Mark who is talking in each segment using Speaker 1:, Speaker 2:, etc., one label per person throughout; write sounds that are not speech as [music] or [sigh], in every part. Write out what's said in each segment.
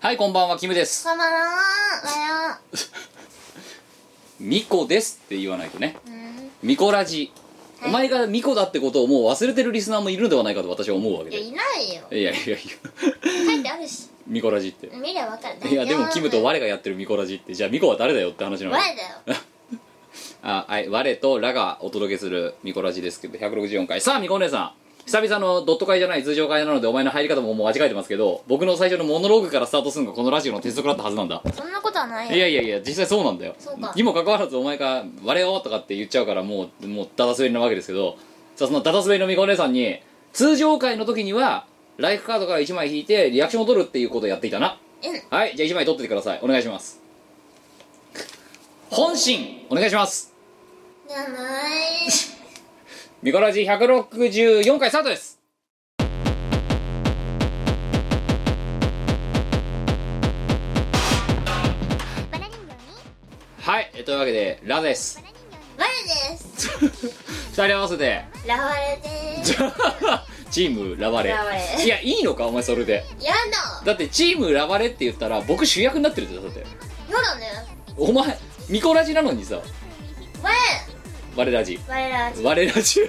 Speaker 1: はい、こんばんは、キムです。
Speaker 2: こんばんはおはよ
Speaker 1: ミコですって言わないとね。
Speaker 2: う、うん、
Speaker 1: ミコラジ。
Speaker 2: はい
Speaker 1: お前がミコだってことをもう忘れてるリスナーもいるのではないかと私は思うわけ
Speaker 2: いや
Speaker 1: で。
Speaker 2: いないよ
Speaker 1: いやいやいや、
Speaker 2: 書いてあるし
Speaker 1: ミコラジって。
Speaker 2: 見りゃ分かる
Speaker 1: いや、でもキムと
Speaker 2: 我
Speaker 1: 我がやってるミコラジって、じゃあミコは誰だよって話なの
Speaker 2: 我。だよ
Speaker 1: あ、はい、我とラがお届けするミコラジですけど、164回。さあ、ミコお姉さん。久々のドット会じゃない通常会なのでお前の入り方ももう間違えてますけど僕の最初のモノローグからスタートするのがこのラジオの鉄則だったはずなんだ
Speaker 2: そんなことはないよ
Speaker 1: いやいやいや実際そうなんだよ
Speaker 2: そうか
Speaker 1: にもかかわらずお前が「我よ」とかって言っちゃうからもうもうダダ滑りなわけですけどさあそのダダ滑りのみこお姉さんに通常回の時にはライフカードから1枚引いてリアクションを取るっていうことをやっていたな
Speaker 2: うん
Speaker 1: はいじゃあ1枚取っててくださいお願いします本心お願いします
Speaker 2: じゃない
Speaker 1: ミコラジ164回スタートです
Speaker 2: バラ人形に
Speaker 1: はいえというわけでラです
Speaker 2: バラです
Speaker 1: 2人合わせ
Speaker 2: [laughs]
Speaker 1: て
Speaker 2: ラバレです
Speaker 1: チームラバレ
Speaker 2: ラバレ
Speaker 1: いやいいのかお前それで
Speaker 2: やだ
Speaker 1: だってチームラバレって言ったら僕主役になってるってだって
Speaker 2: やだね
Speaker 1: お前ミコラジなのにさ
Speaker 2: 我
Speaker 1: 我ラジ
Speaker 2: 我らじ
Speaker 1: 我ラジ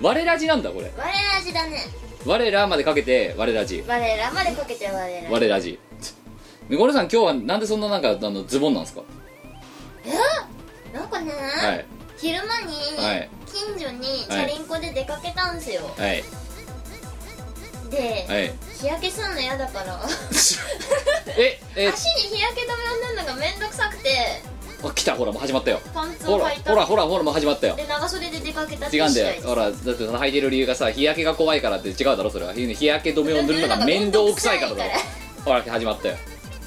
Speaker 1: [laughs] 我ラジなんだこれ
Speaker 2: 我らじだね
Speaker 1: 我らまでかけて我ラジ
Speaker 2: 我らまでかけて我ら
Speaker 1: 我ラジミコラさん今日はなんでそんななんかあのズボンなんですか
Speaker 2: えなんかね、
Speaker 1: はい
Speaker 2: 昼間に
Speaker 1: はい
Speaker 2: 近所にチャリンコで出かけたんすよ、
Speaker 1: はい
Speaker 2: で、
Speaker 1: はい [laughs]
Speaker 2: 日焼けすんの嫌だから
Speaker 1: ええ
Speaker 2: 足に日焼け止めを塗るのがめんどくさくて
Speaker 1: あ来たほらもう始まったよ
Speaker 2: パンツ
Speaker 1: ほ
Speaker 2: を
Speaker 1: ら
Speaker 2: 履いた
Speaker 1: ほらほらほらもう始まったよ
Speaker 2: で長袖で出かけたって
Speaker 1: 違うんだ
Speaker 2: 試
Speaker 1: よ
Speaker 2: 合
Speaker 1: ほらだってその履いてる理由がさ日焼けが怖いからって違うだろそれは日焼け止めを [laughs] 塗るのが面倒くさいからだろほら始まったよ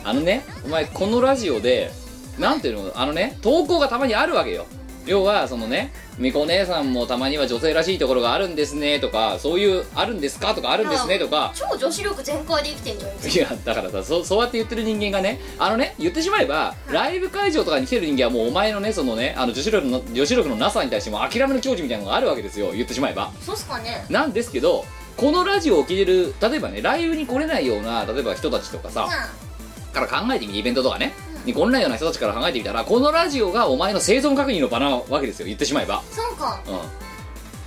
Speaker 1: あのねお前このラジオでなんていうのあのね投稿がたまにあるわけよ要はそのねみこ姉さんもたまには女性らしいところがあるんですねとかそういうあるんですかとかあるんですねとか
Speaker 2: 超女子力全開で生きてんじゃ
Speaker 1: い
Speaker 2: ん
Speaker 1: やだからさそそうやって言ってる人間がねあのね言ってしまえばライブ会場とかに来てる人間はもうお前のねそのねあの女子力の女子力のなさに対してもう諦めの境地みたいなのがあるわけですよ言ってしまえば
Speaker 2: そうっすかね
Speaker 1: なんですけどこのラジオを聴いてる例えばねライブに来れないような例えば人たちとかさ、
Speaker 2: う
Speaker 1: から考えてみてイベントとかね
Speaker 2: うん
Speaker 1: にこんないような人たちから考えてみたらこのラジオがお前の生存確認の場なわけですよ言ってしまえば
Speaker 2: んそうか
Speaker 1: うん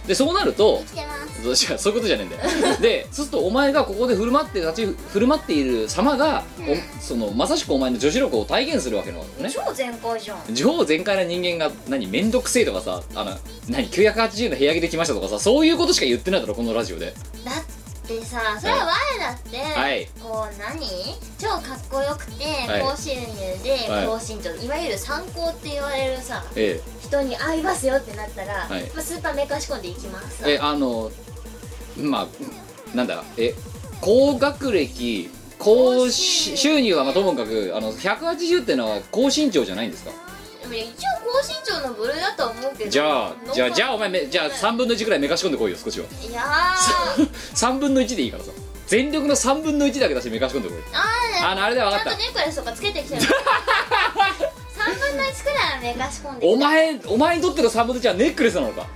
Speaker 1: でそうなると
Speaker 2: 生きてます
Speaker 1: そうじゃあそういうことじゃねえんだよでそうするとお前がここで振る舞って立ち振る舞っている様が、お
Speaker 2: うん
Speaker 1: そのまさしくお前の女子力を体現するわけなのね
Speaker 2: 超全開じゃん
Speaker 1: 超全開な人間が何めんどくせえとかさあの何980の部屋着で来ましたとかさそういうことしか言ってないだろこのラジオで
Speaker 2: だってさそれは我だって、
Speaker 1: はい
Speaker 2: こう何超かっこよくて
Speaker 1: はい
Speaker 2: 高収入で
Speaker 1: はい
Speaker 2: 高身長、い、わゆる参考って言われるさ
Speaker 1: え
Speaker 2: 人に会いますよってなったら、
Speaker 1: はい
Speaker 2: まあ、スーパーめかし込んでいきます
Speaker 1: ええあのまあなんだえ高学歴高し収入はまあともかくあの180ってのは高身長じゃないんですか
Speaker 2: でも一応高身長の部類だと思うけど
Speaker 1: じゃあじゃあじゃあお前めじゃあ
Speaker 2: 三
Speaker 1: 3分の1くらいめかし込んでこいよ少しはい
Speaker 2: やーあー
Speaker 1: 3分の1でいいからさ全力の3分の1だけ出してめかし込んでこいあのあれだよ
Speaker 2: ち
Speaker 1: 分
Speaker 2: ゃん
Speaker 1: か
Speaker 2: と
Speaker 1: っ
Speaker 2: ネ
Speaker 1: た
Speaker 2: ックレスとかつけて
Speaker 1: [laughs]
Speaker 2: きてる三分の一くらいはめかし込んで
Speaker 1: お前お前にとっての3分の1はネックレスなのか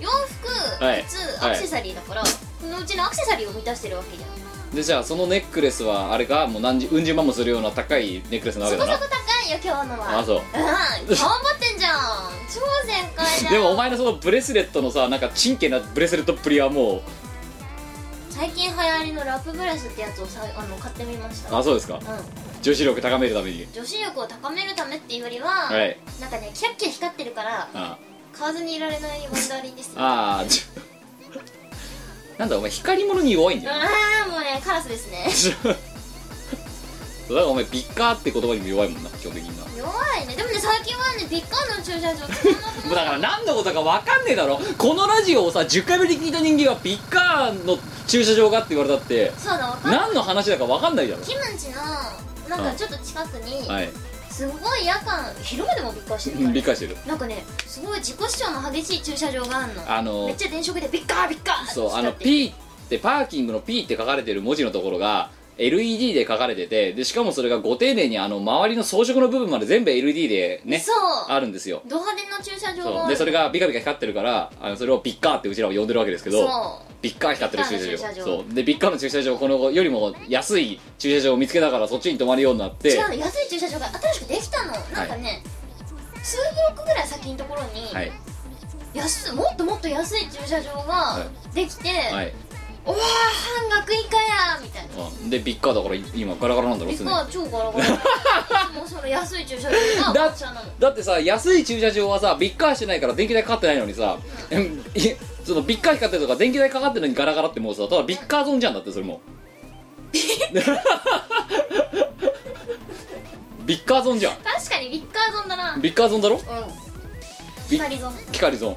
Speaker 2: 洋服
Speaker 1: はい
Speaker 2: 靴アクセサリーだから、このうちのアクセサリーを満たしてるわけじゃん
Speaker 1: でじゃあそのネックレスはあれかもう何十うん十万もするような高いネックレスなわ
Speaker 2: そ
Speaker 1: け
Speaker 2: こ
Speaker 1: だ
Speaker 2: そこ
Speaker 1: な
Speaker 2: 高いよ今日のは
Speaker 1: あそう
Speaker 2: うん頑張ってんじゃん超全開だ
Speaker 1: でもお前のそのブレスレットのさなんかチンケなブレスレットっぷりはもう
Speaker 2: 最近流行りのラップブレスってやつをさあの買ってみました
Speaker 1: あそうですか
Speaker 2: うん
Speaker 1: 女子力高めるために
Speaker 2: 女子力を高めるためっていうよりは、
Speaker 1: はい
Speaker 2: なんかねキラッキラ光ってるから
Speaker 1: あ
Speaker 2: 買わずにいられないワンダーリンですよ
Speaker 1: あーちょ [laughs] なんだお前光り物に弱いんだよ [laughs]
Speaker 2: ああもうねカラスですね
Speaker 1: だからお前ビッカーって言葉にも弱いもんな基本的になも
Speaker 2: 弱いねでもね最近はねビッカーの駐車場使わなく
Speaker 1: うだ
Speaker 2: なっ
Speaker 1: から何のことか分かんねえだろこのラジオをさ10回目で聞いた人間はビッカーの駐車場がって言われたって
Speaker 2: たそうだわかんない
Speaker 1: 何の話だか分かんないだろ
Speaker 2: キムンチのなんかちょっと近くに、
Speaker 1: はい
Speaker 2: すごい夜間昼間でもビッカーしてるから、
Speaker 1: 理解してる
Speaker 2: なんかねすごい自己主張の激しい駐車場があんの
Speaker 1: あの
Speaker 2: めっちゃ電飾でビッカービッカーって
Speaker 1: そうあの
Speaker 2: 光ってる
Speaker 1: P ってパーキングの P って書かれてる文字のところが LED で書かれててでしかもそれがご丁寧にあの周りの装飾の部分まで全部 LED でね
Speaker 2: そう
Speaker 1: あるんですよ
Speaker 2: ド派手な駐車場が
Speaker 1: そ
Speaker 2: あ
Speaker 1: う
Speaker 2: る
Speaker 1: でそれがビカビカ光ってるからあのそれをビッカーってうちらは呼んでるわけですけど
Speaker 2: そ
Speaker 1: ビッカー光ってる駐
Speaker 2: ビッ
Speaker 1: 車
Speaker 2: カーの駐
Speaker 1: 場
Speaker 2: 車場
Speaker 1: そうでビッカーの駐車場このよりも安い駐車場を見つけたからそっちに泊まるようになっ
Speaker 2: う
Speaker 1: て
Speaker 2: 違うの安い駐車場が新しくできたのなんかね、数ブロックぐらい先のところに、
Speaker 1: はい
Speaker 2: 安いもっともっと安い駐車場ができて、
Speaker 1: はい、
Speaker 2: おわー半額以下やみたいな
Speaker 1: うん、でビッカーだから今ガラガラなんだろう
Speaker 2: ビ
Speaker 1: すで
Speaker 2: ッグ
Speaker 1: に
Speaker 2: は超ガラガラいつもその安い駐車場が
Speaker 1: だ
Speaker 2: こちらなの
Speaker 1: だってさ安い駐車場はさビッカーしてないから電気代かかってないのにさいそのビッカー光ってるとか電気代かかってるのにガラガラってもうさただビッカー損じゃんだってそれもビッカー損じゃん
Speaker 2: 確かにビッカーゾンだなうん
Speaker 1: ビッカー損だろビ
Speaker 2: 光ゾン
Speaker 1: 光損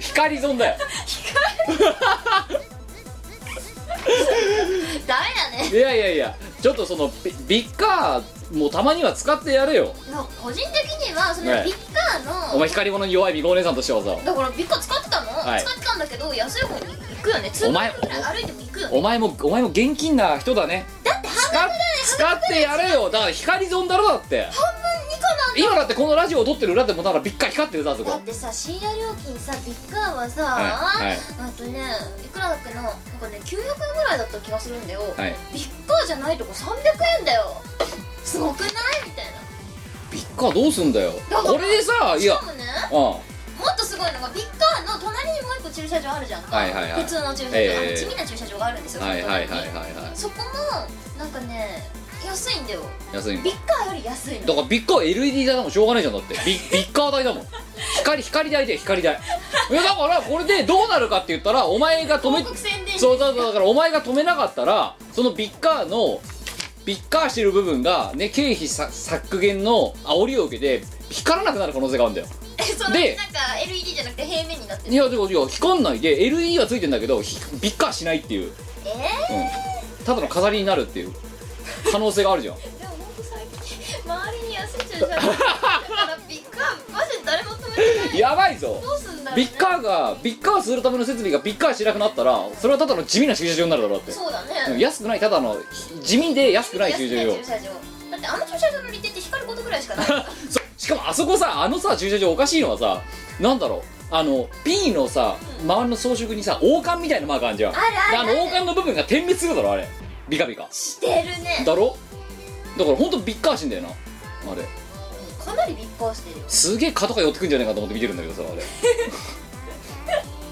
Speaker 1: 光損だよ
Speaker 2: ダメだね
Speaker 1: いやいやいやちょっとそのビビッカーもたまには使ってやれよ
Speaker 2: まあ個人的にはその
Speaker 1: ね
Speaker 2: ビッカーの、
Speaker 1: お前光り物に弱いみこお姉さんとしてはさ
Speaker 2: だからビッカー使ってたの、
Speaker 1: はい
Speaker 2: 使ってたんだけど安い方に行くよね通
Speaker 1: お
Speaker 2: 勤
Speaker 1: 前
Speaker 2: ぐらい歩いても行くよね
Speaker 1: お前もお前も現金な人だね
Speaker 2: だって半
Speaker 1: 使っ使ってやれよだから光損だろだって
Speaker 2: 分以下な
Speaker 1: 今
Speaker 2: んだ
Speaker 1: だってこのラジオを撮ってる裏でもだからビッカ光ってるだそ
Speaker 2: だ
Speaker 1: こ
Speaker 2: ってさ深夜料金さビッカーはさ、
Speaker 1: はいはい
Speaker 2: あとねいくらだっけななんかね900円ぐらいだった気がするんだよ、
Speaker 1: はい
Speaker 2: ビッカーじゃないとこ300円だよすごくないみたいな
Speaker 1: ビッカどうすんだよ
Speaker 2: だから
Speaker 1: これでさいや
Speaker 2: しかもね
Speaker 1: うん
Speaker 2: もっとすごいのがビッカーの隣にもう一個駐車場あるじゃんか、
Speaker 1: はいはいはい
Speaker 2: 普通の駐車場、
Speaker 1: ええ
Speaker 2: 地味な駐車場があるんですよ、
Speaker 1: はいはいはいはい
Speaker 2: そこ
Speaker 1: は
Speaker 2: にそこもなんかね安いんだよ
Speaker 1: い安いんだ
Speaker 2: ビッカーより安いの
Speaker 1: だからビッカー LED 代だもんしょうがないじゃんだって
Speaker 2: [laughs]
Speaker 1: ビビッカー代だもん光光代で光代いやだからこれでどうなるかって言ったらお前が止め
Speaker 2: 広告宣伝
Speaker 1: そうだだからお前が止めなかったらそのビッカーのビッカーしてる部分がね経費さ削減の煽りを受けて光らなくなる可能性があるんだよ
Speaker 2: えその
Speaker 1: で
Speaker 2: なんか LED じゃなくて平面になって
Speaker 1: い
Speaker 2: る
Speaker 1: やでもいや光んないで LED はついてんだけどひビッカーしないっていう、
Speaker 2: えー
Speaker 1: うん、ただの飾りになるっていう可能性がある [laughs] じゃん
Speaker 2: でもほんと最近周りに安い駐車場だからビッカーマジで誰も止めてない
Speaker 1: やばいぞ
Speaker 2: どうすんだろう、ね、
Speaker 1: ビッカーがビッカーするための設備がビッカーしなくなったらそれはただの地味な駐車場になるだろうだって
Speaker 2: そうだ
Speaker 1: うん
Speaker 2: ね
Speaker 1: 安くないただのひ地味で安くない駐車場
Speaker 2: 安くない駐車場だってあの駐車場の利点って光ることぐらいしかない
Speaker 1: [laughs] そしかもあそこさあのさ駐車場おかしいのはさなんだろうあの P のさ
Speaker 2: うん
Speaker 1: 周りの装飾にさ王冠みたいなマークあるじゃん
Speaker 2: あるあるある
Speaker 1: であの王冠の部分が点滅するだろあれビカビカ
Speaker 2: してるね
Speaker 1: だろだからほんとビッカーしんだよなあれ
Speaker 2: かなりビッカーしてるよ
Speaker 1: すげえ蚊とか寄ってくんじゃないかと思って見てるんだけどさあれ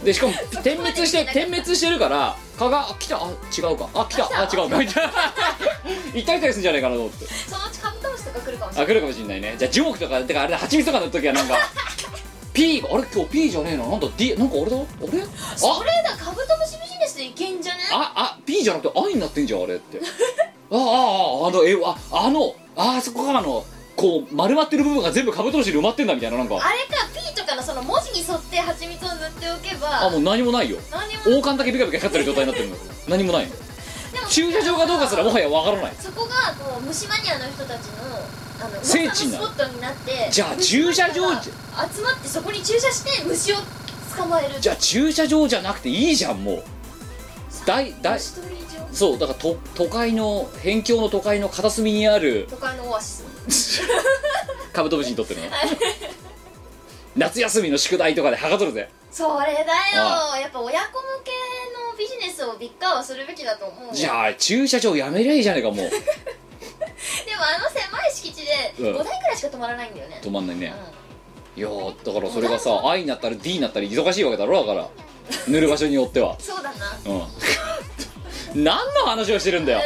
Speaker 1: でしかも点滅して点滅してるから蚊があ来たあ違うかあ来たあ違うかみ [laughs] たいな行ったり来たりするんじゃないかなと思って
Speaker 2: そのうちカブトムシとか来るかもし
Speaker 1: あ
Speaker 2: れ
Speaker 1: 来るかもしんないねじゃあ樹木とかてかあれだ蜂蜜とかの時は
Speaker 2: [laughs]
Speaker 1: なんか P があれ今日 P じゃねえななんだ D なんかあれだあれ
Speaker 2: ない
Speaker 1: あ
Speaker 2: それだカブトムシビジネスでいけんじゃね
Speaker 1: ああ P じゃなくて I になってんじゃんあれってあああああのえああのああそこがあのこう丸まってる部分が全部カブトムシで埋まってんだみたいななんか
Speaker 2: あれか P とかのその文字に沿って蜂蜜を塗っておけば
Speaker 1: あもう何もないよ
Speaker 2: 何も
Speaker 1: 王冠だけビカビカ光ってる状態になってるの何もないの
Speaker 2: でも
Speaker 1: 駐車場がどうかすらもはやわからない
Speaker 2: そこがもう虫マニアの人たちのあの
Speaker 1: 聖
Speaker 2: 聖
Speaker 1: 地
Speaker 2: 地
Speaker 1: な
Speaker 2: の
Speaker 1: の
Speaker 2: スポットになって
Speaker 1: じゃあ
Speaker 2: 虫マニア
Speaker 1: 駐
Speaker 2: が
Speaker 1: 車場
Speaker 2: 集まってそこに駐車して虫を捕まえる
Speaker 1: じゃあ駐車場じゃなくていいじゃんもう大大
Speaker 2: 虫取り場
Speaker 1: そうだからと都会の辺境の都会の片隅にある
Speaker 2: 都会のオアシス
Speaker 1: カブトムシにとっての夏休みの宿題とかではかどるぜ
Speaker 2: それだよ
Speaker 1: あ
Speaker 2: やっぱ親子向けのビジネスをビッカーはするべきだと思う
Speaker 1: じゃあ駐車場やめりゃいいじゃねえかもう
Speaker 2: でもあの狭い敷地
Speaker 1: う
Speaker 2: で
Speaker 1: ん
Speaker 2: 5台くらいしか止まらないんだよね、
Speaker 1: 止まんない
Speaker 2: うん
Speaker 1: ねいやーだからそれがさ I になったら D になったり忙しいわけだろだから塗る場所によっては
Speaker 2: そうだな
Speaker 1: うん [laughs] 何の話をしてるんだよ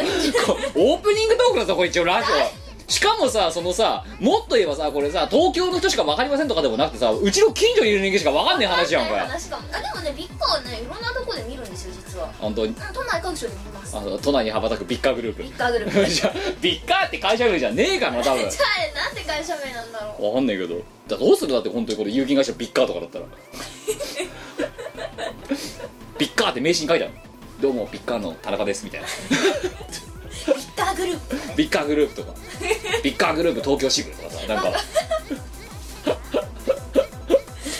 Speaker 1: こオープニングトークだぞこれ一応ラジオしかもさそのさもっと言えばさこれさ東京の人しか分かりませんとかでもなくてさうちの近所にいる人間しか分かんねえ話やんこれ
Speaker 2: 話かもあでもねビッカーはねいろんなとこで見るんですよ実は
Speaker 1: 本当に
Speaker 2: うん都内各所で見ます
Speaker 1: あの都内に羽ばたくビッカーグループ
Speaker 2: ビッカーグループ [laughs]
Speaker 1: じゃあビッカーって会社名じゃねえかな多分
Speaker 2: じゃああれなんで会社名なんだろう
Speaker 1: わかんないけどだどうするだって本当にこれ有金会社ビッカーとかだったらビッカーって名刺に書いてあるどうもビッカーの田中ですみたいな
Speaker 2: ビッカーグループ
Speaker 1: ビッカーグループとかビッカーグループ東京支部とかさなんか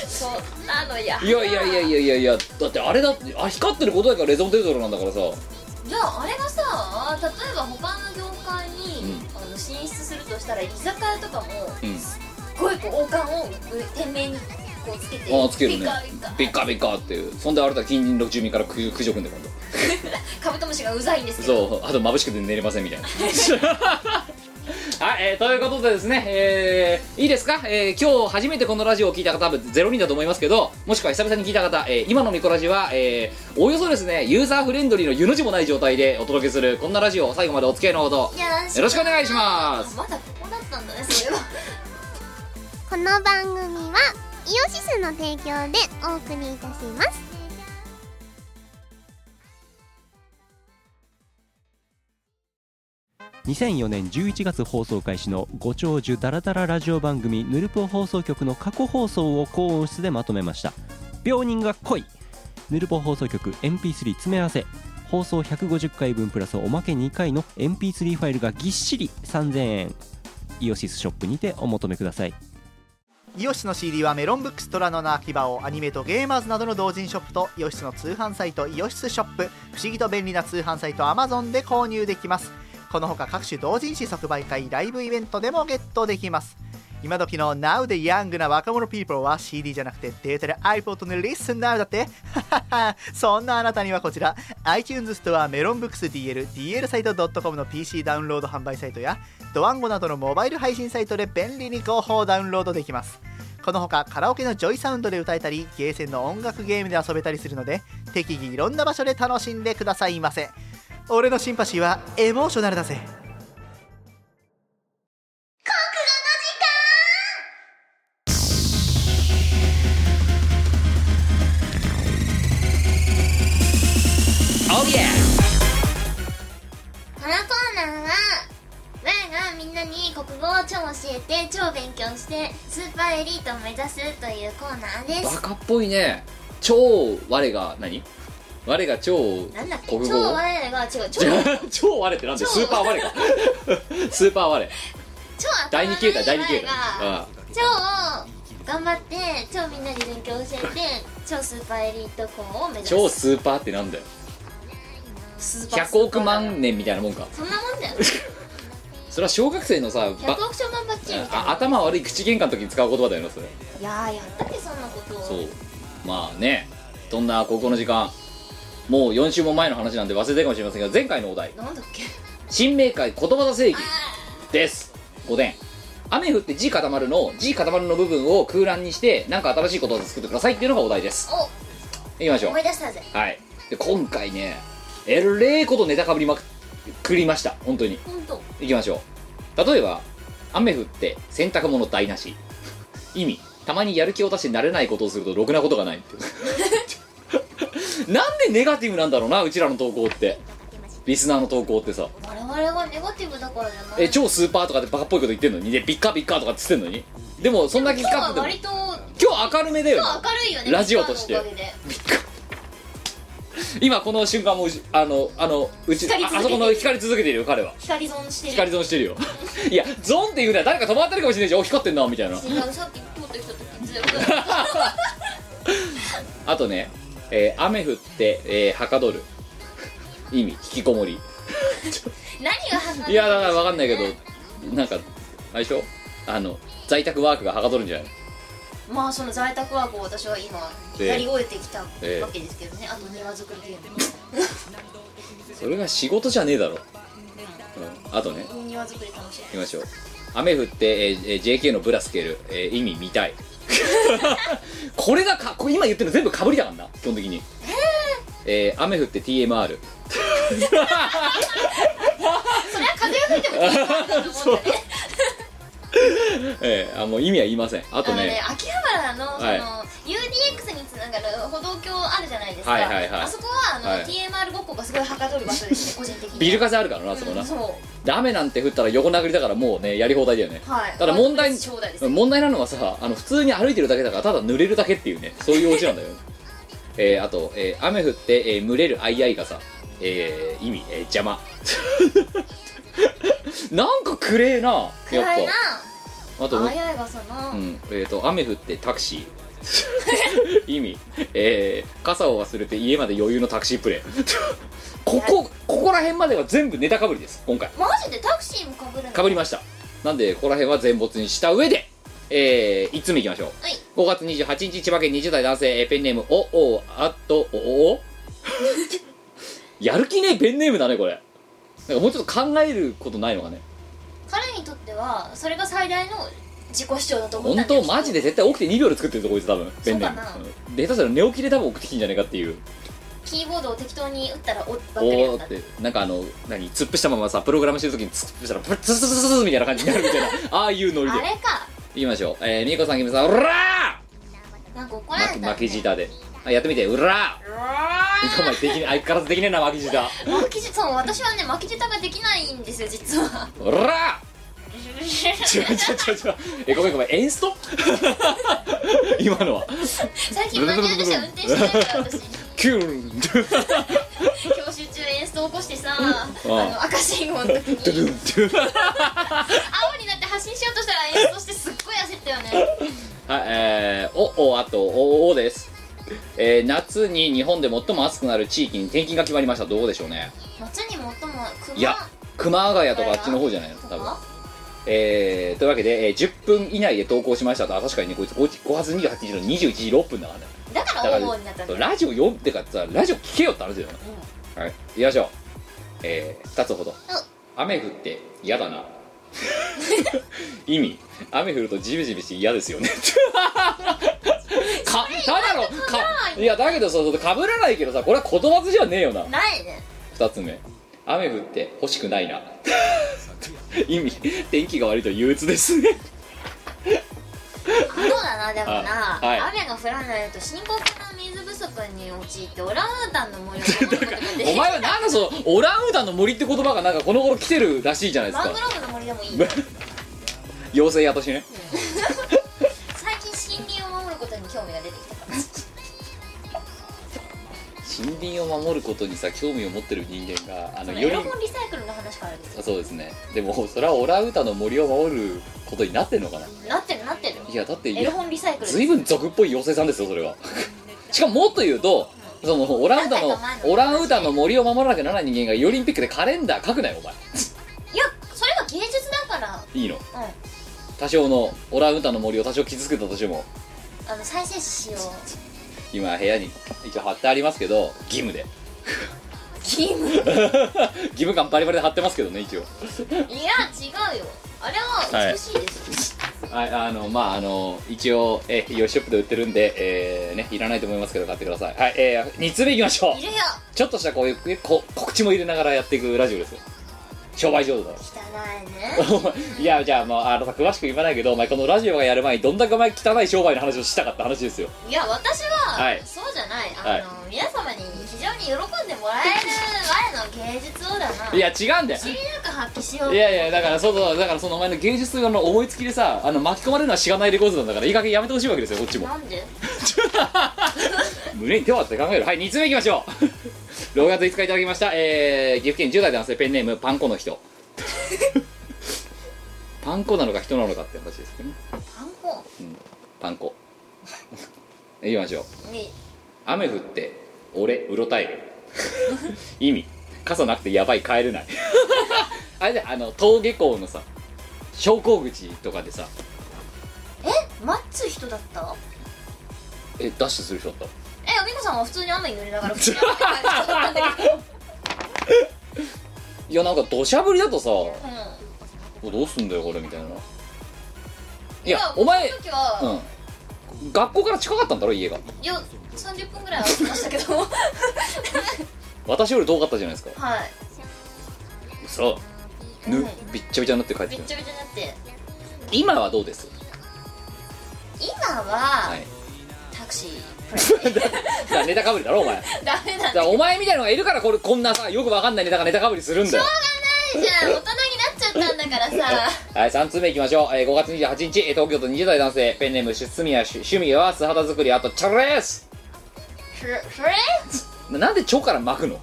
Speaker 2: そうあなのやだ
Speaker 1: いやいやいやいやいやいやだってあれだってあ光ってることだからレゾンテートルなんだからさ
Speaker 2: じゃああれがさ例えば他の業界に、あの進出するとしたら居酒屋とかも
Speaker 1: うん
Speaker 2: すっごいこう王冠をう店名にこうつけて
Speaker 1: ああつけるね
Speaker 2: ビカ
Speaker 1: ビ
Speaker 2: ビ
Speaker 1: ッ
Speaker 2: カ
Speaker 1: カビッカっていうそんであれだ近隣の住民から苦苦情くんで今度
Speaker 2: カブトムシがうざいんですけど
Speaker 1: そうあと眩しくて寝れませんみたいな [laughs] はい、えーということでですね、えーいいですか、えー今日初めてこのラジオを聞いた方多分ゼロ人だと思いますけどもしくは久々に聞いた方、えー今のミコラジは、えーおおよそですねユーザーフレンドリーの湯の字もない状態でお届けするこんなラジオ最後までお付き合いのほどよろしくお願いしま
Speaker 2: あ
Speaker 1: す
Speaker 2: まだここだったんだねそれは
Speaker 3: この番組はイオシスの提供でお送りいたします
Speaker 4: 2004年11月放送開始のご長寿ダラダララジオ番組「ヌルポ放送局」の過去放送を高音質でまとめました病人が来いヌルポ放送局 MP3 詰め合わせ放送150回分プラスおまけ2回の MP3 ファイルがぎっしり3000円イオシスショップにてお求めください
Speaker 5: イオシスの CD はメロンブックストラノの秋葉をアニメとゲーマーズなどの同人ショップとイオシスの通販サイトイオシスショップ不思議と便利な通販サイト Amazon で購入できますこのほか各種同人誌即売会ライブイベントでもゲットできます今時の Now でヤングな若者 people は CD じゃなくてデータで iPod の Listen Now だって [laughs] そんなあなたにはこちら iTunes ストアメロンブックス DL、DL サイト .com の PC ダウンロード販売サイトやドワンゴなどのモバイル配信サイトで便利に広報ダウンロードできますこのほかカラオケのジョイサウンドで歌えたりゲーセンの音楽ゲームで遊べたりするので適宜いろんな場所で楽しんでくださいませ俺のシンパシーはエモーショナルだぜ
Speaker 3: このコーナーは我がみんなに国語を超教えて超勉強してスーパーエリートを目指すというコーナーで
Speaker 1: バ
Speaker 3: す
Speaker 1: カっぽいね超我が何我が超
Speaker 2: なんだっ
Speaker 1: [laughs]
Speaker 2: け
Speaker 1: 国
Speaker 2: 超
Speaker 1: 語を
Speaker 2: 我らが違う超
Speaker 1: [laughs] 超我ってなんでスーパー我か
Speaker 2: [laughs]
Speaker 1: スーパー我
Speaker 3: 超頭
Speaker 1: 第
Speaker 3: のい
Speaker 1: 2
Speaker 3: い
Speaker 1: 形態第2
Speaker 3: 我
Speaker 1: 形態
Speaker 3: が
Speaker 1: うん
Speaker 3: 超頑張って超みんなに勉強教えて超スーパーエリート校を目指す
Speaker 1: 超スーパーってなんだよ
Speaker 2: スーパー
Speaker 1: 100億万年みたいなもんか
Speaker 2: そんなもんだよ
Speaker 1: [laughs] それは小学生のさば
Speaker 2: 100億兆万バッチリみたい
Speaker 1: あ頭悪い口喧嘩の時に使う言葉だよなそれ
Speaker 2: ないやーやったっけそんなことを
Speaker 1: そうまあねどんな高校の時間もう4週も前の話なんで忘れてるかもしれませんが前回のお題
Speaker 2: なんだっけ
Speaker 1: 「新明解言葉の正義」です5点雨降って字固まるの字固まるの部分を空欄にして何か新しい言葉で作ってくださいっていうのがお題ですいきましょう
Speaker 2: 思い出したぜ
Speaker 1: はいで今回ねえれえことネタかぶりまくくりました本当に
Speaker 2: 本当
Speaker 1: いきましょう例えば雨降って洗濯物台無し意味たまにやる気を出して慣れないことをするとろくなことがないって
Speaker 2: [laughs]
Speaker 1: いうなんでネガティブなんだろうなうちらの投稿ってリスナーの投稿ってさ
Speaker 2: 我々がネガティブだからじゃない
Speaker 1: え超スーパーとかでバカっぽいこと言ってんのにでビッカビッカとかっつってんのにでもそんな気
Speaker 2: 今日
Speaker 1: か
Speaker 2: は
Speaker 1: っても
Speaker 2: 割と今
Speaker 1: 今日明るめだよね
Speaker 2: 日は明るいよね
Speaker 1: ラジオとして
Speaker 2: みんなのおかげで
Speaker 1: びっくり今この瞬間もうちあのあのうち
Speaker 2: 光り続けてる
Speaker 1: ああそこの光り続けてるよ彼は
Speaker 2: 光損してる
Speaker 1: 光損
Speaker 2: [laughs]
Speaker 1: してるよいやゾンっていうのは誰か止まってるかもしれないしお光ってんなみたいな
Speaker 2: 違うさっき通ってきた時ず
Speaker 1: [laughs]
Speaker 2: っと
Speaker 1: あとね、えー雨降って、えーはかどる意味引きこも [laughs] り
Speaker 2: 何が始まる
Speaker 1: いやだから分かんないけどなんかあれでしょあの在宅ワークがはかどるんじゃない
Speaker 2: まあその在宅ワークを私は今
Speaker 1: ええ
Speaker 2: やり終えてきたわ
Speaker 1: ええ
Speaker 2: けですけどね、あと庭作りゲーム
Speaker 1: それが仕事じゃねえだろ、うん、あとね
Speaker 2: 庭作り楽しい
Speaker 1: いきましょう雨降って、えーえー JK のブラスケる、えー意味見たい [laughs] これがかこれ今言ってるの全部かぶりだからな基本的にえー雨降って TMR
Speaker 2: それは風が吹いてもいいかな
Speaker 1: [laughs]
Speaker 2: と思うんだね
Speaker 1: えーあもう意味は言いませんあと
Speaker 2: あのね
Speaker 1: ね
Speaker 2: 秋葉原のその、
Speaker 1: はい
Speaker 2: UDX につながる歩道橋あるじゃないですか、
Speaker 1: はいはいはい
Speaker 2: あそこはあの、
Speaker 1: はい
Speaker 2: TMR ごっこがすごいはかどる場所
Speaker 1: [laughs]
Speaker 2: ですね個人的に
Speaker 1: ビル風あるからなあそこ
Speaker 2: う
Speaker 1: なん
Speaker 2: そう
Speaker 1: で雨なんて降ったら横殴りだからもうねやり放題だよね、
Speaker 2: はい
Speaker 1: ただ問題
Speaker 2: 私将来です
Speaker 1: 問題なのはさあの普通に歩いてるだけだからただ濡れるだけっていうね [laughs] そういうオチなんだよ、えーあと、えー雨降って、えー、蒸れるあいあいがさ、えー意味、えー邪魔 [laughs] なんかくれえなやっ
Speaker 2: 暗いな
Speaker 1: ぱあと
Speaker 2: あやいがその、
Speaker 1: うんえー、と雨降ってタクシー [laughs] 意味えー、傘を忘れて家まで余裕のタクシープレイ [laughs] ここここら辺までは全部ネタかぶりです今回
Speaker 3: マジでタクシーもかぶるの
Speaker 1: かぶりましたなんでここら辺は全没にした上でえー、1つ目いきましょう、
Speaker 3: はい
Speaker 1: 5月28日千葉県20代男性えーペンネームおおあとおおやる気ねえペンネームだねこれなんかもうちょっと考えることないのかね
Speaker 2: 彼にとってはそれが最大の自己主張だと思っ
Speaker 1: 本
Speaker 2: たんだ
Speaker 1: 当マジで絶対起きて2秒で作ってるぞこいつ多分ペンネーム
Speaker 2: そうかな
Speaker 1: うんで下手したら寝起きで多分送ってきてんじゃねえかっていう
Speaker 2: キーボードを適当に打ったらおっばっかりや
Speaker 1: お
Speaker 2: っ
Speaker 1: ー
Speaker 2: た
Speaker 1: ってなんかあの何突っ伏したままさプログラムしてる時に突っ伏したらプツツツツツみたいな感じになるみたいなああいうノリで
Speaker 2: あれか
Speaker 1: いきましょうえーみえこさんきむさんうら
Speaker 2: なんか怒られた
Speaker 1: ー
Speaker 2: ん
Speaker 1: ま
Speaker 2: だ
Speaker 1: 負けじたであやってみてうらーお前できね相変わらずできねえな負けじた
Speaker 2: 負けじそう私はね負けじたができないんですよ実は
Speaker 1: うらー違う違う違う違うえごめんごめんエンスト [laughs] 今のは
Speaker 2: 最近マニュアル車運転してないから私
Speaker 1: キューン
Speaker 2: 教習中演奏起こしてさあの赤信号の時に
Speaker 1: ドゥドゥンドゥン
Speaker 2: 青になって発進しようとしたら演奏してすっごい焦ったよね
Speaker 1: はい、えー、おおあとおおです、えー、夏に日本で最も暑くなる地域に転勤が決まりましたどうでしょうね
Speaker 2: 夏に最も熊
Speaker 1: いや熊谷とかあっちの方じゃないの多分えー、というわけで、えー10分以内で投稿しましたとあ確かにねこいつ 5, 5月28日の21時6分だからね
Speaker 2: だか
Speaker 1: だか
Speaker 2: ら大王になった
Speaker 1: ら
Speaker 2: んだ
Speaker 1: そう
Speaker 2: よ
Speaker 1: ラジオ読んでかってさラジオ聞けよって話だよね、はい行きましょうえー、2つほど雨降って嫌だ [laughs] な意味雨降るとジメジメして嫌です [laughs] よねかただのかいやだけどそうそうかぶらないけどさこれは言葉じゃねえよな
Speaker 2: ないね
Speaker 1: 2つ目雨降って欲しくない [laughs] な意味天気が悪いと憂鬱 [laughs] ですね
Speaker 2: そうだなでも
Speaker 1: あはい
Speaker 2: な雨が降らないと深刻な水不足に陥ってオランウータンの模様を守ることが
Speaker 1: [laughs]
Speaker 2: で
Speaker 1: お
Speaker 2: き
Speaker 1: 前はなんかそのオランウータンの森って言葉がなんかこの頃来てるらしいじゃないです
Speaker 2: マ
Speaker 1: か
Speaker 2: ングローブの森でもいい
Speaker 1: 妖精やとしてね
Speaker 2: 最近森林を守ることに興味が出てきたから
Speaker 1: 森林を守ることにさ興味を持ってる人間があのより
Speaker 2: エロ本リサイクルの話からですよ
Speaker 1: あそうですねでもそれはオランウータンの森を守ることになってんのかな
Speaker 2: なってるなってる
Speaker 1: いやだってい
Speaker 2: エ
Speaker 1: や
Speaker 2: ロ本リサイクルです
Speaker 1: ずいぶん俗っぽい妖精さんですよそれはしかももっと言うとそのオランウータン
Speaker 2: 何回か前
Speaker 1: の
Speaker 2: の
Speaker 1: オランウータンの森を守らなきゃならない人間がヨリンピックでカレンダー書くなよお前
Speaker 2: いやそれが芸術だから
Speaker 1: いいの
Speaker 2: う
Speaker 1: 多少のオランウータンの森を多少傷つけたとしても
Speaker 2: んあの再生しよう
Speaker 1: 今部屋に一応貼ってありますけど義務で
Speaker 2: キム
Speaker 1: 義務感バリバリで貼ってますけどね一応
Speaker 2: いや違うよあれは美しいです
Speaker 1: はいあのまああの一応えーイオシショップで売ってるんでえーねいらないと思いますけど買ってくださいはいえー、2つ目いきましょう
Speaker 2: い、るよ
Speaker 1: ちょっとしたこういうこ告知も入れながらやっていくラジオですよ商売上手だろ
Speaker 2: 汚いね
Speaker 1: [laughs] いやじゃあもうあのさ詳しく言わないけどお前このラジオがやる前にどんだけお前汚い商売の話をしたかった話ですよ
Speaker 2: いや私は、
Speaker 1: はい
Speaker 2: そうじゃないあ
Speaker 1: はい
Speaker 2: の、皆様に非常に喜んでもらえる我の芸術をだない
Speaker 1: や違うんだよ
Speaker 2: 知りなく発揮しよう
Speaker 1: いやいやだからそうそうだからそのお前の芸術の思いつきでさあの巻き込まれるのはしがないレコードなんだからいい加減やめてほしいわけですよこっちも
Speaker 2: なんで
Speaker 1: 胸に手を当てて考えるはい2つ目いきましょう [laughs] 6月5日いただきました、えー、岐阜県10代男性ペンネームパンコの人 [laughs] パンコなのか人なのかって話ですけどね
Speaker 2: パン粉
Speaker 1: パンコ [laughs] いきましょう
Speaker 2: に
Speaker 1: 雨降って俺うろたえる [laughs] 意味傘なくてやばい帰れない [laughs] あれであの登下校のさ昇降口とかでさ
Speaker 2: 待つ人だった
Speaker 1: えダッシュする人だっ
Speaker 2: えおみこさんは普通に雨に濡れながら普通に雨に帰る人だったんだ
Speaker 1: [laughs]
Speaker 2: けど
Speaker 1: たいやなんか土砂降りだとさ
Speaker 2: うん
Speaker 1: どうすんだよこれみたいない
Speaker 2: い
Speaker 1: やお前
Speaker 2: その時は、
Speaker 1: うん学校から近かったんだろ家が
Speaker 2: いや30分ぐらいは来ましたけどはい
Speaker 1: 私より遠かったじゃないですかそうぬびっちゃびちゃになって帰って
Speaker 2: びっ
Speaker 1: き
Speaker 2: ち
Speaker 1: た
Speaker 2: ゃびちゃになって
Speaker 1: 今はどうです
Speaker 2: 今は、
Speaker 1: はい
Speaker 2: タクシープレイ
Speaker 1: だからネタかぶりだろお前だ
Speaker 2: [laughs]
Speaker 1: か
Speaker 2: ダメだね
Speaker 1: らお前みたいのがいるからこれこんなさよくわかんないネタがネタかぶりするんだよ
Speaker 2: じゃあ大人になっちゃったんだからさ
Speaker 1: はい、3通目いきましょう、えー、5月28日えー東京都20代男性ペンネーム出ミや趣味は素肌作りあとチョレース
Speaker 2: フレフレ
Speaker 1: ななんでチョから巻くの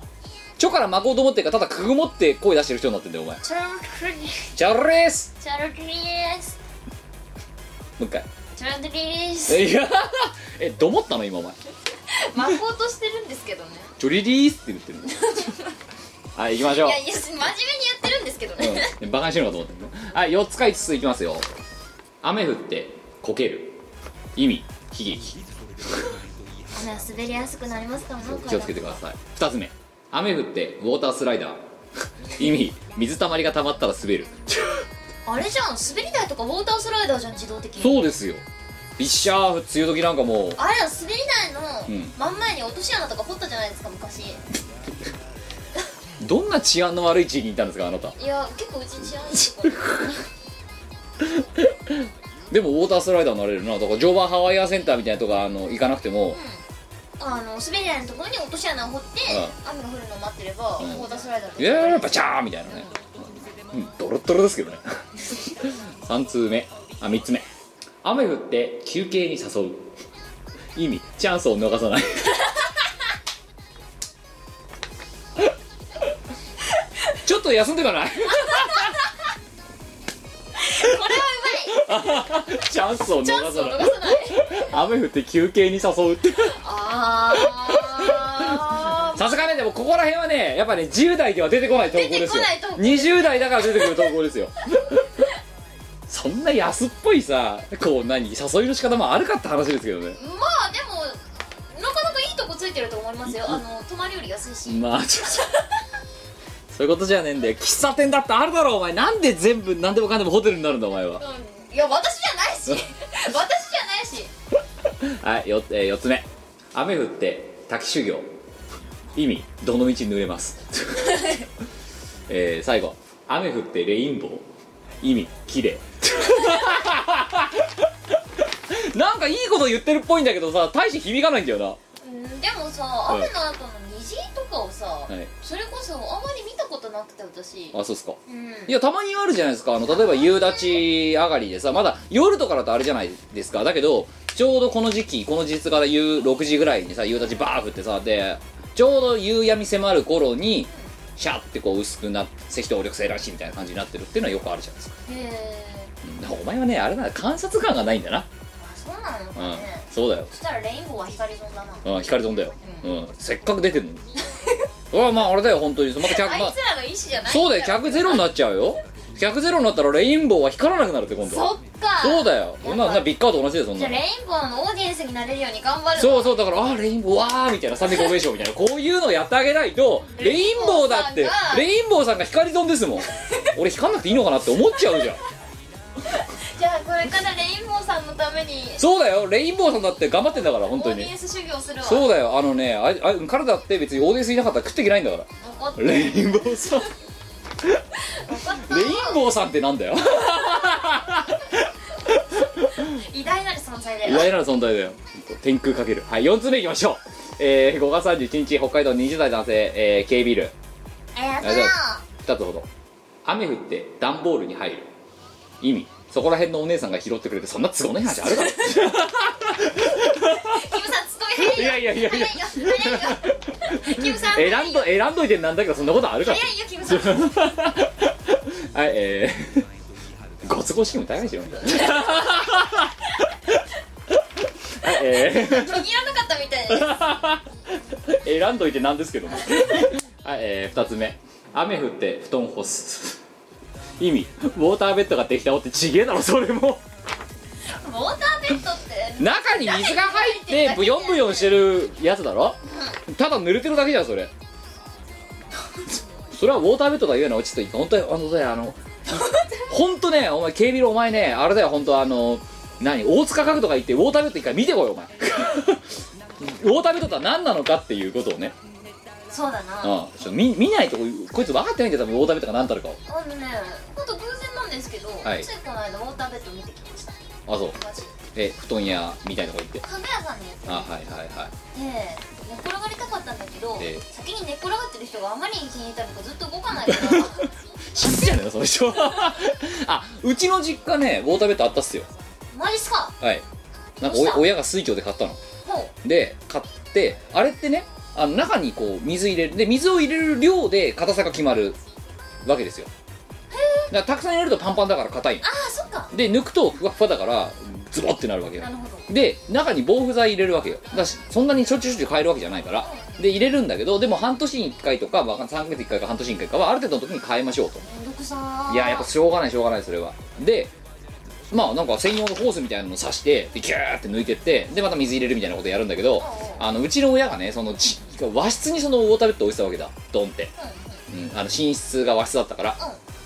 Speaker 1: チョから巻こうと思ってるからただくぐもって声出してる人になってんだよお前
Speaker 2: チャルクリ
Speaker 1: チョレース
Speaker 2: チャルクリエス
Speaker 1: もう一回 [laughs]
Speaker 3: チョロドリリース
Speaker 1: いやえどもったの今お前
Speaker 2: 巻こうとしてるんですけどね
Speaker 1: ジョリリースって言って
Speaker 2: [laughs]
Speaker 1: るのはい行きましょ
Speaker 2: いうやいや真面目にやってるんですけどね、
Speaker 1: うん、バカにしてるのかと思ってるねはい4つか5ついきますよ雨降ってこける意味悲劇
Speaker 3: まあ滑りやすくなりますからね
Speaker 1: そう気をつけてください2つ目雨降ってウォータースライダ
Speaker 2: [laughs]
Speaker 1: ー意味水たまりがたまったら滑る
Speaker 2: あれじゃん滑り台とかウォータースライダーじゃん自動的に
Speaker 1: そうですよビッシャー梅雨時なんかもう
Speaker 2: あれだ滑り
Speaker 1: う
Speaker 2: 台の
Speaker 1: ん
Speaker 2: 真ん前に落とし穴とか掘ったじゃないですか昔
Speaker 1: どんな治安の悪い地域にいたんですかあなた
Speaker 2: いや結構うち治安いいとこ
Speaker 1: でもウォータースライダーになれるなとか常磐ハワイアンセンターみたいなとこあの行かなくても、
Speaker 2: あの滑り台のところに落とし穴を掘って、雨が降るのを待ってれば、
Speaker 1: うん
Speaker 2: ウォータースライダーと
Speaker 1: いやいやバチャーンみたいなね、うん、ドロッドロですけどね [laughs] 3通目あ3つ目雨降って休憩に誘う意味チャンスを逃さない [laughs] ちょっと休んでかない [laughs]
Speaker 2: こ
Speaker 1: [laughs]
Speaker 2: れはうまい
Speaker 1: チャンスを逃
Speaker 2: チャンス
Speaker 1: さ
Speaker 2: を
Speaker 1: な
Speaker 2: 逃さないい
Speaker 1: 雨降って休憩に誘うって
Speaker 2: あー
Speaker 1: さすがねでもここら辺はねやっぱね10代では出てこない投稿ですよ
Speaker 2: 出てこ
Speaker 1: 20代だから出てくる投稿ですよ [laughs] そんな安っぽいさこう何誘いの仕方もあるかって話ですけどね
Speaker 2: [laughs] まあでもなかなかいいとこついてると思いますよあの泊まりより安いし、
Speaker 1: まあちょっとそういうことじゃねえんだよ喫茶店だってあるだろお前なんで全部何でもかんでもホテルになるんだお前は
Speaker 2: うんいや私じゃないし [laughs] 私じゃないし
Speaker 1: はいよ、え4つ目雨降って滝修行意味どの道濡れます [laughs] えー最後雨降ってレインボー意味綺麗 [laughs] なんかいいこと言ってるっぽいんだけどさ大して響かないんだよ
Speaker 2: うんでもさ
Speaker 1: うん
Speaker 2: 雨の後の虹とかをさ、
Speaker 1: な、はい、
Speaker 2: それこそあんまり見たことなくて私
Speaker 1: あそうっすか
Speaker 2: うん
Speaker 1: いやたまにあるじゃないですかあの例えば夕立上がりでさまだ夜とかだとあれじゃないですかだけどちょうどこの時期この実から夕6時ぐらいにさ夕立バーフってさでちょうど夕闇迫る頃にシャッてこう薄くなって赤道緑星らしいみたいな感じになってるっていうのはよくあるじゃないですか,、
Speaker 2: へえ
Speaker 1: うん、だからお前はねあれなんだ観察感がないんだな
Speaker 2: あそうなのか
Speaker 1: うん
Speaker 2: ね、
Speaker 1: そうだよ
Speaker 2: そしたらレインボーは光丼だな
Speaker 1: うん光飛んだよ、
Speaker 2: う
Speaker 1: うん、せっかく出てるのに [laughs] うわまああれだよ本当にまた客、
Speaker 2: あい
Speaker 1: まあ
Speaker 2: つらの意思じゃない
Speaker 1: そうだよ客ゼロになっちゃうよ客ゼロになったらレインボーは光らなくなるって今度は
Speaker 2: そっか
Speaker 1: そうだよ
Speaker 2: やっぱ
Speaker 1: ななビッカーと同じだよそん
Speaker 2: じゃ
Speaker 1: な
Speaker 2: あ
Speaker 1: の
Speaker 2: レインボーのオーディエンスになれるように頑張る
Speaker 1: そうそうだからあーレインボーわーみたいなサビコベーションみたいなこういうのやってあげないとレインボーだって
Speaker 2: レイン
Speaker 1: レインボ
Speaker 2: ボーさんが
Speaker 1: ーさんが光りんです [laughs] もん俺光んなくていいのかなって思っちゃうじゃん
Speaker 2: じゃあこれからレインボーさんのために
Speaker 1: そうだよレインボーさんだって頑張ってんだから
Speaker 2: オ
Speaker 1: 本当
Speaker 2: ーディエ
Speaker 1: に
Speaker 2: ンス修行するわ
Speaker 1: そうだよあのねああ彼だって別にオーディエンスいなかったら食っていけないんだから
Speaker 2: 怒った
Speaker 1: レインボーさん
Speaker 2: 怒った
Speaker 1: レインボーさんってなんだよ
Speaker 2: 偉大なる存在だ
Speaker 1: 偉
Speaker 2: よ
Speaker 1: 大なる存在だよ天空かけるはい4つ目いきましょうえー、5月31日北海道20代男性、えー、K ビール
Speaker 3: えや
Speaker 1: あ
Speaker 3: ったな
Speaker 1: じゃあ2つほど雨降って段ボールに入る意味そこら辺のお姉さんが拾ってくれてそんな都合のいい話あるか
Speaker 2: キムさんツッコミ
Speaker 1: いやいやいやいや
Speaker 2: 早いよ早いよ早いよキムさん早いよ
Speaker 1: 選んど選んどいてなんだけどそんなことあるか
Speaker 2: 早いよキムさん
Speaker 1: はいえー、ご都合式も大概しろはいえー
Speaker 2: 気に入らなかった
Speaker 1: [laughs]
Speaker 2: みたいです
Speaker 1: 選んどいてなんですけどもはい、えー、2つ目雨降って布団干す意味ウォーターベッドができたおってちげえだろそれも
Speaker 2: ウォーターベッドって
Speaker 1: 中に水が入ってブヨンブヨンしてるやつだろただ濡れてるだけじゃんそれそれはウォーターベッドが言うのはちょっと本当に本当にあの本当ねお前警備のお前ねあれだよ本当あの何大塚家具とか行ってウォーターベッド一回見てこいよお前 [laughs] ウォーターベッドとは何なのかっていうことをね、
Speaker 2: そうだ
Speaker 1: うん、
Speaker 2: な
Speaker 1: ちょっと見見ないとここいつ分かってないんだよ多分ウォーターベッドが何たるかを
Speaker 2: あのねほんと偶然なんですけど、
Speaker 1: はい
Speaker 2: ついこの間ウォーターベッド見てきました
Speaker 1: あそう
Speaker 2: マジ
Speaker 1: え布団屋みたいなとこ行って
Speaker 2: 家具屋さんでやって
Speaker 1: あはいはいはい
Speaker 2: て寝っ転がりたかったんだけど、
Speaker 1: ええ
Speaker 2: 先に寝っ転がってる人があまりに気に入ったのかずっと動かないから
Speaker 1: [laughs] 知ってんのよその人
Speaker 2: [laughs]
Speaker 1: あうちの実家ねウォーターベッドあったっすよ
Speaker 2: マジっすか
Speaker 1: はいなんか
Speaker 2: どうした
Speaker 1: お親が水郷で買ったの
Speaker 2: も
Speaker 1: で買ってあれってねあの中にこう水入れるで水を入れる量で硬さが決まるわけですよだからたくさん入れるとパンパンだから硬いう
Speaker 2: ああそっか
Speaker 1: ので抜くとふわふわだからズボってなるわけよ
Speaker 2: なるほど
Speaker 1: で中に防腐剤入れるわけよだしそんなにしょっちゅうしょっちゅう変えるわけじゃないからで入れるんだけどでも半年に1回とか、まあ、3ヶ月1回か半年に1回かはある程度の時に変えましょうと
Speaker 2: めんどくさー
Speaker 1: いややっぱしょうがないしょうがないそれはでまあなんか専用のホースみたいなのを刺してでギューって抜いてってでまた水入れるみたいなことやるんだけどあのうちの親がねそのち和室にそのウォーターベッド置いてたわけだドンって、うん、あの寝室が和室だったから、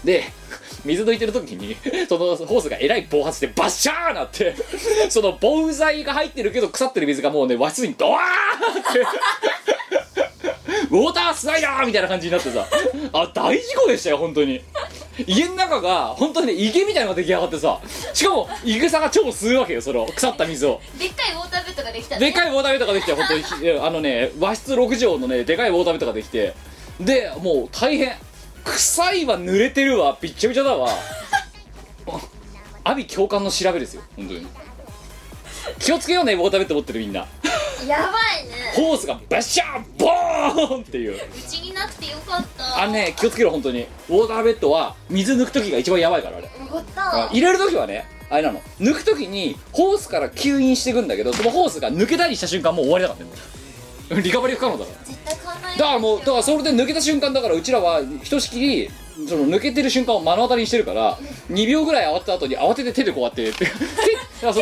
Speaker 1: で [laughs] 水抜いてる時に [laughs] そのホースがえらい暴発してバッシャーなって [laughs] その防腐剤が入ってるけど腐ってる水がもうね和室にドワーって [laughs] ウォータースライダーみたいな感じになってさあ大事故でしたよ本当に家の中が本当にね池みたいなのが出来上がってさしかもイグサが超吸うわけよその腐った水を
Speaker 2: でっかいウォーターベッドができたの
Speaker 1: で
Speaker 2: ね
Speaker 1: かいウォーターベッドができて本当にひいやあのね和室6畳のねでかいウォーターベッドができてでもう大変臭いわ濡れてるわびっちゃびちゃだわ阿炎教官の調べですよ本当に気をつけようねウォーターベッド持ってるみんな
Speaker 3: やばいね
Speaker 1: ホースがバシャーボーンっていう
Speaker 2: うちになくてよかった
Speaker 1: あのね気をつけろ本当にウォーターベッドは水抜く時が一番やばいからあれ
Speaker 3: よかっ
Speaker 1: あ
Speaker 3: た
Speaker 1: 入れる時はねあれなの抜く時にホースから吸引していくんだけどそのホースが抜けたりした瞬間もう終わりだからねもうリカバリー不可能だから
Speaker 2: 絶対買わない
Speaker 1: だからもうだからそれで抜けた瞬間だからうちらはひとしきりその抜けてる瞬間を目の当たりにしてるから2秒ぐらい慌てた後に慌てて手でこうやって [laughs] 手だからそ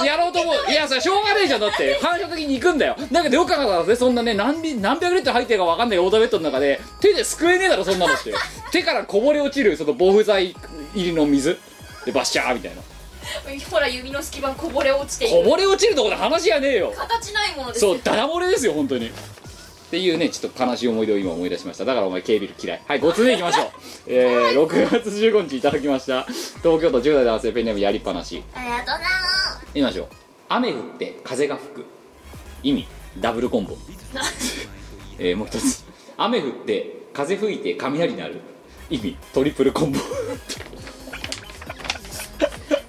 Speaker 1: のやろうと思ういやそれしょうがねえじゃんだって反射的に行くんだよだけどよく考えたらねそんなね何リ何百リットル入ってるか分かんないオートベッドの中で手で救えねえだろそんなの [laughs] って手からこぼれ落ちるその防腐剤入りの水でバッシャーみたいな
Speaker 2: ほら指の隙間こぼれ落ちてい
Speaker 1: こ
Speaker 2: る
Speaker 1: ぼれ落ちるとこで話じゃねえよ
Speaker 2: 形ないものですよ
Speaker 1: そうダダ漏れですよ本当にっていうねちょっと悲しい思い出を今思い出しましただからお前警備ル嫌いはい5つ目いきましょう、えー、6月15日いただきました東京都10代男性ペンネームやりっぱなし
Speaker 3: ありがとうな
Speaker 1: いきましょう雨降って風が吹く意味ダブルコンボ、えー、もう一つ雨降って風吹いて雷鳴る意味トリプルコンボ
Speaker 3: も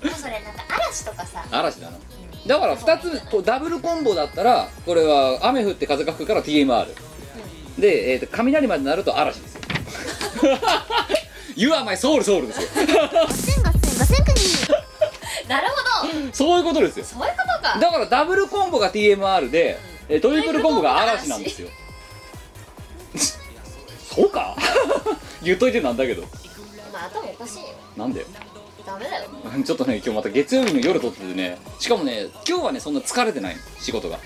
Speaker 3: うそれなんか嵐とかさ
Speaker 1: 嵐だなだから2つこうダブルコンボだったらこれは雨降って風が吹くから TMR で、えーと雷まで鳴ると嵐ですよ [laughs] You are my soul soul ですよ
Speaker 3: 千五千五千国
Speaker 2: なるほど
Speaker 1: そういうことですよ
Speaker 2: そういうことか
Speaker 1: だからダブルコンボが TMR で、えートリプルコンボが嵐なんですよ [laughs] そうか [laughs] 言っといてなんだけど
Speaker 2: まあ頭おかしいよ
Speaker 1: なんで [laughs]
Speaker 2: ダメだよ
Speaker 1: ちょっとね今日また月曜日の夜撮っててねしかもね今日はねそんな疲れてないの仕事が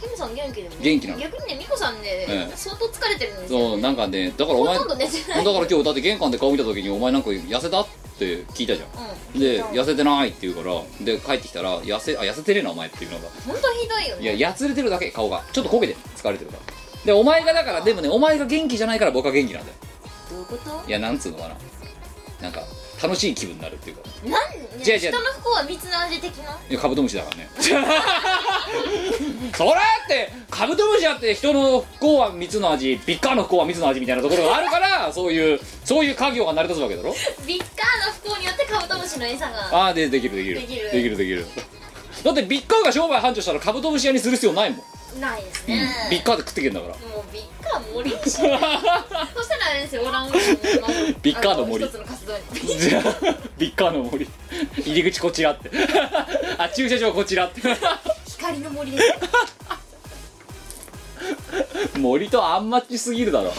Speaker 2: ケムさん元気でも
Speaker 1: 元気なの
Speaker 2: 逆にねミコさん
Speaker 1: え
Speaker 2: ね
Speaker 1: え
Speaker 2: 相当疲れてるのに
Speaker 1: そうなんかねだからお
Speaker 2: ほ
Speaker 1: 前
Speaker 2: とんど寝てな
Speaker 1: [laughs] だ
Speaker 2: い
Speaker 1: から今日だって玄関で顔見た時に「お前なんか痩せた?」って聞いたじゃん、
Speaker 2: うん
Speaker 1: で
Speaker 2: そう
Speaker 1: 痩せてないって言うからで帰ってきたら痩せあ痩せてねえなお前っていうのが
Speaker 2: 本当ひどいよ
Speaker 1: い
Speaker 2: ね
Speaker 1: ややつれてるだけ顔がちょっと焦げてる疲れてるからでお前がだからでもねお前が元気じゃないから僕は元気なんだよ
Speaker 2: どういうこと
Speaker 1: いやなんつうのかななんか楽しい気分になるっていうか
Speaker 2: なんね
Speaker 1: 違う違う
Speaker 2: 人の不幸は蜜の味的ない
Speaker 1: やカブトムシだ [laughs] からねそれってカブトムシだって人の不幸は蜜の味ビッカーの不幸は蜜の味みたいなところがあるからそういうそういう家業が成り立つわけだろ
Speaker 2: ビッカーの不幸によってカブトムシの餌が
Speaker 1: ああでできるできる
Speaker 2: できる
Speaker 1: できるできるだってビッカーが商売繁盛したらカブトムシ屋にする必要ないもん、
Speaker 2: ないですね
Speaker 1: ビッカーで食ってけんだから
Speaker 2: もうビッカ
Speaker 1: [laughs]
Speaker 2: ー森にしようそしたらあれですよオランウータンのあの
Speaker 1: ビッカーの森
Speaker 2: あ一つの活動に
Speaker 1: じゃあビッカーの森入り口こちらってあ駐車場こちらって
Speaker 2: 光の
Speaker 1: [laughs]
Speaker 2: 森ですよ
Speaker 1: 森とあんまちすぎるだろ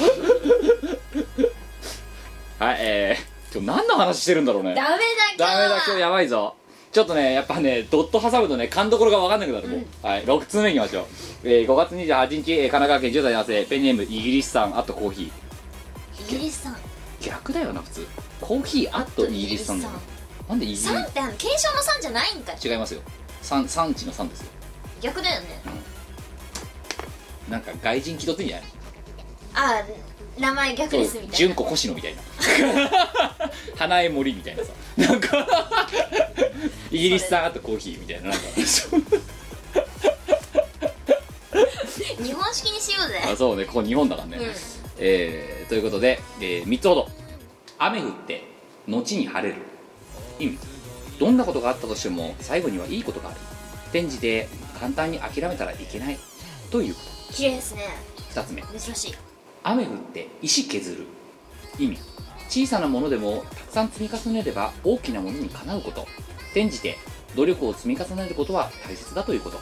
Speaker 1: はいえー、今日何の話してるんだろうね
Speaker 2: ダメだ
Speaker 1: ダメだ今
Speaker 2: 今
Speaker 1: 日
Speaker 2: 日は
Speaker 1: やばいぞちょっとねやっぱねドット挟むとね勘どころが分かんなくなるもう、はい6通目いきましょう、えー、5月28日、えー神奈川県10代男性ペンネームイギリスさんあとコーヒー
Speaker 3: イギリスさん
Speaker 1: 逆だよな普通コーヒーあとイギリス産だよなんでイギリス
Speaker 3: 三ってあの検証の三じゃないんかい
Speaker 1: 違いますよ産産地の産ですよ
Speaker 2: 逆だよね
Speaker 1: なんか外人気取ってんじゃない
Speaker 3: あ名前逆
Speaker 1: そう
Speaker 3: ですみたい
Speaker 1: 純子星野みたいな [laughs] 花江森みたいなさなん [laughs] かイギリス産あとコーヒーみたいななんか
Speaker 3: な日本式にしようぜ
Speaker 1: あそうねここ日本だからね、
Speaker 2: うん
Speaker 1: えーということで、え3つほど雨降って後に晴れる意味どんなことがあったとしても最後にはいいことがある転じて簡単に諦めたらいけないというこ
Speaker 3: 綺麗ですね
Speaker 1: と2つ目
Speaker 3: 珍しい
Speaker 1: 雨降って石削る意味小さなものでもたくさん積み重ねれば大きなものにかなうこと転じて努力を積み重ねることは大切だということ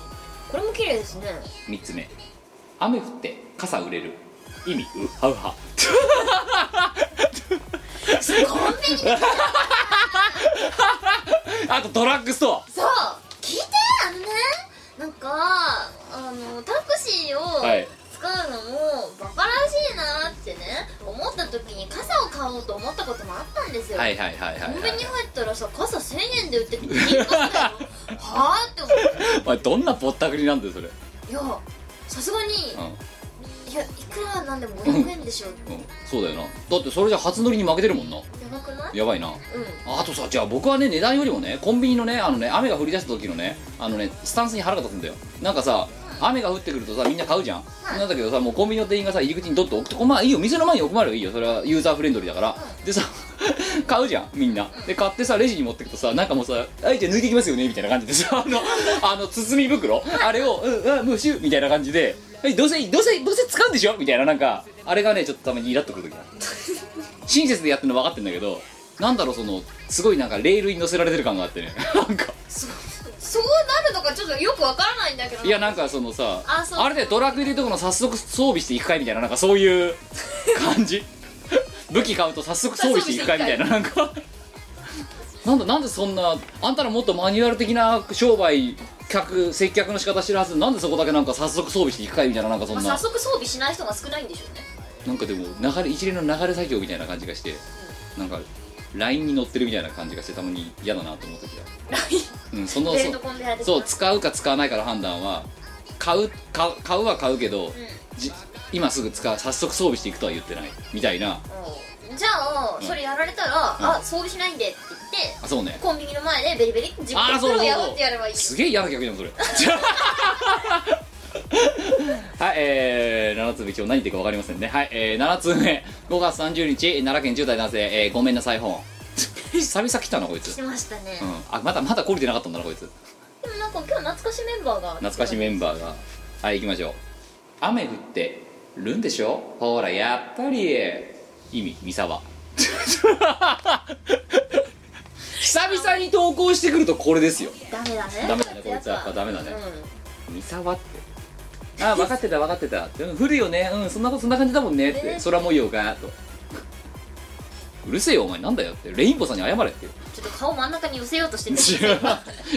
Speaker 2: これも綺麗ですね
Speaker 1: 3つ目雨降って傘売れる意味ウハウハ
Speaker 2: それコンビニ
Speaker 1: あとドラッグスト
Speaker 3: そう聞いてあのねなんかあのタクシー
Speaker 1: アは
Speaker 3: を
Speaker 1: い
Speaker 3: 使うのもバカらしいなってね思った時に傘を買おうと思ったこともあったんですよ、
Speaker 1: はいはいはいはい、は
Speaker 3: コンビニ
Speaker 1: い、
Speaker 3: 入ったらさ傘1000円で売ってて2個
Speaker 1: [laughs]
Speaker 3: ぐらいのはあって思って
Speaker 1: お前どんなぼったくりなんだよそれ
Speaker 3: いやさすがに、
Speaker 1: う
Speaker 3: いやいくらなんでも500円でしょ、
Speaker 1: ん、うん、そうだよなだってそれじゃ初乗りに負けてるもんな
Speaker 3: やばくない
Speaker 1: やばいな
Speaker 3: うん
Speaker 1: あとさじゃあ僕はね値段よりもねコンビニのねあのね雨が降り出した時のねあのねスタンスに腹が立つんだよなんかさ雨が降ってくるとさみんな買うじゃん、なんだけどさもうコンビニの店員がさ入り口にドッと置くとこまあいいよ店の前に置くまではいいよそれはユーザーフレンドリーだから、でさ [laughs] 買うじゃんみんなで買ってさレジに持ってくとさなんかもうさ「はいじゃあ抜いてきますよね」みたいな感じでさあのあの包み袋あれを「うんうん無臭」みたいな感じで「はいどうせどうせどうせ使うんでしょ」みたいななんかあれがねちょっとたまにイラっとくる時がある親切でやってるの分かってんだけどなんだろうそのすごいなんかレールに乗せられてる感があってね [laughs] なんか
Speaker 2: そうなるのかちょっとよくわからないんだけど
Speaker 1: いやなんかそのさ
Speaker 2: あ
Speaker 1: あ
Speaker 2: そう
Speaker 1: れでドラクエでいうとこの早速装備していくかいみたいななんかそういう感
Speaker 2: [laughs]
Speaker 1: じ武器買うと早速装備していくかいみたいななん
Speaker 2: [laughs]
Speaker 1: かなんだなんでそんなあんたらもっとマニュアル的な商売客接客の仕方してるはずなんでそこだけなんか早速装備していくかいみたいななんかそん
Speaker 2: まあ
Speaker 1: な、
Speaker 2: 早速装備しない人が少ないんでしょうね
Speaker 1: なんかでも流れ一連の流れ作業みたいな感じがして、なんかラインに乗ってるみたいな感じがしてたまに嫌だなと思う時はラインうんその
Speaker 2: ベル
Speaker 1: そ
Speaker 2: トコンベヤーで
Speaker 1: そう使うか使わないかの判断は買う買う買うは買うけど、じ今すぐ使う早速装備していくとは言ってないみたいな
Speaker 2: うんじゃあそれやられたら「
Speaker 1: ん
Speaker 2: あ装備しないんで」って言って
Speaker 1: あそうね
Speaker 2: コンビニの前でベリベリって自分
Speaker 1: あ
Speaker 2: の
Speaker 1: ーそうそう
Speaker 2: 袋
Speaker 1: そう
Speaker 2: をやろうってやればいいよ
Speaker 1: すげえ嫌な客じゃ [laughs] んそれはいえー、7つ目今日何言ってるか分かりませんねはい、えー、7つ目5月30日奈良県10代男性、えーごめんなさい本久々来たなこいつ
Speaker 3: してましたね
Speaker 1: う、ん、あまだまだ懲りてなかったんだなこいつ
Speaker 2: でもなんか今日懐かしメンバーが
Speaker 1: 懐かしメンバーがはい行きましょう雨降ってるんでしょほらやっぱり意味三沢 [laughs] 久々に投稿してくるとこれですよ
Speaker 3: ダメだね
Speaker 1: ダメだねこいつはやっぱダメだね
Speaker 2: う
Speaker 1: 三沢ってああ分かってた分かってたってうん降るよねうんそんなことそんな感じだもんねって空模様がとうるせえよお前なんだよってレインボーさんに謝れって [laughs]
Speaker 2: んちょっと顔真ん中に寄せようとして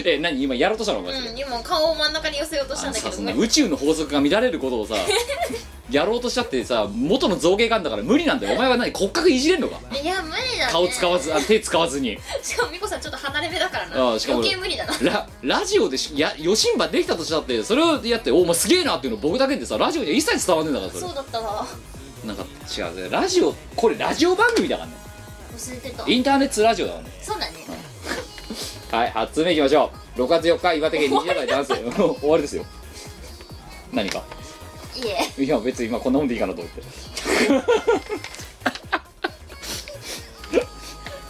Speaker 1: え何今やろうとしたのお前それ
Speaker 2: うん今顔を真ん中に寄せようとしたんだけ
Speaker 1: あのさ
Speaker 2: ど
Speaker 1: そん
Speaker 2: 無
Speaker 1: な
Speaker 2: 理
Speaker 1: 宇宙の法則が乱れる [laughs] ことをさやろうとしちゃってさ元の造形があんだから無理なんだよお前は何骨格いじれんのか
Speaker 3: いや無理だね
Speaker 1: 顔使わずあ手使わずに
Speaker 2: しかも美子さんちょっと離れ目だからな
Speaker 1: あー
Speaker 2: 余
Speaker 1: しかも
Speaker 2: 計無理だな
Speaker 1: ララジオでしや余震波できたとしたってそれをやっておお前すげえなっていうの僕だけでさラジオには一切伝わんねえんだからそれ
Speaker 2: そうだったわ
Speaker 1: なんか違うぜラジオこれラジオ番組だからね
Speaker 3: 忘れてた
Speaker 1: インターネットラジオだからね
Speaker 3: そうだね
Speaker 1: はい8つ目いきましょう6月4日岩手県20代男 [laughs] 性終わりですよ何か
Speaker 3: いえ
Speaker 1: いや別に今こんなもんでいいかなと思って [laughs]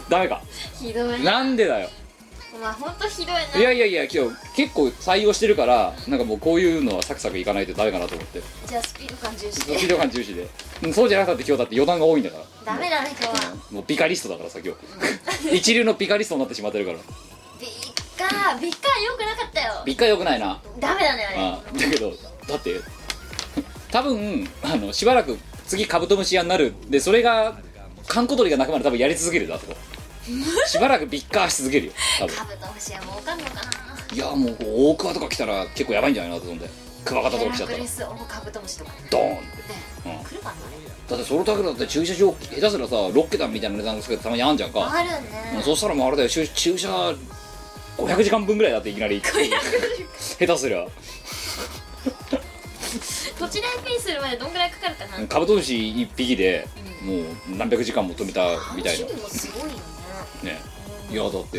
Speaker 1: ダメか
Speaker 2: ひどい
Speaker 1: なんでだよ
Speaker 2: お前ほんとひどいない
Speaker 1: やいやいや今日結構採用してるからなんかもうこういうのはサクサクいかないとダメかなと思って
Speaker 2: じゃあスピード感重視
Speaker 1: スピード感重視でうんそうじゃなかったって今日だって余談が多いんだから
Speaker 3: ダメだね今日は
Speaker 1: もうピカリストだからさ今日一流のピカリストになってしまってるから
Speaker 3: ビッカービッカーよくなかったよ
Speaker 1: 一回よくないな
Speaker 3: ダメだねあれ
Speaker 1: あだけどだって多分あのしばらく次カブトムシ屋になるでそれがカンコ鳥が鳴くまで多分やり続けるよだとしばらくビッカーし続けるよ多分
Speaker 3: カブトムシは儲かんのかない
Speaker 1: やもうこう大クワとか来たら結構やばいんじゃないなと思ってクワガタとか来ちゃったら
Speaker 2: スオオカブトムシとかね
Speaker 1: ドーンって、うん、
Speaker 2: 来るかなあれ
Speaker 1: だってそれだけだって駐車場下手すらさ6桁みたいな値段がつけてたまにあんじゃんか
Speaker 3: ある
Speaker 1: うん
Speaker 3: ね
Speaker 1: そしたらもうあれだよ駐駐車500時間分ぐらいだっていきなり下手すりゃ
Speaker 2: 土地代ペイするまでどんぐらいかかるかな
Speaker 1: カブトムシ1匹でもう何百時間も止めたみたいな
Speaker 2: 趣味もすごいよね
Speaker 1: ねいやだって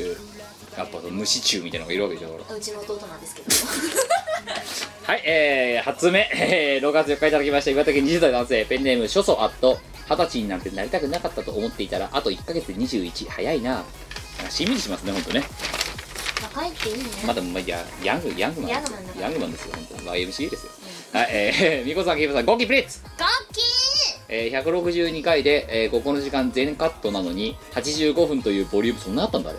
Speaker 1: やっぱ虫虫みたいなのがいるわけじゃんから
Speaker 2: うちの弟な
Speaker 1: [laughs]
Speaker 2: んですけど
Speaker 1: はいえー、8つ目、えー、6月4日いただきました岩手県20代男性ペンネーム諸祖アット二十歳になんてなりたくなかったと思っていたらあと1ヶ月で21早いななんかしんみりしますね本当ね
Speaker 3: 若いっていいね
Speaker 1: まだ、まあ、やヤングヤングマンですよ
Speaker 3: ヤングマンだから
Speaker 1: ヤングマンですよ本当に YMCA ですよ、はいえー、 [laughs] みこさんきいぶさんゴキプレッツ
Speaker 3: ガッキ
Speaker 1: えー、162回で、えーここの時間全カットなのに85分というボリュームそんなあったんだあれ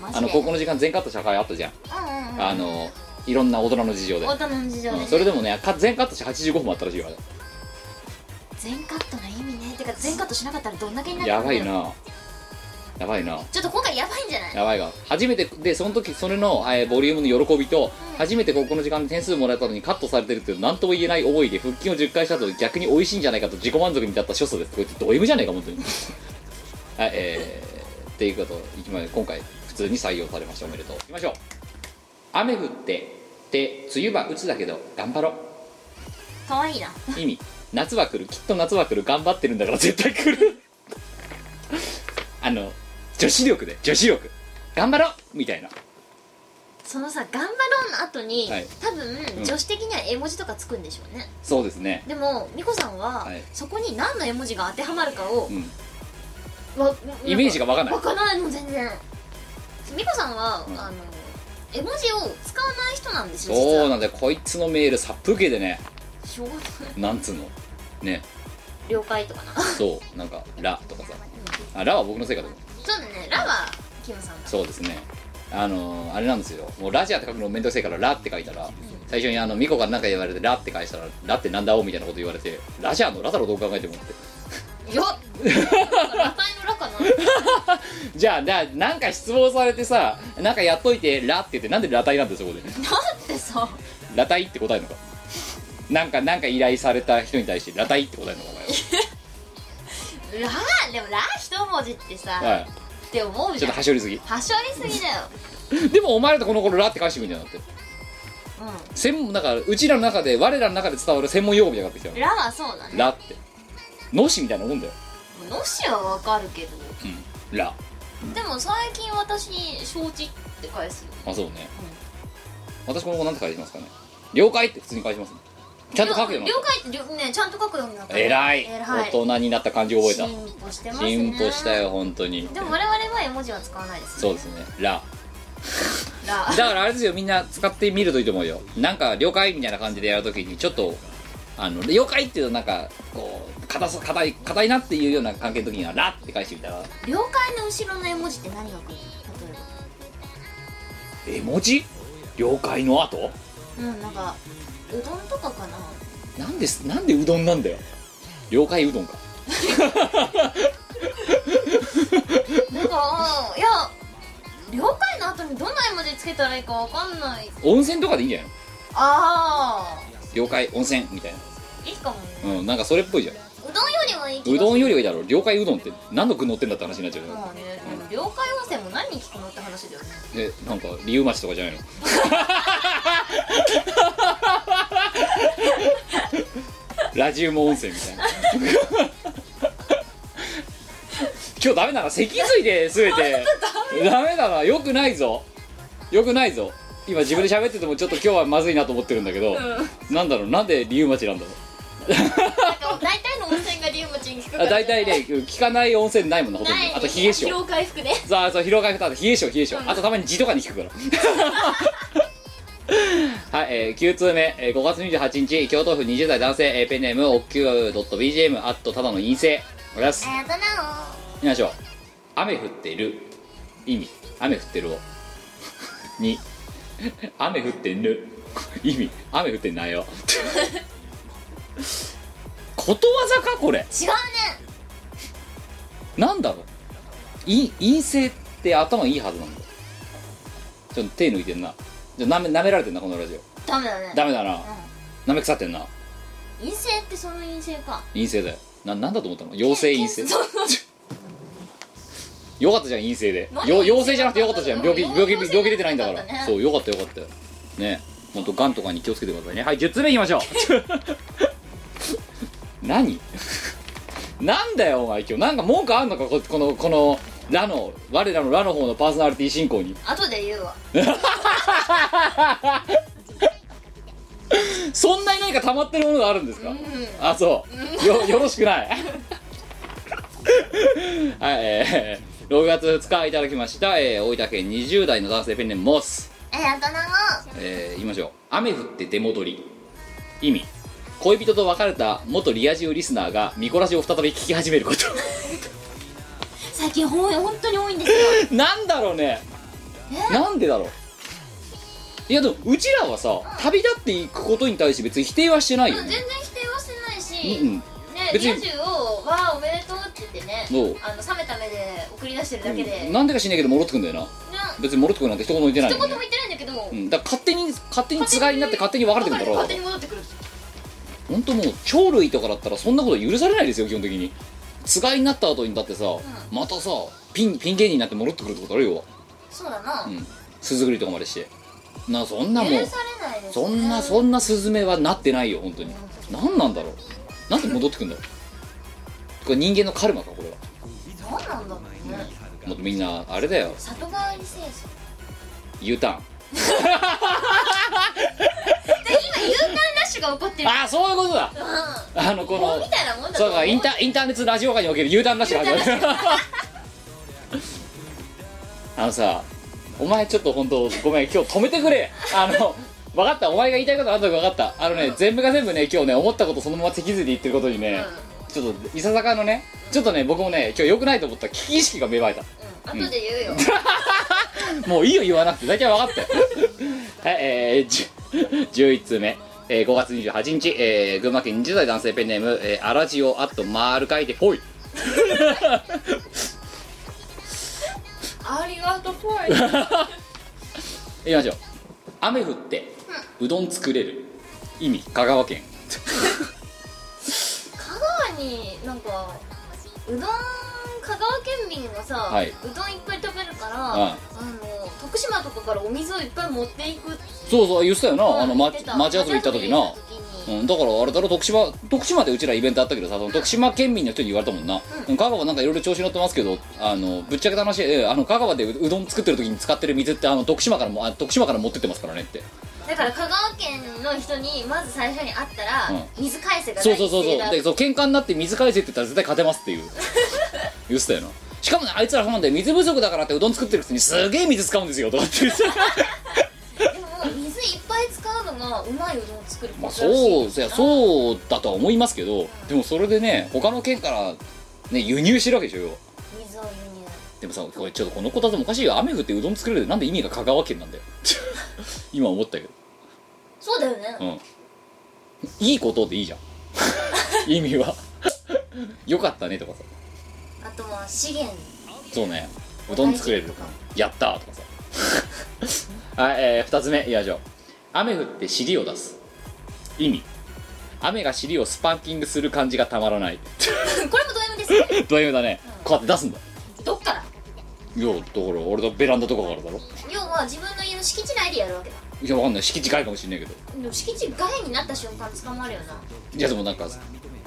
Speaker 2: マ
Speaker 1: あ
Speaker 2: ジ
Speaker 1: の
Speaker 2: で
Speaker 1: 高校の時間全カットした回あったじゃん、
Speaker 3: うんうんうん
Speaker 1: あのいろんな大人の事情で、
Speaker 3: 大人の事情で、
Speaker 1: う
Speaker 3: ね
Speaker 1: んそれでもねか全カットして85分あったらしいわ
Speaker 2: 全カットの意味ねてか全カットしなかったらどんだけになる
Speaker 1: やばい
Speaker 2: な
Speaker 1: なやばいな
Speaker 2: ちょっと今回やばいんじゃない
Speaker 1: やばいが初めてでその時それの、えーボリュームの喜びと、初めて高校の時間で点数もらえたのにカットされてるっていう何とも言えない思いで腹筋を10回したと逆に美味しいんじゃないかと自己満足に至った所作ですこれってド M じゃないか本当に [laughs] はいえー、っていうこといきましょう今回普通に採用されましたおめでとういきましょう雨降ってで梅雨は打つだけど頑張ろ
Speaker 2: 可愛いな
Speaker 1: 意味夏は来るきっと夏は来る頑張ってるんだから絶対来るあの女子力で女子力頑張ろうみたいな
Speaker 2: そのさ「頑張ろう」の後に、
Speaker 1: はい
Speaker 2: 多分、
Speaker 1: うん
Speaker 2: 女子的には絵文字とかつくんでしょうね
Speaker 1: そうですね
Speaker 2: でも美子さんは、
Speaker 1: はい
Speaker 2: そこに何の絵文字が当てはまるかを
Speaker 1: う、ん
Speaker 2: わ
Speaker 1: イメージがわかんない
Speaker 2: わからないの全然美子さんは、
Speaker 1: うん
Speaker 2: あの絵文字を使わない人なんですよ実
Speaker 1: そう
Speaker 2: は
Speaker 1: なんだよこいつのメール殺風景でね
Speaker 2: しょうがない
Speaker 1: なんつうのね
Speaker 2: 了解
Speaker 1: [laughs]
Speaker 2: とかなそ
Speaker 1: そうなんか「ラ」とかさあ「ラ」は僕のせいかと思う
Speaker 2: うだねラはキムさんだ
Speaker 1: そうですねあのーあれなんですよもう「ラジア」って書くのめんどくせえから「ラ」って書いたら最初にあのミコから何か言われて「ラ」って返したら「ラ」ってなんだおみたいなこと言われて「ラジアの「ラ」だろどう考えてもって
Speaker 2: よっ裸体のラかな
Speaker 1: じゃあだなんか失望されてさなんかやっといて「ラ」って言ってなんで「ラタイ」なんでそこで
Speaker 2: って
Speaker 1: [laughs]
Speaker 2: さ
Speaker 1: 「ラタイ」って答えるのかなんかなんか依頼された人に対して「ラタイ」って答えるのかお前
Speaker 2: ラでもラ一文字ってさ、
Speaker 1: は、はい、
Speaker 2: って思う
Speaker 1: ち
Speaker 2: じ
Speaker 1: ょっ
Speaker 2: ゃん
Speaker 1: とはしょりすぎ
Speaker 2: はしょりすぎだよ
Speaker 1: でもお前らとこの頃ラって返してくんじゃなくて
Speaker 2: う
Speaker 1: 専門なんかうちらの中で我らの中で伝わる専門用語みたいになってきたよ
Speaker 2: んラはそうだね
Speaker 1: ラってのしみたいなもんだよ、
Speaker 2: のしはわかるけど
Speaker 1: うん、ラ
Speaker 2: でも最近私承知って返すよ
Speaker 1: あそうね、私この子なんて返しますかね了解って普通に返しますねちゃんと書くように
Speaker 2: 了
Speaker 1: なっ
Speaker 2: 解ってりょねちゃんと書くようになったた
Speaker 1: 偉い
Speaker 2: 偉
Speaker 1: 大
Speaker 2: い
Speaker 1: 人になった感じ覚えた
Speaker 2: 進歩してますね
Speaker 1: 進歩したよ本当に
Speaker 2: でも我々は絵文字は使わないですね
Speaker 1: そうですねラ
Speaker 2: ラ
Speaker 1: だからあれですよみんな使ってみるといいと思うよなんか了解みたいな感じでやるときにちょっとあの了解っていうとなんかこう硬さ硬い硬いなっていうような関係の時にはラって返してみたら
Speaker 2: 了解の後ろの絵文字って何が来るの例
Speaker 1: 絵文字了解の後
Speaker 2: えばうんなんかうどんとかかな
Speaker 1: なんですなんでうどんなんだよ了解うどんか
Speaker 2: なんかいや了解の後にどんな絵文字つけたらいいかわかんない
Speaker 1: 温泉とかでいいんじゃないの
Speaker 2: あ
Speaker 1: 了解温泉みたい
Speaker 2: あいいかもね
Speaker 1: なうんなんかそれっぽいじゃん
Speaker 2: うどんよりはいいけど
Speaker 1: うどんよりはいいだろう了解うどんって何の具乗ってんだって話になっちゃうよ
Speaker 2: まあね、でも了解温泉も何に聞くのって話だよね
Speaker 1: えなんか理由町とかじゃないの [laughs] ラジウム温泉みたいな今日ダメだな脊髄で全てダメだなよくないぞよくないぞ今自分で喋っててもちょっと今日はまずいなと思ってるんだけど、なんだろうなんで理由町なんだろう
Speaker 2: なんか大体の温泉がリウマチに聞くか
Speaker 1: あ
Speaker 2: ら
Speaker 1: 大体ね聞かない温泉ないもんなほとん
Speaker 2: ない
Speaker 1: どあと冷え性
Speaker 2: 疲労回復ね
Speaker 1: さあそう広がり方冷え性冷え性あとたまに字とかに聞くから [laughs] はい、えー、9通目、えー、5月28日京都府20代男性、えーペンネームおっきゅう .bgm あっとただの陰性おやす
Speaker 3: あやだな
Speaker 1: いきましょう雨降ってる意味雨降ってるを2雨降ってぬ意味雨降ってないよことわざかこれ
Speaker 2: 違うね
Speaker 1: なんだろう陰陰性って頭いいはずなんだちょっと手抜いてんなじゃあなめ舐められてんなこのラジオ
Speaker 2: ダメだね
Speaker 1: ダメだな舐め腐ってんな
Speaker 2: 陰性ってその陰性か
Speaker 1: 陰性だよななんだと思ったの妖精陰 [laughs] 性よかったじゃん陰性で
Speaker 2: 何
Speaker 1: よ陽性じゃなくてよかったじゃん病気病気
Speaker 2: 陽性
Speaker 1: 病気出てないんだから
Speaker 2: よかったね
Speaker 1: そうよかったよかったよね本当がんとかに気をつけてくださいねはい10つ目いきま [laughs] しょう何なんだよお前今日なんか文句あんのかここのこのラの我らのラの方のパーソナリティ進行に
Speaker 2: [laughs] 後で言うわ
Speaker 1: そんなに何か溜まってるものがあるんですか、
Speaker 2: うん
Speaker 1: あそうよ [laughs] よろしくないはいえー、6月2日いただきました、えー、大分県20代の男性ペンネームモス、
Speaker 3: あやだな
Speaker 1: えー、言いましょう雨降って出戻り意味恋人と別れた元リア充リスナーが見こらしを再び聞き始めること [laughs]
Speaker 2: 最近本本当に多いんですよ
Speaker 1: なんだろうねなんでだろういやでもうちらはさ旅立っていくことに対して別に否定はしてないよ
Speaker 2: 全然
Speaker 1: ね
Speaker 2: 否定はしてないし、
Speaker 1: うん
Speaker 2: ね
Speaker 1: 別に
Speaker 2: 20を「わあおめでとう」って言ってね
Speaker 1: そう
Speaker 2: あの冷めた目で送り出してるだけで、
Speaker 1: うん
Speaker 2: な
Speaker 1: なんでかしないけど戻ってくんだよな別に戻ってくるなんて一言も言ってない
Speaker 2: 一
Speaker 1: もん
Speaker 2: 言
Speaker 1: ね
Speaker 2: も言ってないんだけど、
Speaker 1: うん、だから勝手に勝手につがいになって勝手に別れてくんだろ
Speaker 2: 勝手に戻ってくるんですよ
Speaker 1: 本当もう鳥類とかだったらそんなこと許されないですよ基本的につがいになった後にだってさ、またさピンピン芸人になって戻ってくるってことあるよ
Speaker 2: そうだな、
Speaker 1: うん巣作りとかまでしてなそんなもう
Speaker 2: 許されないですね
Speaker 1: そんなそんなスズメはなってないよ本当に何なんだろうなんで戻ってくんだろうこれ人間のカルマかこれは
Speaker 2: 何なんだろうね
Speaker 1: もっとみんなあれだよ
Speaker 2: 里帰り清楚
Speaker 1: U ターン
Speaker 2: で今 U ターンラッシュが起こってる
Speaker 1: ああそういうことだ
Speaker 2: う
Speaker 1: あのこ
Speaker 2: ん棒
Speaker 1: の
Speaker 2: みたいなもんだと
Speaker 1: そ
Speaker 2: 思
Speaker 1: うかインターインターネットラジオ界における U ターンラッシュが始まるあのさお前ちょっと本当ごめん今日止めてくれあの分かったお前が言いたいことあったか分かったあのね全部が全部ね今日ね思ったことそのまま脊髄で言ってることにね、ちょっといささかのねちょっとね僕もね今日良くないと思った危機意識が芽生えた
Speaker 2: うん、後で言うよ、
Speaker 1: もういいよ言わなくて大体分かったよ [laughs] はいえー、じゅ11通目、えー、5月28日、えー、群馬県20代男性ペンネーム、えー、アラジオアットマール書いてぽい
Speaker 2: ありがとうぽい
Speaker 1: いきましょう雨降ってうどん作れる意味香川県
Speaker 2: 香川になんかうどん香川県民がさ、
Speaker 1: はいう
Speaker 2: どんいっぱい食べるか
Speaker 1: ん
Speaker 2: ら、あの徳島とかからお水をいっぱい持っていくって
Speaker 1: そうそう言ってたよなあの
Speaker 2: 言
Speaker 1: ま
Speaker 2: ってた
Speaker 1: 町遊び行った時な
Speaker 2: 町遊び行った時
Speaker 1: う
Speaker 2: に
Speaker 1: ん、だからあれだろ徳島徳島でうちらイベントあったけどさその徳島県民の人に言われたもんな、うん、香川なんかいろいろ調子乗ってますけどあのぶっちゃけた話えあの香川でううどん作ってる時に使ってる水ってあの徳島からもあ徳島から持ってってますからねって
Speaker 2: だから香川県の人にまず最初に会ったら、
Speaker 1: うん
Speaker 2: 水返せが
Speaker 1: そ
Speaker 2: 第
Speaker 1: うそうそう
Speaker 2: 一声
Speaker 1: そう
Speaker 2: だ
Speaker 1: でそう喧嘩になって水返せって言ったら絶対勝てますっていう [laughs] 言ってたよなしかもねあいつらなんで水不足だからってうどん作ってるくせにすげえ水使うんですよとかって言って
Speaker 2: でも水いっぱい使うのがうまいうどんを作る
Speaker 1: まあ
Speaker 2: 珍しい
Speaker 1: そうそやそうだとは思いますけどでもそれでね他の県から、ね、輸入してるわけでしょよ
Speaker 2: 水を輸入
Speaker 1: でもさこれちょっとこのこたつもおかしいよ雨降ってうどん作れるなんで意味が香川県なんだよ [laughs] 今思ったけど
Speaker 2: そうだよね、
Speaker 1: うんいいことでいいじゃん [laughs] 意味はよかったねとかさ
Speaker 2: あとは資源 [laughs]
Speaker 1: そうねうどん作れるとかやったーとかさ [laughs] はい、えー、2つ目いきましょう雨降って尻を出す意味雨が尻をスパンキングする感じがたまらない
Speaker 2: これもド M ですよ
Speaker 1: ド M だねこうやって出すんだ
Speaker 2: どっから
Speaker 1: いやだから俺だベランダとかからだろ
Speaker 2: 要は自分の家の敷地内でやるわけだ
Speaker 1: いやわかんない敷地外かもしんないけど
Speaker 2: でも敷地外になった瞬間捕まるよない
Speaker 1: やでもなんか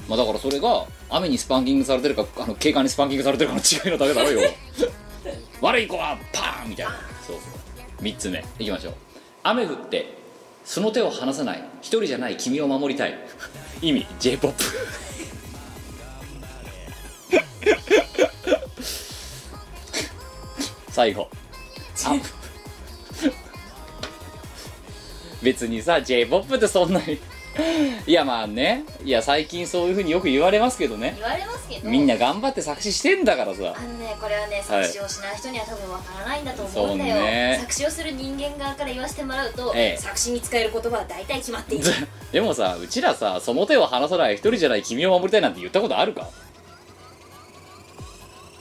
Speaker 1: まあだからそれが雨にスパンキングされてるかあの警官にスパンキングされてるかの違いのだけだろよ悪い子はパーンみたいなそうそう3つ目いきましょう雨降ってその手を離さない一人じゃない君を守りたい意味 j p o p [laughs] 最後あ別にさ j p o p ってそんなにいやまあねいや最近そういうふうによく言われますけどね
Speaker 2: 言われますけど
Speaker 1: みんな頑張って作詞してんだからさ
Speaker 2: あのねこれはね
Speaker 1: はい
Speaker 2: 作詞をしない人には多分わからないんだと思うんだよ、
Speaker 1: そうね
Speaker 2: 作詞をする人間側から言わせてもらうと、
Speaker 1: ええ
Speaker 2: 作詞に使える言葉は大体決まっている
Speaker 1: [laughs] でもさうちらさその手を離さない一人じゃない君を守りたいなんて言ったことあるか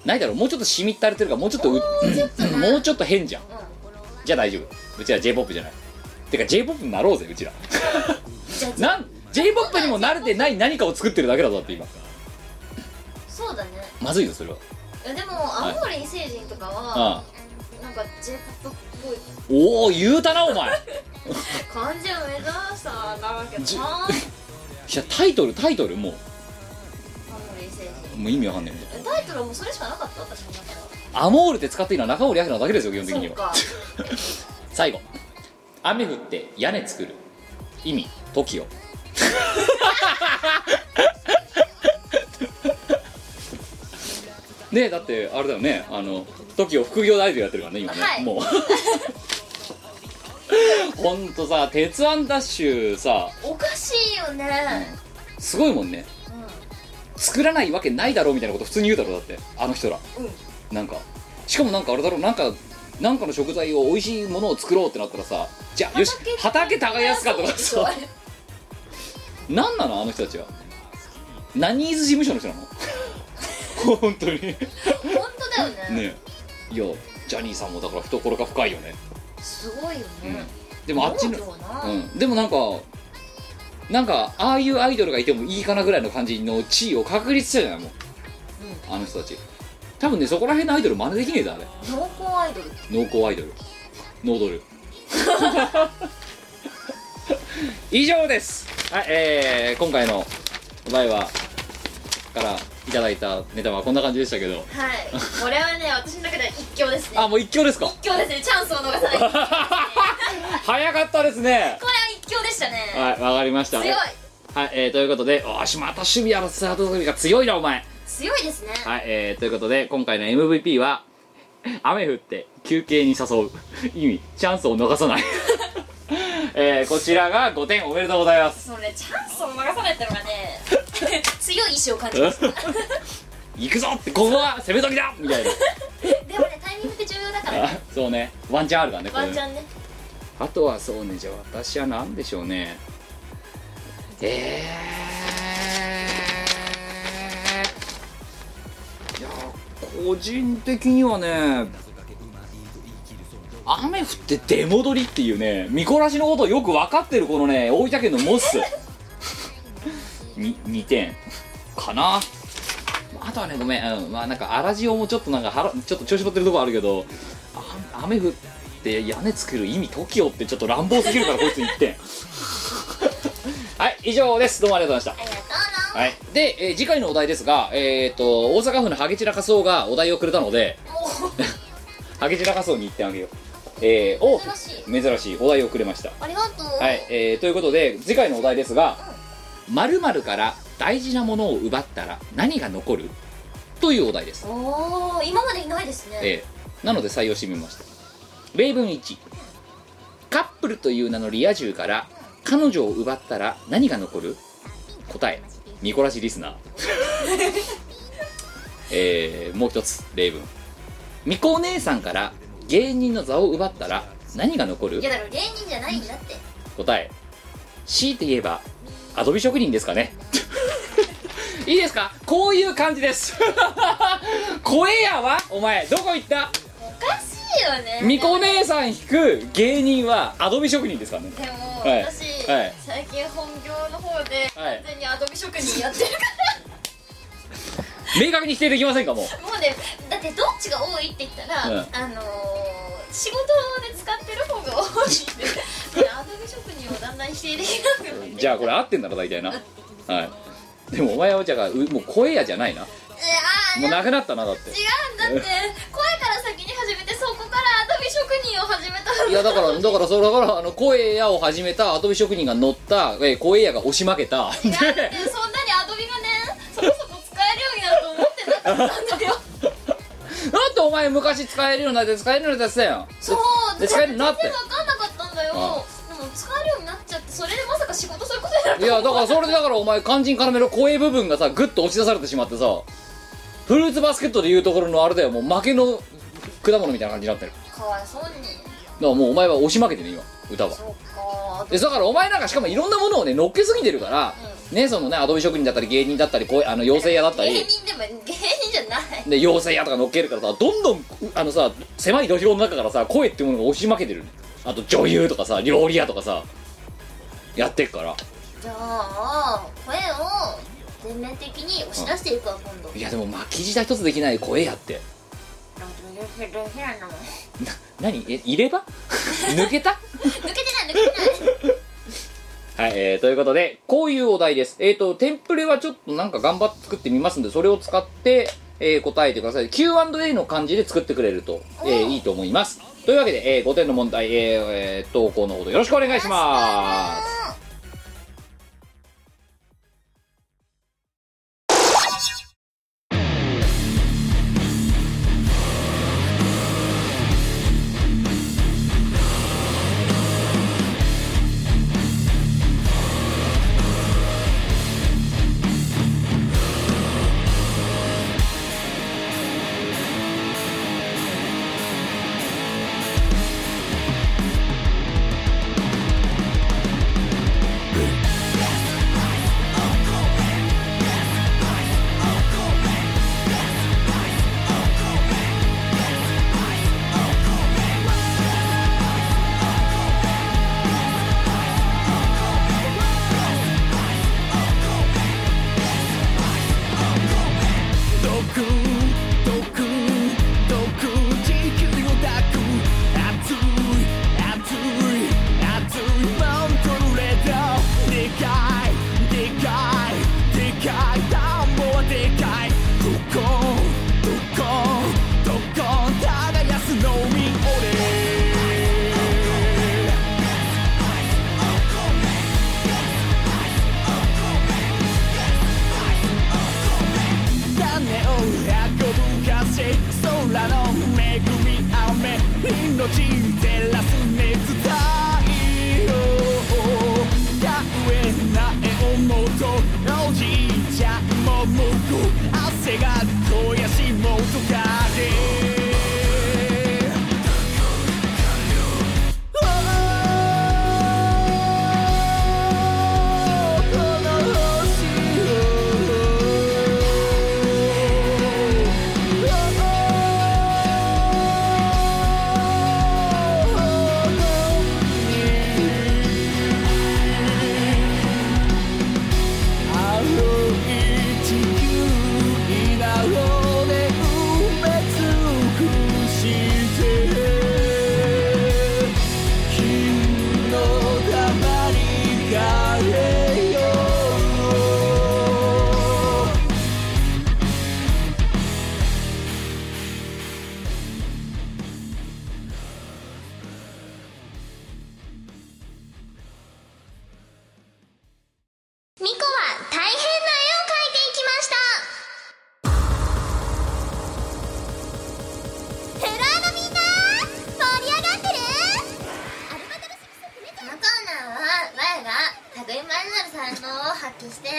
Speaker 1: ないだろもうちょっとしみったれてるからもうちょっとうもうちょっと変じゃんじゃあ大丈夫うちら j p o p じゃないてか j p o p になろうぜうちらなん j p o p にも慣れてない何かを作ってるだけだぞだって今
Speaker 2: そうだね
Speaker 1: まずいよそれはい
Speaker 2: やでもアモーレイ星人とかは、
Speaker 1: ああ
Speaker 2: なんか j p o p っぽい
Speaker 1: おお言うたなお前
Speaker 2: 感じを目指したんだわけだなアモ
Speaker 1: いやタイトルタイトルも
Speaker 2: ーレイ星人
Speaker 1: うもう意味わかんないもん
Speaker 2: えタイトルはもうそれしかなかった私の中では
Speaker 1: アモールって使っていいのは中森明菜だけですよ基本的に
Speaker 2: そう
Speaker 1: は
Speaker 2: か
Speaker 1: 最後雨降って屋根作る意味 TOKIO ねえだってあれだよねあの TOKIO 副業大イドルやってるからね今ね、
Speaker 2: はい
Speaker 1: も
Speaker 2: [laughs]
Speaker 1: うほんとさ「鉄腕ダッシュさ
Speaker 2: おかしいよね、
Speaker 1: すごいもんね作らないわけないだろうみたいなこと普通に言うだろうだってあの人ら
Speaker 2: うん
Speaker 1: なんかしかもなんかあれだろうなんかなんかの食材を美味しいものを作ろうってなったらさじゃあよし畑耕すかとか
Speaker 2: そう
Speaker 1: さ何なのあの人たちは何ーズ事務所の人なの [laughs] 本当にね
Speaker 2: 本当だよね
Speaker 1: いやジャニーさんもだから懐が深いよね、
Speaker 2: すごいよ
Speaker 1: う
Speaker 2: ね、
Speaker 1: ん、でもあっちの
Speaker 2: 農業な
Speaker 1: うん、でもなんかなんかああいうアイドルがいてもいいかなぐらいの感じの地位を確立したじゃないもうあの人たち多分ねそこら辺のアイドル真似できねえだあれ
Speaker 2: 濃厚アイドル
Speaker 1: 濃厚アイドルノードル以上ですはいえー、今回のお題はからいただいたネタはこんな感じでしたけど
Speaker 2: はいこれはね私の中では一強ですね
Speaker 1: あもう一強ですか
Speaker 2: 一強ですねチャンスを逃さないこれは
Speaker 1: 早かったですね
Speaker 2: 一強でしたね
Speaker 1: はいわかりました
Speaker 2: 強い
Speaker 1: はい、えー、ということでおーしまた趣味やらせハードルが強いなお前
Speaker 2: 強いですね
Speaker 1: はい、えー、ということで今回の MVP は雨降って休憩に誘う意味チャンスを逃さない、 [laughs] えー、こちらが5点おめでとうございます
Speaker 2: そのねチャンスを逃さないってのがね [laughs] 強い意志を感じます [laughs]
Speaker 1: 行くぞってここは攻め時だみたいな
Speaker 3: でもねタイミングって重要だから
Speaker 1: あそうねワンチャンあるからねこれ
Speaker 2: ワンチャンね
Speaker 1: あとはそうねじゃあ私は何でしょうねえーいや個人的にはね雨降って出戻りっていうね見こらしのことをよく分かってるこのね大分県のモス [laughs] に2点かなあとはねごめん、うん、まあなんか粗塩もちょっとなんか腹ちょっと調子乗ってるとこあるけどあ雨降って屋根作る意味 TOKIO ってちょっと乱暴すぎるからこいつ1点 [laughs] はい以上ですどうもありがとうございました
Speaker 3: ありがとう
Speaker 1: はい、で、えー次回のお題ですが、えー、と大阪府のハゲチラカソウがお題をくれたのでハゲチラカソウに1点あげよう、えー、お
Speaker 3: な珍しい
Speaker 1: 珍しいお題をくれました
Speaker 3: ありがとう
Speaker 1: はい、えーということで次回のお題ですが「まるから大事なものを奪ったら何が残る?」というお題です、
Speaker 2: おお今までいないですね
Speaker 1: えーなので採用してみました例文1カップルという名のリア充から彼女を奪ったら何が残る答えミコラシリ [laughs] スナーえーもう一つ例文ミコお姉さんから芸人の座を奪ったら何が残る
Speaker 3: いやだから芸人じゃないんだって
Speaker 1: 答え強いて言えばアドビ職人ですかね [laughs] いいですかこういう感じです [laughs] 怖えやわお前どこ行った
Speaker 2: おかしいよね
Speaker 1: みこ姉さん引く芸人はアドビ職人ですからね
Speaker 2: でも、
Speaker 1: はい
Speaker 2: 私、
Speaker 1: はい
Speaker 2: 最近本業の方で
Speaker 1: はい
Speaker 2: 完全にアドビ職人やってるか
Speaker 1: 明確に否定できませんかもう
Speaker 2: ら、もうねだってどっちが多いって言ったら、
Speaker 1: うん
Speaker 2: あのー仕事で使ってる方が多いんで
Speaker 1: [laughs]
Speaker 2: でアドビ職人をだんだん否定できなくなって
Speaker 1: じゃあこれ合ってんだろ大体なはいでもお前はじゃあうもう声やじゃないなもうなくなったなだって
Speaker 2: 違う
Speaker 1: [laughs]
Speaker 2: んだって声から先に始めてそこからアドビ職人を始めた
Speaker 1: いやだからだからそれだからあの声やを始めたアドビ職人が乗った、えー、声やが押し負けたで
Speaker 2: だってそんなにアドビがねそこそこ使えるようになると思ってなかっ
Speaker 1: [laughs]
Speaker 2: たんだよ
Speaker 1: なんでお前昔使えるようになって使えるようになってたよ
Speaker 2: そう
Speaker 1: で使えるようになって
Speaker 2: 全然分かんなかったんだよ
Speaker 1: あ
Speaker 2: でも使えるようになっちゃってそれでまさか仕事することになる
Speaker 1: いやだからそれでだからお前肝心要の声部分がさグッと押し出されてしまってさフルーツバスケットでいうところのあれだよもう負けの果物みたいな感じになってるだか
Speaker 2: かわいそうに
Speaker 1: らもうお前は押し負けてね今歌は
Speaker 2: そうか
Speaker 1: でだからお前なんかしかもいろんなものをね乗っけすぎてるから、ねそのねアドビ職人だったり芸人だったりこうあの妖精屋だったり
Speaker 2: 芸人でも芸人じゃない
Speaker 1: で妖精屋とか乗っけるからさどんどんうあのさ狭い土俵の中からさ声っていうものが押し負けてるあと女優とかさ料理屋とかさやってっから
Speaker 3: じゃあ声を全面的に押し出していくわ今度
Speaker 1: いやでも巻き舌一つできない声やって何え入れ歯 [laughs] 抜けた
Speaker 3: 抜けてない抜けてない
Speaker 1: はい、えー、ということで、こういうお題です。えっ、ー、と、テンプレはちょっとなんか頑張って作ってみますんで、それを使って、えー答えてください。Q&A の感じで作ってくれると、えーいいと思います。というわけで、え5点の問題、えーえー投稿のほどよろしくお願いします。
Speaker 5: と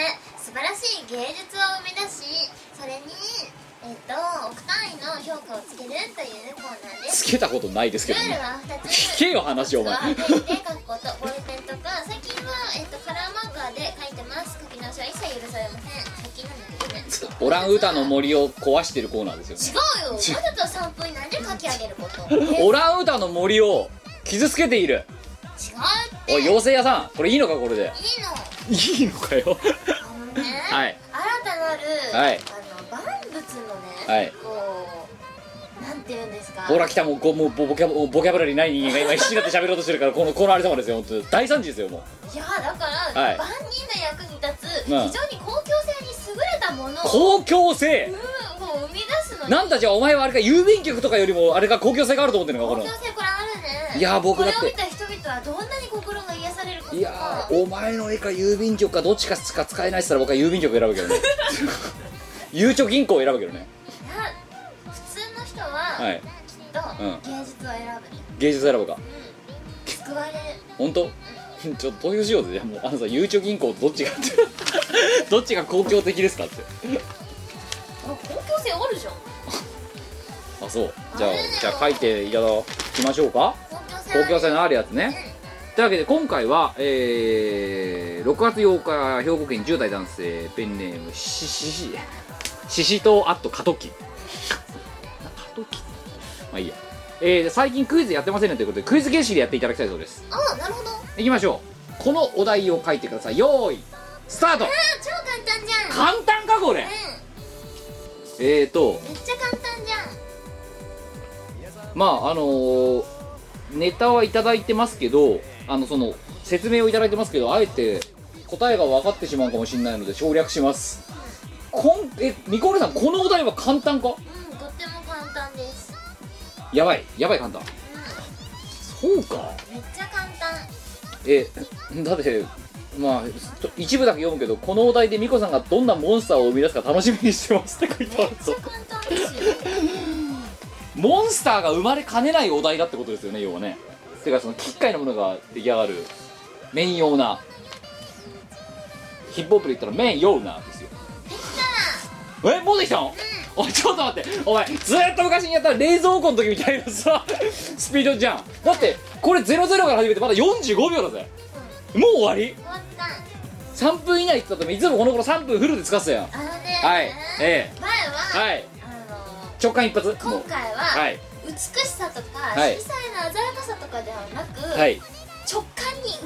Speaker 2: 芸術を生み出しそれにえっと億単位の評価をつけるというコーナ
Speaker 1: [laughs]
Speaker 2: ーです
Speaker 1: つけたことないですけ
Speaker 2: ル
Speaker 1: ど
Speaker 2: ール
Speaker 1: ね
Speaker 2: は2つ
Speaker 1: 聞けよ話お前
Speaker 2: はペンで書くことボールペンとか最近は、えっと、カラーマーカーで書いてます書き直しは一切許されません最近なんだけどね違
Speaker 1: オランウータンの森を壊してるコーナーですよね
Speaker 2: うよわざと散歩になんで書き上げること違うって
Speaker 1: オランウータンの森を傷つけているおい
Speaker 2: いいの
Speaker 1: 妖精屋さんこれいいのかこれでいいのかよ
Speaker 2: あのね、
Speaker 1: はい
Speaker 2: 新たなる、
Speaker 1: はい
Speaker 2: あの万物のね、
Speaker 1: はい
Speaker 2: こうなんていうんですか
Speaker 1: ほら来たもうごもうボボキャボボキャブラリーない人間が今必死になって喋ろうとしてるからこのこのあれ様ですよ本当大惨事ですよもう
Speaker 2: いやだから、
Speaker 1: はい
Speaker 2: 万人の役に立つ、
Speaker 1: うん
Speaker 2: 非常に公共性に優れたものを
Speaker 1: 公共性
Speaker 2: うんを生み出すのに
Speaker 1: なんだじゃあお前はあれか郵便局とかよりもあれが公共性があると思ってるのか
Speaker 2: 公
Speaker 1: こ
Speaker 2: 共
Speaker 1: の
Speaker 2: 性これあるね
Speaker 1: いや僕だって
Speaker 2: これを見た人々はどんなに心が癒されることか
Speaker 1: いやーお前の絵か郵便局かどっちかしか使えないっつったら僕は郵便局選ぶけどねゆうちょ銀行を選ぶけどね
Speaker 2: いや普通の人は、
Speaker 1: はい
Speaker 2: きっと、
Speaker 1: うん
Speaker 2: 芸術を選ぶね
Speaker 1: 芸術選 [laughs] ぶか
Speaker 2: 救われる
Speaker 1: 本当ちょっと投票しようぜじゃあもうあのさゆうちょ銀行とどっちがって [laughs] どっちが公共的ですかって
Speaker 6: あ公共性あるじゃん
Speaker 1: あそうじゃあじゃあ書いていただきましょうか
Speaker 2: 公共性
Speaker 1: 公
Speaker 2: は
Speaker 1: 共性のあるやつねというわけで今回は、えー、6月8日兵庫県10代男性ペンネームシシシシシとあと過渡期過渡期まあいいや、えー最近クイズやってませんねということでクイズ形式でやっていただきたいそうです
Speaker 2: あなるほどあ
Speaker 1: いきましょうこのお題を書いてくださいよーいスタート
Speaker 2: 超簡単じゃん
Speaker 1: 簡単かこれえーと
Speaker 2: めっちゃ簡単じゃん
Speaker 1: まああのーネタはいただいてますけどあのその説明をいただいてますけどあえて答えが分かってしまうかもしれないので省略しますこんえニコールさんこのお題は簡単か
Speaker 2: うんとっても簡単です
Speaker 1: やばいやばい簡単そうか
Speaker 2: めっちゃ簡単
Speaker 1: えだってまあちょ一部だけ読むけどこのお題でミコさんがどんなモンスターを生み出すか楽しみにしてますって書いてあるぞ
Speaker 2: 簡単ですよ
Speaker 1: モンスターが生まれかねないお題だってことですよね要はねてかその奇怪なものが出来上がる面用なヒップホップで言ったら面用なですよえもうできたの、おいちょっと待ってお前ずーっと昔にやった冷蔵庫の時みたいなさスピードじゃんだってこれ00から始めてまだ45秒だぜもう終わり
Speaker 2: 終わった
Speaker 1: 3分以内って言ったといつもこの頃3分フルで使ってたやん
Speaker 2: あのね
Speaker 1: はいええ
Speaker 2: 前は、
Speaker 1: はい
Speaker 2: あの
Speaker 1: 直感一発も
Speaker 2: 今
Speaker 1: う
Speaker 2: 回は、
Speaker 1: はい
Speaker 2: 美しさとか、
Speaker 1: はい
Speaker 2: 色彩の鮮やかさとかではなく、
Speaker 1: はい
Speaker 2: 直感に訴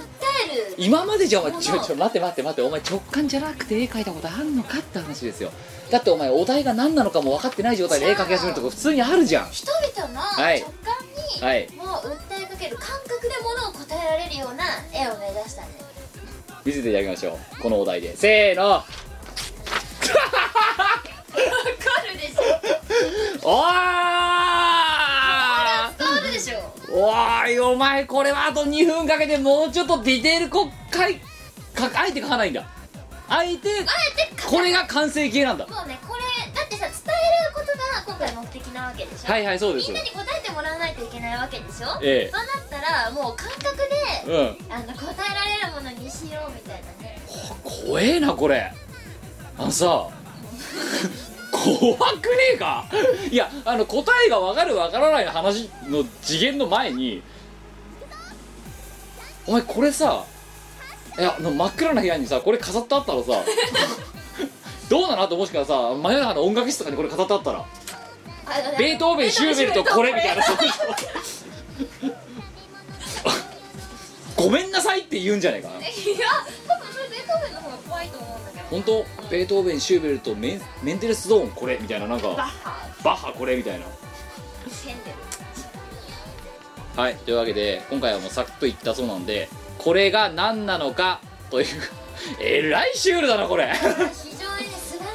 Speaker 2: える
Speaker 1: 今までじゃお前
Speaker 2: この
Speaker 1: ちょちょ待って待って待ってお前直感じゃなくて絵描いたことあんのかって話ですよだってお前お題が何なのかも分かってない状態で絵描き始めるとこ普通にあるじゃん
Speaker 2: 人々の
Speaker 1: はい
Speaker 2: 直感に、
Speaker 1: はい
Speaker 2: もう訴えかける感覚でものを答えられるような絵を目指したね
Speaker 1: 見せていただきましょうこのお題でせーの
Speaker 6: わかるでしょ
Speaker 1: お
Speaker 6: 伝わるでしょ
Speaker 1: ーおーいお前これはあと2分かけてもうちょっとディテールこかいかあえて描かないんだあえてこれが完成形なんだ
Speaker 2: もうねこれだってさ伝えることが今回目的なわけでしょ、
Speaker 1: はいはいそうで
Speaker 2: み
Speaker 1: す
Speaker 2: んなに答えてもらわないといけないわけでしょ、
Speaker 1: ええ
Speaker 2: そうなったらもう感覚で、
Speaker 1: うん
Speaker 2: あの答えられるものにしようみたいなね
Speaker 1: 怖えなこれあのさ怖くねえかいやあの答えが分かる分からないの話の次元の前にお前これさいやあの真っ暗な部屋にさこれ飾ってあったらさどうなのあともしくはさ真夜中の音楽室とかにこれ飾ってあったら
Speaker 6: あのね
Speaker 1: ベートーベンシューベルトこれみたいなそういうごめんなさいって言うんじゃないかない
Speaker 6: や多分それベートーベンの方が怖いと思うんだけど
Speaker 1: 本当ベートーベンシューベルトメンメンデルスゾーンこれみたいななん
Speaker 6: バッ
Speaker 1: か
Speaker 6: ハ
Speaker 1: バッハこれみたいな
Speaker 6: ヘンデル
Speaker 1: はいというわけで今回はもうサクッといったそうなんでこれが何なのかという [laughs] えらいシュールだな [laughs] これは
Speaker 2: [laughs] 非常にね素晴ら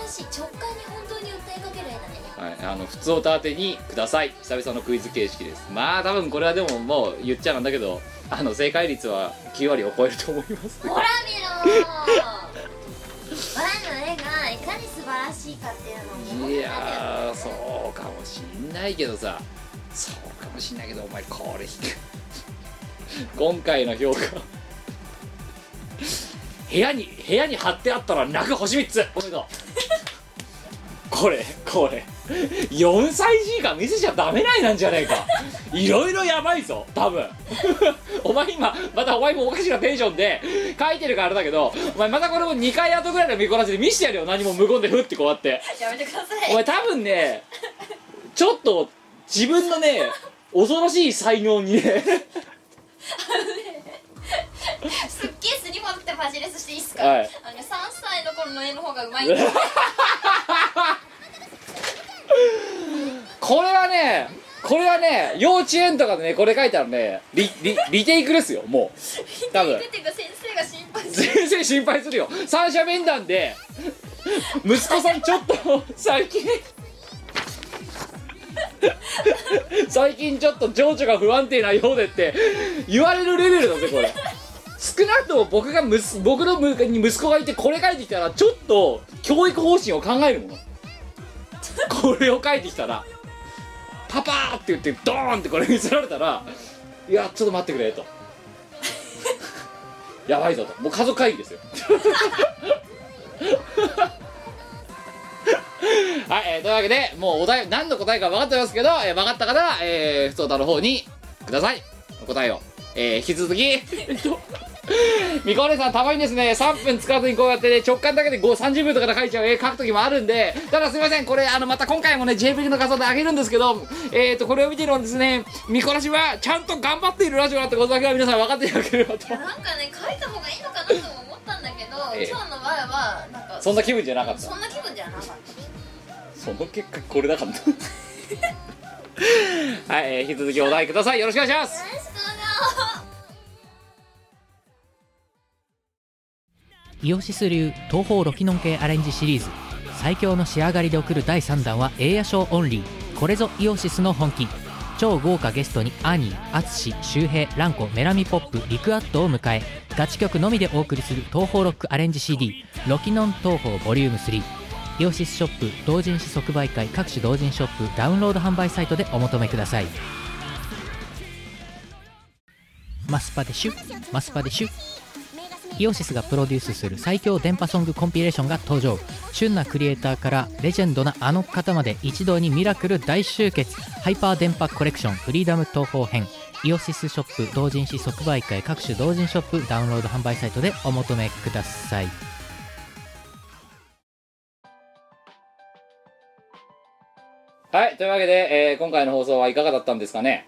Speaker 2: しい直感に本当に訴えかける絵だね
Speaker 1: いあの普通おた宛てにください久々のクイズ形式ですまあ多分これはでももう言っちゃなんだけどあの正解率は9割を超えると思います
Speaker 2: ほら見ろーバラの絵がいかに素晴らしいかっていうのを
Speaker 1: い
Speaker 2: 見本になるよ
Speaker 1: やーそうかもしんないけどさそうかもしんないけどお前これ低い今回の評価部屋に部屋に貼ってあったら泣く星3つおめでとうこれこれ4歳児以下見せちゃダメないなんじゃねえかいろいろやばいぞ多分お前今またお前もおかしなテンションで書いてるからあれだけどお前またこれも2回後ぐらいの見こなしで見してやるよ何も無言でふってこうやって
Speaker 2: やめてくださ
Speaker 1: お
Speaker 2: い
Speaker 1: 前多分ねちょっと自分のね恐ろしい才能にね
Speaker 2: すっげえスリまくってマジレスしていいっすか、
Speaker 1: はい
Speaker 2: あのね3歳の頃の絵の方がうまいんですよ
Speaker 1: これはねこれはね幼稚園とかでねこれ書いたらねリリリテイクですよもう多分
Speaker 2: 出てく先生が心配する
Speaker 1: 先生心配するよ三者面談で息子さんちょっと最近最近ちょっと情緒が不安定なようでって言われるレベルだぜこれ少なくとも僕がむす僕のむに息子がいてこれ書いてきたらちょっと教育方針を考えるものこれを書いてきたらパパーって言ってドーンってこれ見せられたらいやちょっと待ってくれとやばいぞともう家族会議ですよ [laughs] はい、えーというわけでもうお題何の答えか分かってますけど、えー分かった方は、えー、ふつおたの方にくださいお答えを、えー引き続きえっと [laughs] みこお姉さんたまにですね3分使わずにこうやってね直感だけで5 30秒とかで書いちゃう絵描く時もあるんでただすいませんこれあのまた今回もね JPEG の画像であげるんですけどえっ、とこれを見てるのですねみこらしはちゃんと頑張っているラジオだってことだけは皆さん分かっていただければと
Speaker 2: なんかね書いた方がいいのかなとも思ったんだけど、
Speaker 1: [laughs] ええ
Speaker 2: 今日の前はなんか
Speaker 1: そんな気分じゃなかった
Speaker 2: そんな気分じゃなかった
Speaker 1: その結果これだからね [laughs] はい、えー引き続きお題くださいよろしくお願いします
Speaker 7: イオシス流東方ロキノン系アレンジシリーズ最強の仕上がりで送る第3弾はエイヤショーオンリーこれぞイオシスの本気超豪華ゲストにアニー、アツシ、周平、ランコ、メラミポップ、リクアットを迎えガチ曲のみでお送りする東方ロックアレンジ CD ロキノン東方ボリューム3イオシスショップ同人誌即売会各種同人ショップダウンロード販売サイトでお求めくださいマスパでシュマスパでシュイオシスがプロデュースする最強電波ソングコンピレーションが登場旬なクリエイターからレジェンドなあの方まで一堂にミラクル大集結ハイパー電波コレクションフリーダム東方編イオシスショップ同人誌即売会各種同人ショップダウンロード販売サイトでお求めください
Speaker 1: はいというわけで、えー今回の放送はいかがだったんですかね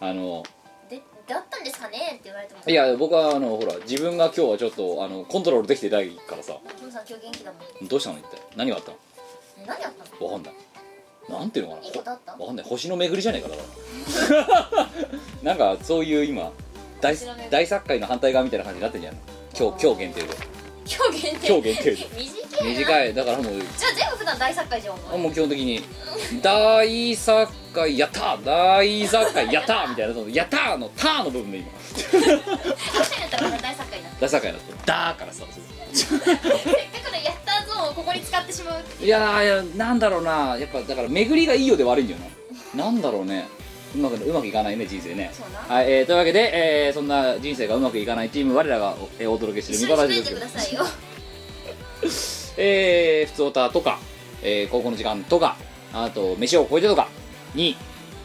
Speaker 1: あの
Speaker 3: でだったんですかねって言われても
Speaker 1: いや僕はあのほら自分が今日はちょっとあのコントロールできてないからさ
Speaker 3: キムさん今日元気だもん
Speaker 1: どうしたの一体何があった
Speaker 3: え何やったの
Speaker 1: のわかんないなんていうのかない
Speaker 3: いことあった
Speaker 1: わかんない星の巡りじゃねえかだから [laughs] なんかそういう今大
Speaker 2: 星の巡り
Speaker 1: 大作界の反対側みたいな感じになってんじゃないの今日今日限定で
Speaker 2: 今日限定
Speaker 1: 今日限定で
Speaker 2: 短いな
Speaker 1: 短いだからもう
Speaker 2: じゃあ全部普段大作家じゃんお前 [laughs]
Speaker 1: もう基本的に「大作家やったー大作家やったー」みたいなその「やったー」の「たー」の部分で今
Speaker 2: 確かにやったら俺大作家になる
Speaker 1: 大作家だと「だー」からさ
Speaker 2: せっかくのやったゾーンをここに使ってしまう
Speaker 1: いやーいやなんだろうなやっぱだから巡りがいいようで悪いんだよななんだろうねうまくうまくいかないね人生ね
Speaker 2: そうな
Speaker 1: はい、えーというわけで、えーそんな人生がうまくいかないチーム我らがお,、えーお届けしてる
Speaker 2: 一
Speaker 1: ミ
Speaker 2: 緒
Speaker 1: コラ
Speaker 2: に
Speaker 1: ジ
Speaker 2: し
Speaker 1: です
Speaker 2: とい
Speaker 1: け
Speaker 2: てく
Speaker 1: ど
Speaker 2: ださいよ
Speaker 1: えー、普通歌とか、えー、高校の時間とか、あと、飯を超えてとかに、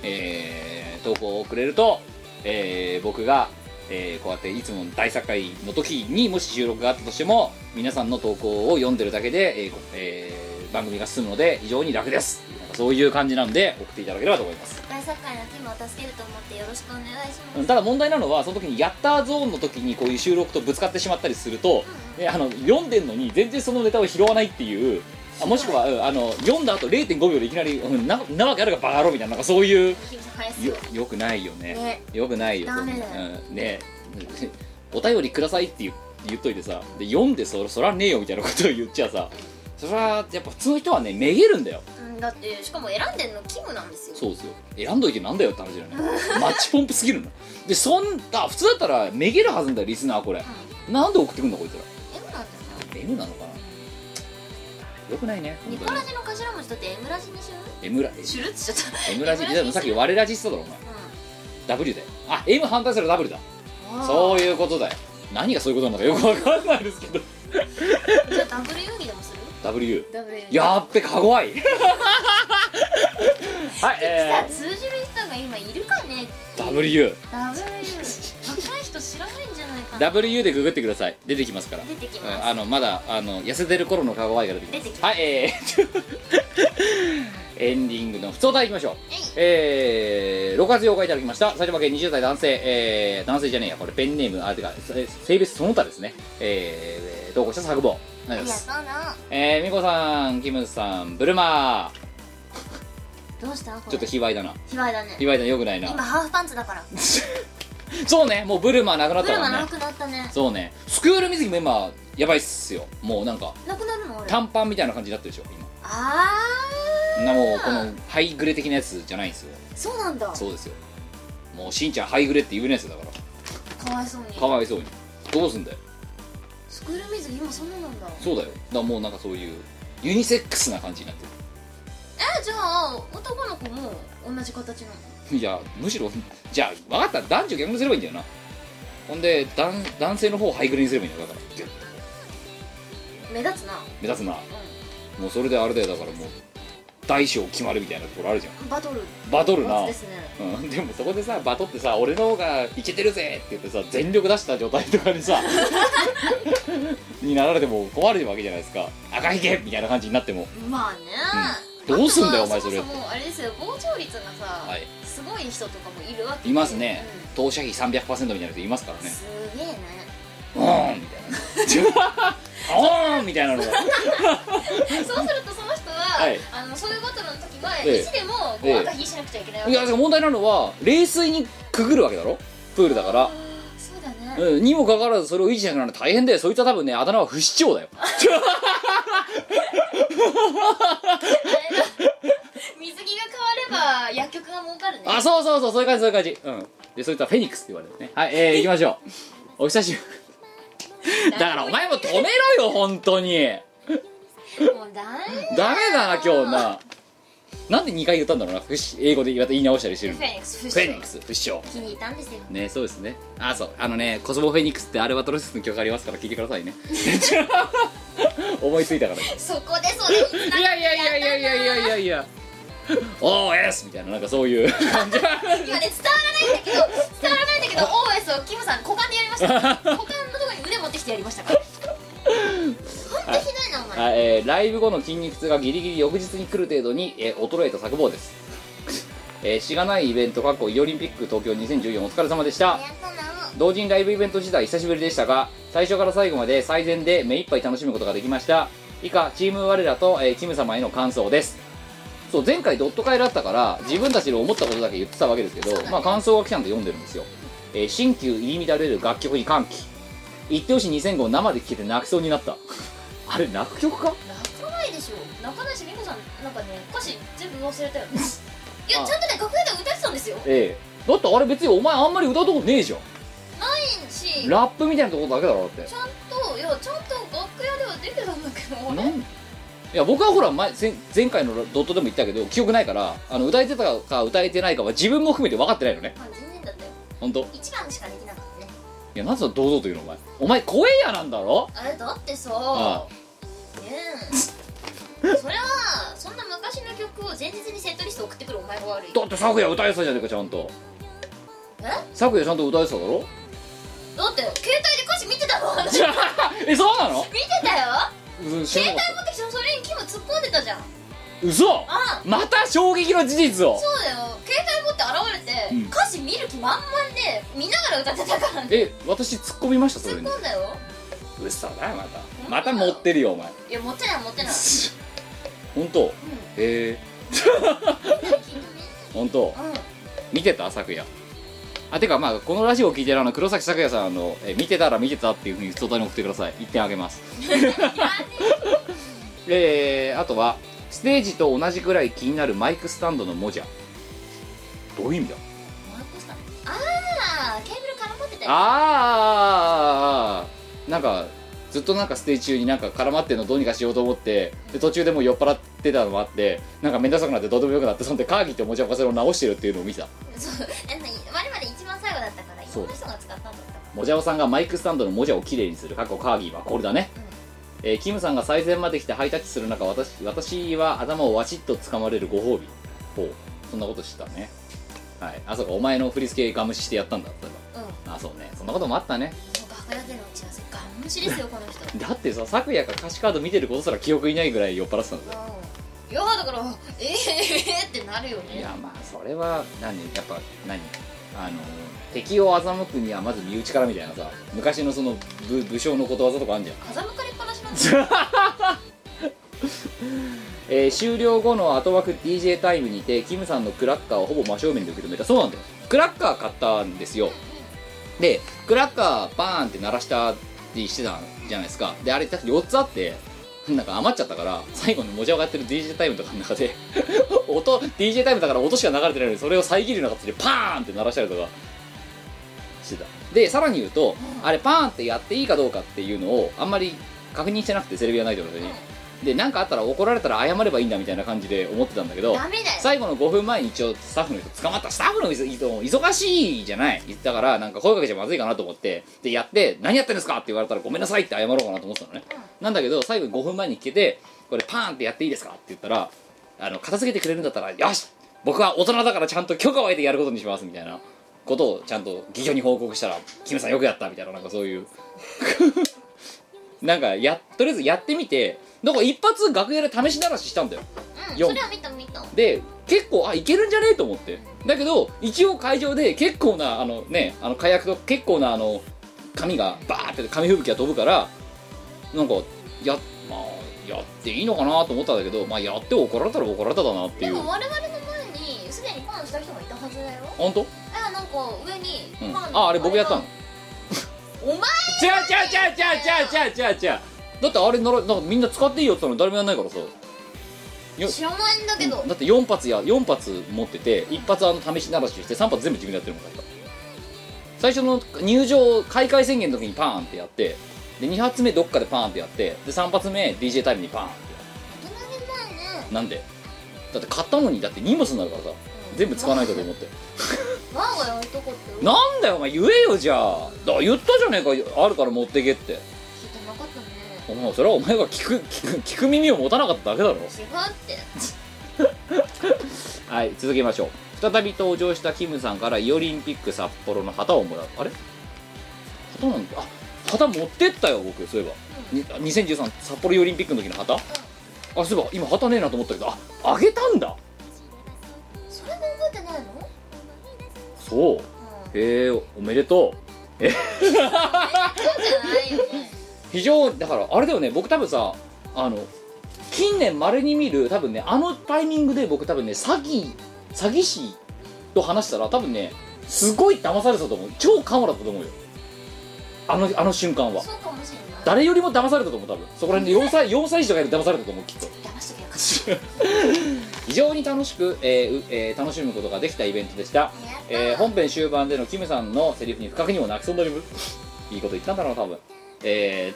Speaker 1: えー、投稿をくれると、えー、僕が、えー、こうやっていつもの大作会の時にもし収録があったとしても、皆さんの投稿を読んでるだけで、えーこえー番組が進むので非常に楽です。なんかそういう感じなんで送っていただければと思います。
Speaker 3: 大作家のキムを助けると思ってよろしくお願いします
Speaker 1: ただ問題なのはその時にやったーゾーンの時にこういう収録とぶつかってしまったりすると、ねあの読んでんのに全然そのネタを拾わないっていうあもしくは、うんあの読んだ後0.5秒でいきなり「うんななわけあるかバカ野郎」みたいななんかそういう
Speaker 3: キムさん早すぎ
Speaker 1: よ
Speaker 3: る
Speaker 1: よくないよね
Speaker 3: ね
Speaker 1: よくないよ
Speaker 3: ダメだよ
Speaker 1: そんなうん、ねお便りくださいって言う言っといてさで読んでそそらねえよみたいなことを言っちゃさそれはやっぱ普通の人はねめげるんだよ
Speaker 2: うんだってしかも選んでんのキムなんですよ
Speaker 1: そうですよ選んどいてなんだよって話だよねマッチポンプすぎるのでそんあ普通だったらめげるはずんだよリスナーこれ、なんで送ってくんだこいつら
Speaker 2: えなんだ
Speaker 1: M なのかなよくないね
Speaker 2: ニ
Speaker 1: 本
Speaker 2: コ
Speaker 1: 当
Speaker 2: ラ
Speaker 1: に
Speaker 2: ジの頭文字だって M ラジにしよう
Speaker 1: M ラ
Speaker 2: シュルってしちゃっ
Speaker 1: M ラジでもさっき我ラジしただろお前
Speaker 2: た、うん
Speaker 1: W だよあ M 反対する W だそういうことだよ何がそういうことなのかよくわかんないですけど
Speaker 2: じゃあダブル遊戯でもする
Speaker 1: W
Speaker 2: W
Speaker 1: やっべかごわ [laughs] いはい
Speaker 2: さ
Speaker 1: え
Speaker 2: 通じる人が今いるかね
Speaker 1: ー、W
Speaker 2: W 若い人知らないんじゃないかな
Speaker 1: W でググってください出てきますから
Speaker 2: 出てき
Speaker 1: うん
Speaker 2: ます
Speaker 1: あのまだあの痩せてる頃のかごわいが出てきます
Speaker 2: 出てき
Speaker 1: はいえー、エ [laughs] ンディングの普通歌いきましょうえー、6月8日いただきました埼玉県20代男性、えー、男性じゃねえやこれペンネームあてかせ性別その他ですねえー、投稿した作坊ありがとうございます
Speaker 3: ありがと
Speaker 1: えー、みこさんキムさんブルマー
Speaker 3: うなどうしたこ
Speaker 1: ちょっと
Speaker 3: れ
Speaker 1: 卑猥だな
Speaker 3: 卑猥だね
Speaker 1: 卑猥だなよくないな
Speaker 3: 今ハーフパンツだから
Speaker 1: そうねもうブルマーなくなっ
Speaker 3: ブ
Speaker 1: た
Speaker 3: ル
Speaker 1: か
Speaker 3: マ
Speaker 1: ら
Speaker 3: な
Speaker 1: ね
Speaker 3: くなったね
Speaker 1: そうねスクール水着も今やばいっすよもうなんか
Speaker 3: なくなるの俺あ
Speaker 1: 短パンみたいな感じになってるでしょ
Speaker 3: あ
Speaker 1: 今なもうこのハイグレ的なやつじゃないんですよ
Speaker 3: ーそうなんだ
Speaker 1: そうですよもうしんちゃんハイグレって言えないですよだから
Speaker 2: かわいそうに
Speaker 1: かわいそうにどうすんだよ
Speaker 3: スクール水着今そんななんだ
Speaker 1: そうだよだからもうなんかそういうユニセックスな感じになって
Speaker 2: えじゃあ男の子も同じ形なの
Speaker 1: るい [laughs] やむしろじゃあ分かった男女逆にすればいいんだよなほんで男男性の方をハイグレにすればいいんだよだからギュッ
Speaker 2: 目立つな
Speaker 1: 目立つな、もうそれであれだよだからもう大小決まるみたいなところあるじゃん
Speaker 2: バトル
Speaker 1: バトルな
Speaker 2: バツですね
Speaker 1: うん、でもそこでさバトってさ俺の方がイケてるぜって言ってさ全力出した状態とかにさ [laughs] になられても困るわけじゃないですか赤ひげみたいな感じになっても、
Speaker 2: まあね、
Speaker 1: うんどうすんだよお前
Speaker 2: あと
Speaker 1: それ
Speaker 2: はそもそもあれですよ膨張率がさ、
Speaker 1: はい
Speaker 2: すごい人とかもいるわけで
Speaker 1: いますね、投射費300%みたいな人いますからね
Speaker 2: すげえね
Speaker 1: オーンみたいなオーンみたいなのが
Speaker 2: そうするとその人は、
Speaker 1: はい
Speaker 2: あのそういうバトルの時は
Speaker 1: ええ
Speaker 2: 意地でもこう
Speaker 1: ええ
Speaker 2: 赤ひげしなくちゃいけないわけ
Speaker 1: いやでも問題なのは冷水にくぐるわけだろプールだから
Speaker 2: あーそうだね
Speaker 1: うん、にもかかわらずそれを維持しなくなるの大変でそいつは多分ねあだ名は不死鳥だよ
Speaker 2: 水着が変われば薬局が儲かるね
Speaker 1: あそうそうそうそういう感じそういう感じうんでそいつはフェニックスって言われるねはいえー、行きましょうお久しぶ
Speaker 2: [laughs]
Speaker 1: りだからお前も止めろよ本当に
Speaker 2: もうダメ
Speaker 1: ダメだな今日ななんで2回言ったんだろうな不死英語で言い直したりしてる
Speaker 2: フ
Speaker 1: の
Speaker 2: ェニックス不
Speaker 1: フェニ
Speaker 2: 死
Speaker 1: ックス不死鳥
Speaker 3: 気に入ったんですよ
Speaker 1: ねそうですねあそうあのねコスモフェニックスってアルバトロスの曲ありますから聞いてくださいね [laughs] 思いつい
Speaker 2: [laughs]
Speaker 1: たから
Speaker 3: そこでそれ
Speaker 1: いやいやいやいやいやいやいやいやおーエスみたいななんかそういう感じ
Speaker 2: 今ね伝わらないんだけど伝わらないんだけど OS をキムさん股間でやり
Speaker 1: [laughs]
Speaker 2: ました股間のところに腕持ってきてやりましたから
Speaker 3: ひどいなお
Speaker 1: あ
Speaker 3: 前
Speaker 1: えーライブ後の筋肉痛がギリギリ翌日に来る程度に、えー衰えた作望です、 [laughs] えーしがないイベントかっこイオリンピック東京2014お疲れ様でした
Speaker 3: やったな
Speaker 1: 同人ライブイベント自体久しぶりでしたが最初から最後まで最善で目いっぱい楽しむことができました以下チーム我らと、えーキム様への感想ですそう前回ドット会だったから自分たちの思ったことだけ言ってたわけですけど、まあ感想が来たんで読んでるんですよ、えー新旧入り乱れる楽曲に歓喜一押し2005を生で聴けて泣きそうになった [laughs] あれ泣く曲か
Speaker 2: 泣かないでしょ泣かないし美子さんなんかね歌詞全部忘
Speaker 1: [laughs]
Speaker 2: れたよねいや
Speaker 1: あ
Speaker 2: ちゃんとね楽屋で歌ってたんですよ
Speaker 1: ええだってあれ別にお前あんまり歌うとこねえじゃん
Speaker 2: ないし
Speaker 1: ラップみたいなとこだけだろだって
Speaker 2: ちゃんといやちゃんと楽屋では出てたんだけどあれ
Speaker 1: なんいや僕はほら前前前回のドットでも言ったけど記憶ないからあの歌えてたか歌えてないかは自分も含めて分かってないのね
Speaker 2: まあ全然だったよ
Speaker 1: 本当い
Speaker 3: 一番しかできなかったね
Speaker 1: やなぜ堂々と言うのお前お前声やなんだろ
Speaker 2: あれだってさ
Speaker 1: あ
Speaker 2: ねえそれはそんな昔の曲を前日にセットリスト送ってくるお前が悪い
Speaker 1: だって昨夜歌えてたじゃねえかちゃんと
Speaker 2: え
Speaker 1: 昨夜ちゃんと歌えてただろ [laughs]
Speaker 2: だって携帯で歌詞見てたもん私
Speaker 1: えそうなの
Speaker 2: 見てた
Speaker 1: [laughs]
Speaker 2: よ
Speaker 1: う知
Speaker 2: 携
Speaker 1: ら
Speaker 2: 帯
Speaker 1: なかっ
Speaker 2: 持ってきてもそれにキム突っ込んでたじゃん
Speaker 1: た嘘
Speaker 2: あ
Speaker 1: また衝撃の事実を
Speaker 2: そうだよ携帯持って現れて、
Speaker 1: うん
Speaker 2: 歌詞見る気満々で見ながら歌ってたからね
Speaker 1: え私突っ込みましたそれ
Speaker 2: 突っ
Speaker 1: に
Speaker 2: 込んだよ
Speaker 1: 嘘だまたまた持ってるよお前
Speaker 2: いや持ってない持っ
Speaker 1: [laughs]
Speaker 2: てない
Speaker 1: 本当へえ本当
Speaker 2: うん
Speaker 1: 見てた昨夜あてかまあこのラジオを聞いてるあの黒崎咲夜さんのえー見てたら見てたっていうふうに相談に送ってください1点あげますえー、あとはステージと同じくらい気になるマイクスタンドの文字どういう意味だ
Speaker 2: マイクスタンド
Speaker 3: ああケーブル絡まってたよ
Speaker 1: あーあーあーあーなんかずっとなんかステージ中になんか絡まってるのどうにかしようと思ってで途中でもう酔っ払ってたのもあってなんか面倒くさくなってどうでもよくなってそんでカーギーっておもちゃをかせを直してるっていうのを見た
Speaker 3: そうえ何我々一番最後だったからい
Speaker 1: そう
Speaker 3: ろんな人が使ったんだった
Speaker 1: もじゃおさんがマイクスタンドのもじゃをきれいにする過去カーギーはこれだね、えーキムさんが最前まで来てハイタッチする中私私は頭をわちっと掴まれるご褒美ほうそんなことしてたねはいあそうかお前の振り付けが無視してやったんだった
Speaker 2: うんもう
Speaker 1: あそうねそんなこともあったね
Speaker 2: 楽屋での打ち合わせガン無視ですよこの人
Speaker 1: だってさ昨夜か歌詞カード見てることすら記憶いないぐらい酔っ払ってたんだよ
Speaker 2: うんいやだからええってなるよ
Speaker 1: い
Speaker 2: ね
Speaker 1: やまあそれは何やっぱ何あの敵を欺くにはまず身内からみたいなさ昔のその武武将のことわざとかあんじゃん
Speaker 2: 風向かりっぱなしなんだ
Speaker 1: [laughs] えー終了後の後枠 DJ タイムにてキムさんのクラッカーをほぼ真正面で受け止めたそうなんだよクラッカー買ったんですよでクラッカーバーンって鳴らしたりしてたじゃないですかであれ確か4つあってなんか余っちゃったから最後の持ち上がってる DJ タイムとかの中で [laughs] 音 DJ タイムだから音しか流れてないのにそれを遮るような形でパーンって鳴らしたりとかしてたでさらに言うとあれパーンってやっていいかどうかっていうのをあんまり確認してなくてセルビアナイトの人にで何かあったら怒られたら謝ればいいんだみたいな感じで思ってたんだけど
Speaker 2: ダメだよ
Speaker 1: 最後の5分前に一応スタッフの人捕まったスタッフの人忙しいじゃない言ったからなんか声かけちゃまずいかなと思ってでやって「何やってんですか?」って言われたら「ごめんなさい」って謝ろうかなと思ってたのね、なんだけど最後に5分前に聞けて「これパーンってやっていいですか?」って言ったらあの片付けてくれるんだったら「よし僕は大人だからちゃんと許可を得てやることにします」みたいなことをちゃんと議長に報告したら「キムさんよくやった」みたいななんかそういう [laughs] なんかやとりあえずやってみてなんか一発楽屋で試しならししたんだよ
Speaker 3: うん
Speaker 1: よん
Speaker 3: それは見た見た
Speaker 1: で結構あいけるんじゃねえと思ってだけど一応会場で結構なあのねあの火薬と結構なあの紙がバーって紙吹雪が飛ぶからなんかやまあやっていいのかなと思ったんだけどまあやって怒られたら怒られただなって
Speaker 2: で
Speaker 1: いう
Speaker 2: も我々の前にすでにパンした人もいたはずだよ
Speaker 1: 本当、
Speaker 2: あなんか上に
Speaker 1: うん、
Speaker 2: パン、
Speaker 1: ああれ僕やったの
Speaker 2: お前
Speaker 1: 違う違う違う違う違う違う違う違うだってあれならなんかみんな使っていいよって言ったのに誰もやんないからさ
Speaker 2: 知らないんだけど、
Speaker 1: だって4発や4発持ってて1発あの試し鳴らしして3発全部自分でやってるのか最初の入場開会宣言の時にパーンってやってで2発目どっかでパーンってやってで3発目 DJ タイムにパーンってや
Speaker 3: 隣前ね
Speaker 1: るなんでだって買ったのにだって荷物になるからさ全部使わないかと思って
Speaker 2: マーがやるとこって
Speaker 1: なんだよお前言えよじゃあだから言ったじゃねえかあるから持ってけって
Speaker 2: 聞いてなかったね
Speaker 1: お前それはお前が聞く聞く聞く耳を持たなかっただけだろ
Speaker 2: 違うって
Speaker 1: はい続けましょう再び登場したキムさんからイオリンピック札幌の旗をもらうあれ旗なんだあ旗持ってったよ僕そういえば、に2013札幌イオリンピックの時の旗、あそういえば今旗ねえなと思ったけどああげたんだ
Speaker 2: それも覚えてないの、うん、
Speaker 1: そうへえおめでとう
Speaker 2: そうじゃないよね
Speaker 1: 非常だからあれだよね僕多分さあの近年まれに見る多分ねあのタイミングで僕多分ね詐欺詐欺師と話したら多分ねすごい騙されてたと思う超カモだったと思うよあのあの瞬間は
Speaker 2: そうかもしれない
Speaker 1: 誰よりも騙されたと思う多分そこら辺で4歳4歳児とかより騙されたと思うきっと
Speaker 2: 騙してくれよかっ
Speaker 1: 非常に楽しく、えーうえー楽しむことができたイベントでした、えー本編終盤でのキムさんのセリフに不覚にも泣きそうになりますいいこと言ったんだろうな多分え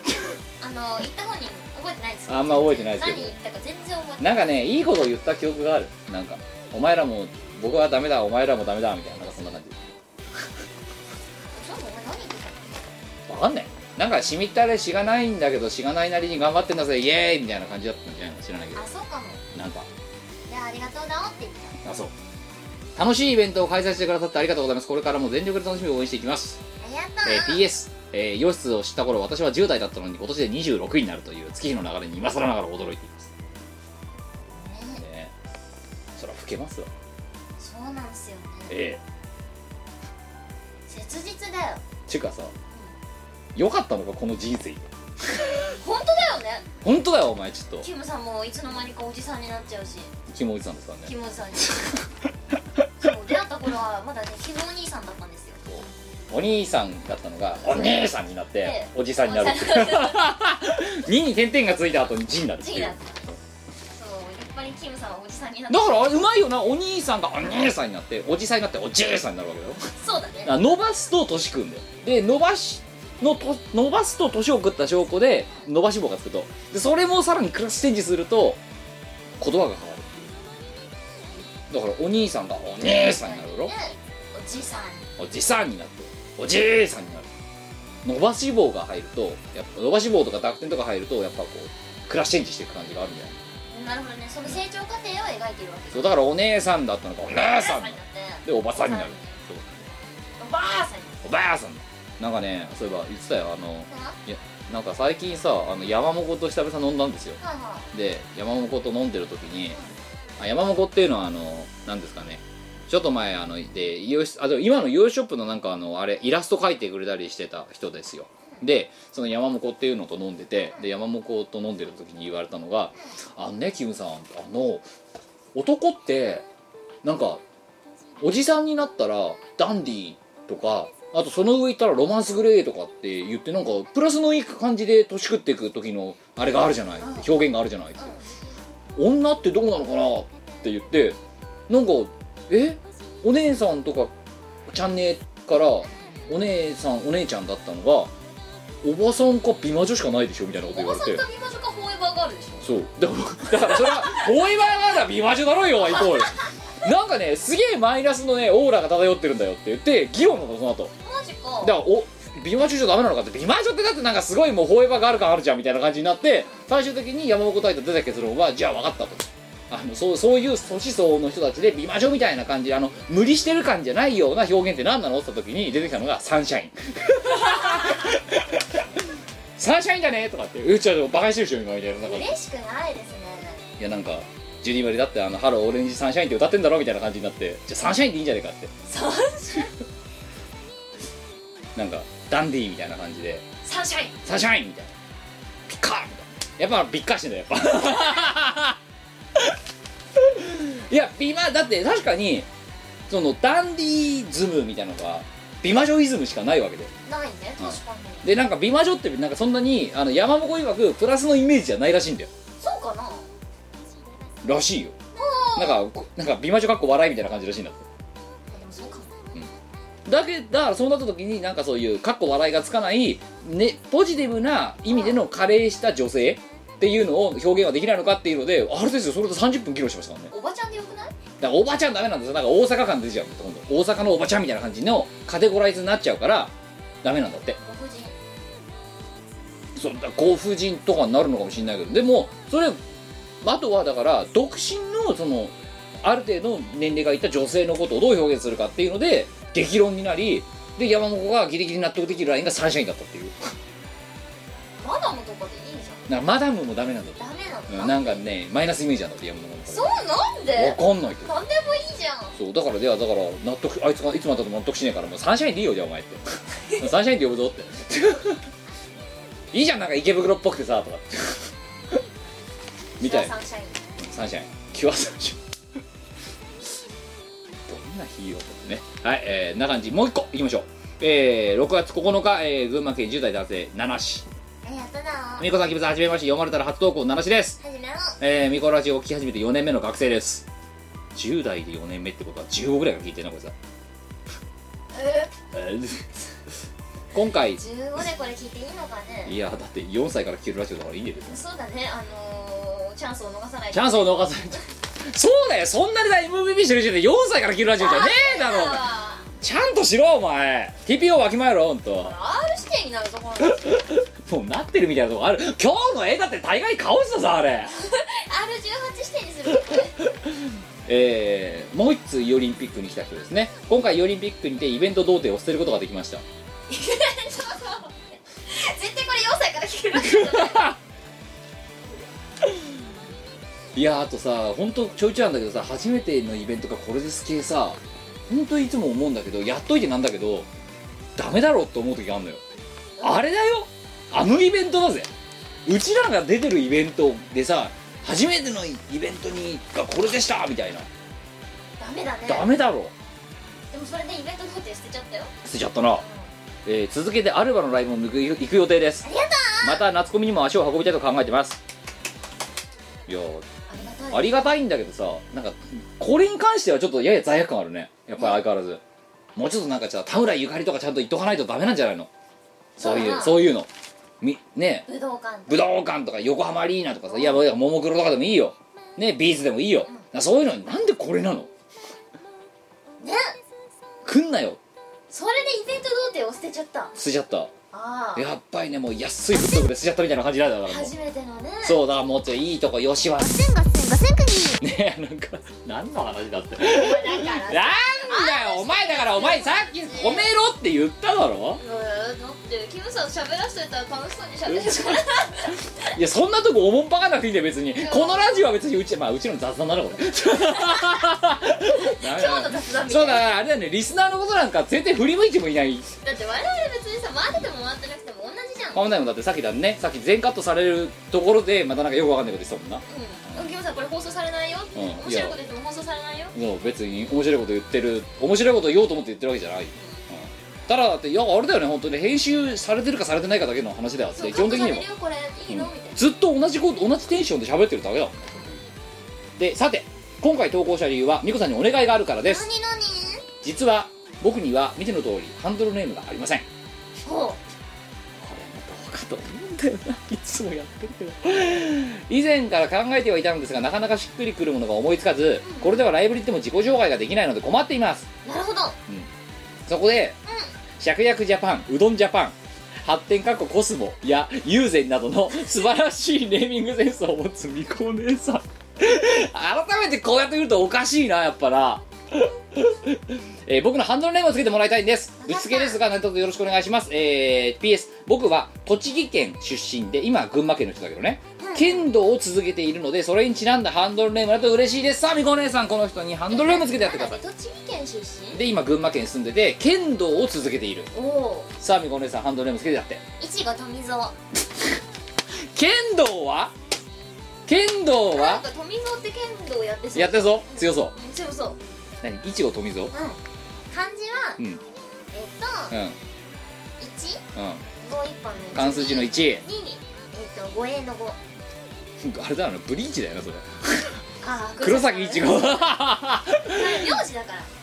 Speaker 1: ー
Speaker 2: たあの言った方に覚えてないです
Speaker 1: あんま覚えてないですけど
Speaker 2: 何言ったか全然覚えてない
Speaker 1: なんかねいいことを言った記憶があるなんかお前らも僕はダメだお前らもダメだみたいななんかそんな感じ
Speaker 2: 今日もお前何言ってた
Speaker 1: わかんないなんかしみったれしがないんだけどしがないなりに頑張ってんだぜイエーイみたいな感じだったんじゃないの知らないけど
Speaker 2: あそうかも
Speaker 1: なんか
Speaker 2: じゃあありがとうだおって言った
Speaker 1: あそう楽しいイベントを開催してくださってありがとうございますこれからも全力で楽しみを応援していきます
Speaker 3: ありがとう
Speaker 1: えー PS、えー、洋室を知った頃私は10代だったのに今年で26になるという月日の流れに今更ながら驚いていますねえそら老けますわ
Speaker 2: そうなんすよね
Speaker 1: ええ
Speaker 2: 切実だよ
Speaker 1: ちゅうかさよかったのかこの人生
Speaker 2: 本当だよね
Speaker 1: 本当だよお前ちょっと
Speaker 2: キムさんもいつの間にかおじさんになっちゃうし
Speaker 1: キモおじさんですから
Speaker 2: キ
Speaker 1: ね
Speaker 2: ムおじさん
Speaker 1: [laughs]
Speaker 2: にそう出会った頃はまだねキムお兄さんだったんですよ
Speaker 1: お兄さんだったのがお姉さんになって、
Speaker 2: ええ
Speaker 1: おじさんになるっていう2に点々がついた後に G になるってい
Speaker 2: 次
Speaker 1: う
Speaker 2: だ
Speaker 1: だ
Speaker 2: っ
Speaker 1: か
Speaker 2: たそう立派にキムさんはおじさんになった
Speaker 1: らあれうまいよなお兄さんがお姉さんになっておじさんになっておじいさんになるわけだよ
Speaker 2: そうだね
Speaker 1: あ伸ばすと年食うんだよで伸ばしのと伸ばすと年を食った証拠で伸ばし棒がつくとでそれもさらにクラスチェンジすると言葉が変わるっていうだからお兄さんがお姉さんになるだろ
Speaker 2: おじさんに
Speaker 1: おじさんになっておじいさんになる伸ばし棒が入るとやっぱ伸ばし棒とか濁点とか入るとやっぱこうクラッシェンジしていく感じがあるんじゃない
Speaker 2: なるほどねその成長過程を描いてるわけ
Speaker 1: そうだからお姉さんだったのかお姉さん
Speaker 2: お
Speaker 1: だ
Speaker 2: ばあさんになって
Speaker 1: でおばさんになるそう
Speaker 2: おばあさんに
Speaker 1: おばあさんなんかねそういえば言ってたよあの
Speaker 2: なはい
Speaker 1: やなんか最近さあの山もこと久々飲んだんですよ
Speaker 2: いは
Speaker 1: で山もこと飲んでる時にあ山もこっていうのはあの何ですかねちょっと前あのでイオシスあでも今のイオシショップのなんかあのあれイラスト描いてくれたりしてた人ですよでその山もこっていうのと飲んでてで山もこと飲んでる時に言われたのが「あのねキムさんあの男ってなんかおじさんになったらダンディとかあとその上行ったらロマンスグレーとかって言ってなんかプラスのいい感じで年食っていく時のあれがあるじゃない表現があるじゃない女ってどうなのかなって言ってなんかえお姉さんとかチャンネルからお姉さんお姉ちゃんだったのがおばさんか美魔女しかないでしょみたいなこと
Speaker 2: お
Speaker 1: 言わ
Speaker 2: ば
Speaker 1: れ
Speaker 2: さん
Speaker 1: て
Speaker 2: か美魔女かフォーエバーガールでしょ
Speaker 1: そうだ [laughs] からだからそれは「ボーイバーガーだ美魔女だろよ」イコールなんかねすげえマイナスのねオーラが漂ってるんだよって言って議論なのその後
Speaker 2: マジか
Speaker 1: だからお美魔女じゃダメなのかって美魔女ってだってなんかすごいもうフォーエバーガール感あるじゃんみたいな感じになって最終的に山本太と出た結論はじゃあ分かったとあのそうそういう素思想の人たちで美魔女みたいな感じであの無理してる感じじゃないような表現って何なのって言った時に出てきたのがサンシャインサンシャインだねとかってうちはでもバカにしてるでしょ今みたいななんか
Speaker 3: 嬉しくないですね
Speaker 1: いやなんかジュディ・マリだってあの「ハローオレンジサンシャイン」って歌ってんだろみたいな感じになってじゃあサンシャインでいいんじゃねえかって
Speaker 2: サンシャイン
Speaker 1: なんかダンディーみたいな感じで
Speaker 2: サンシャイン
Speaker 1: サンシャインみたいなピッカーみたいなやっぱびっかりしてんだよやっぱ [laughs] いや美魔だって確かにそのダンディズムみたいなのが美魔女イズムしかないわけで
Speaker 2: ないね確かに
Speaker 1: でなんか美魔女ってなんかそんなにあの山本曰くプラスのイメージじゃないらしいんだよ
Speaker 2: そうかな
Speaker 1: らしいよなんかなんか美魔女かっこ笑いみたいな感じらしいんだって
Speaker 2: でもそうかも
Speaker 1: だけだからそうなった時になんかそういうかっこ笑いがつかない、ね、ポジティブな意味での加齢した女性っていうのを表現はできないのかっていうのであれですよそれと30分議論しましたからね
Speaker 2: おばちゃんでよくない
Speaker 1: だからおばちゃんダメなんですよなんか大阪感出ちゃうんだって今度大阪のおばちゃんみたいな感じのカテゴライズになっちゃうからダメなんだって
Speaker 2: ご婦人
Speaker 1: そうだご婦人とかになるのかもしれないけどでもそれあとはだから独身のそのある程度の年齢がいった女性のことをどう表現するかっていうので激論になりで山本がギリギリ納得できるラインがサンシャインだったっていう
Speaker 2: マダムとかでいいじゃん
Speaker 1: なんかマダムもダメなんだって
Speaker 2: ダメなの
Speaker 1: うんなんかねマイナスイメージなんだって山本の中で
Speaker 2: そうなんで
Speaker 1: わかんないけど
Speaker 2: なんでもいいじゃん
Speaker 1: そうだからではだから納得あいつがいつまでたっても納得しねえからもうサンシャインでいいよじゃあお前ってサンシャインで呼ぶぞっていいじゃんなんか池袋っぽくてさとかってみたいな
Speaker 2: サンシャイン
Speaker 1: サンシャインキュアサンシャインどんなヒーローだってねはいえー、な感じもう一個いきましょうえー、6月9日、えー、群馬県10代男性七市
Speaker 3: えやったな
Speaker 1: みこさんきぶさんはじめまして読まれたら初投稿七市です
Speaker 3: 始めろ
Speaker 1: えー、ミコラジオを聞き始めて4年目の学生です10代で4年目ってことは15ぐらいが聞いてるなこれさえー [laughs] 今回
Speaker 3: 15でこれ聞いていいのかね
Speaker 1: いやだって4歳から聞けるラジオだからいいんですよ
Speaker 2: そうだねあのーチャンスを逃さない
Speaker 1: チャンスを逃さないそうだよそんなにだ MVP してる時点で4歳から聞けるラジオじゃねえだろ
Speaker 2: あ
Speaker 1: ちゃんとしろお前 TPO わきまえろほんと
Speaker 2: ー R 指定になるところなんですよ
Speaker 1: もうなってるみたいなとこある今日の絵だって大概顔したぞあれ
Speaker 3: R18 指定に
Speaker 2: [laughs]
Speaker 3: する
Speaker 1: えー、もう一つイオリンピックに来た人ですね今回イオリンピックにてイベント童貞を捨てることができました
Speaker 2: 絶対これ4歳から聞けるわけじゃない
Speaker 1: いやあとさ本当ちょいちょいなんだけどさ初めてのイベントがこれです系さ本当いつも思うんだけどやっといてなんだけどダメだろって思う時があるのよあれだよあのイベントだぜうちらが出てるイベントでさ初めてのイベントにがこれでしたみたいな
Speaker 2: ダメだね
Speaker 1: ダメだろ
Speaker 2: でもそれでイベント工程捨てちゃったよ
Speaker 1: 捨てちゃったな、えー続けてアルバのライブも行く行く予定ですまた夏コミにも足を運びたいと考えてますいやー
Speaker 2: ありがたい
Speaker 1: ありがたいんだけどさなんかこれに関してはちょっとやや罪悪感あるねやっぱり相変わらずもうちょっとなんかじゃあ田村ゆかりとかちゃんと言っとかないとダメなんじゃないのそうい
Speaker 2: そうだ
Speaker 1: う
Speaker 2: な
Speaker 1: そういうのみね
Speaker 2: 武道館
Speaker 1: 武道館とか横浜アリーナとかさいやもうももクロとかでもいいよねビーズでもいいよ、なそういうのになんでこれなの
Speaker 2: ね
Speaker 1: 来んなよ
Speaker 2: それでイベント童貞を捨てちゃった
Speaker 1: 捨てちゃった
Speaker 2: あ
Speaker 1: やっぱりねもう安いフットグでしちゃったみたいな感じなんだから
Speaker 2: あ
Speaker 1: もう
Speaker 2: 初めてのね
Speaker 1: そうだからもうちょいいいとこよしは
Speaker 3: 千五千五千国
Speaker 1: ね [laughs] なんか何の話だって
Speaker 2: だから
Speaker 1: なんだよお前だからお前さっき褒めろって言っただろ
Speaker 2: うんだってキムさん喋らせてたら楽しそうに喋
Speaker 1: [laughs]
Speaker 2: ってたから
Speaker 1: いやそんなとこおもんぱかなくていいんだよ別にこのラジオは別にうち,、まあ、うちの雑談だなこれダメ
Speaker 2: 今日
Speaker 1: だ
Speaker 2: の雑談みた
Speaker 1: そ
Speaker 2: いうなだ
Speaker 1: だあれだねリスナーのことなんか全然振り向いてもいない
Speaker 2: って我々別にさ回ってても回ってなくても同じじゃん
Speaker 1: こんなもんだってさっきだねさっき全カットされるところでまたなんかよくわかんないこと言ってたもん
Speaker 2: うんキムさんこれ放送されないよって
Speaker 1: うん
Speaker 2: 面白いこと言っても放送されないよ
Speaker 1: なもう別に面白いこと言ってる面白いこと言おうと思って言ってるわけじゃない、うん、ただだっていやあれだよね本当に編集されてるかされてないかだけの話であっ
Speaker 2: そう
Speaker 1: て基本的に
Speaker 2: カッ
Speaker 1: は
Speaker 2: トされるよこれいいのみたいな
Speaker 1: ずっと同じこと同じテンションで喋ってるだけだもんでさて今回投稿した理由はミコさんにお願いがあるからです
Speaker 3: 何何
Speaker 1: 実は僕には見ての通りハンドルネームがありませんこ
Speaker 2: ほ
Speaker 1: れもどうかと思うんだよないつもやってるけど以前から考えてはいたのですがなかなかしっくりくるものが思いつかずこれではライブに行っても自己紹介ができないので困っています
Speaker 2: うなるほど
Speaker 1: そこで、シャクヤクジャパンうどんジャパン発展過去コスモや友禅などの素晴らしいネーミングセンスを持つみこお姉さん改めてこうやって見るとおかしいなやっぱなえー僕のハンドルネームをつけてもらいたいんですぶっつけですが何卒よろしくお願いしますえー、PS 僕は栃木県出身で今は群馬県の人だけどね剣道を続けているのでそれにちなんだハンドルネームだと嬉しいですさあみこお姉さんこの人にハンドルネームつけてやってください
Speaker 2: なんで栃木県出身
Speaker 1: で今群馬県に住んでて剣道を続けている
Speaker 2: おお
Speaker 1: さあみこお姉さんハンドルネームつけてやって
Speaker 3: いちご富蔵
Speaker 1: 剣道は剣道
Speaker 2: な
Speaker 1: は
Speaker 2: んか富蔵って剣道やってそう
Speaker 1: やってるぞ強そう
Speaker 2: うん強そう
Speaker 1: 何いちご富蔵
Speaker 3: 漢字は
Speaker 1: うんうん
Speaker 3: えっと
Speaker 1: う
Speaker 3: 一
Speaker 1: ん
Speaker 3: 五一本の一
Speaker 1: 関数字の1
Speaker 3: にえっと五英の五
Speaker 1: [laughs] あれだよなブリーチだよなそれ
Speaker 2: ああ
Speaker 1: 黒崎いちご
Speaker 2: 名字だから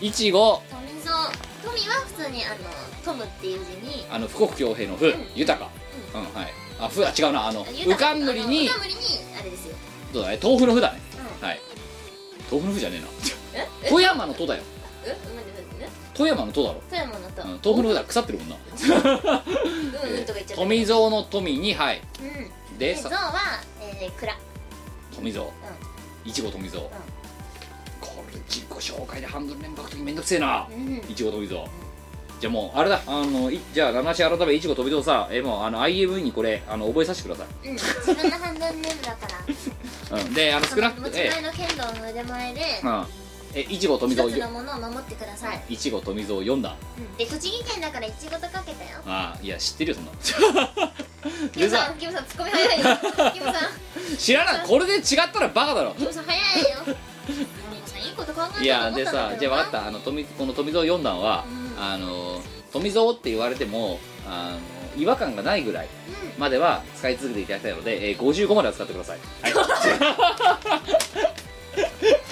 Speaker 1: いちご
Speaker 3: 富蔵富は普通にあのトムっていう字に
Speaker 1: あの富国強兵の富豊かうんはいあふあ違うなあのうかんむりに
Speaker 3: あのうかんむりにあれですよ
Speaker 1: そうだね豆腐のふだねはい豆腐のふじゃね
Speaker 2: え
Speaker 1: えな富山のとだよ
Speaker 2: えうん待って待ってね
Speaker 1: 富山のとだろ
Speaker 3: 富山のと
Speaker 1: うん豆腐のふだ腐ってるもんな
Speaker 2: うんうんとか言っちゃった
Speaker 1: 富蔵の富にはい
Speaker 3: うん
Speaker 1: で
Speaker 3: で
Speaker 1: さ
Speaker 3: 蔵はえー蔵
Speaker 1: 富蔵、いちご富蔵、これ自己紹介でハンドルネーム書くときめんどくせえな、
Speaker 3: うん
Speaker 1: いちご富蔵、じゃあもうあれだあのいじゃあ七し改めいちご富蔵さえもうあの IME にこれあの覚えさせてくださ
Speaker 3: うん自分のハンドルネームだ
Speaker 1: [laughs]
Speaker 3: から
Speaker 1: い、うん、であの
Speaker 3: そ
Speaker 1: 少
Speaker 3: の
Speaker 1: なく
Speaker 3: 持
Speaker 1: と
Speaker 3: ち
Speaker 1: え
Speaker 3: 前の剣道の腕前で
Speaker 1: えうんえいちご富蔵
Speaker 3: 一つの
Speaker 1: よ
Speaker 3: ものを守ってください
Speaker 1: いちご富蔵読んだ
Speaker 3: で栃木県だからいちごとかけた
Speaker 1: [laughs]
Speaker 3: よ
Speaker 1: ああいや知ってるよそんな
Speaker 2: キム
Speaker 1: で
Speaker 2: さ
Speaker 1: さ
Speaker 2: んキムさんツッコミ
Speaker 1: [laughs]
Speaker 2: 早いよキムさん
Speaker 1: 知らないこれで違ったらバカだろ
Speaker 3: キムさん早いよキムさんいいこと考えたと思ったんだけどない
Speaker 1: やでさじゃあ分かったあの富この富蔵四段は、あの富蔵って言われてもあの違和感がないぐらいまでは使い続けていただきたいので、えー、55までは使ってください、
Speaker 2: [laughs]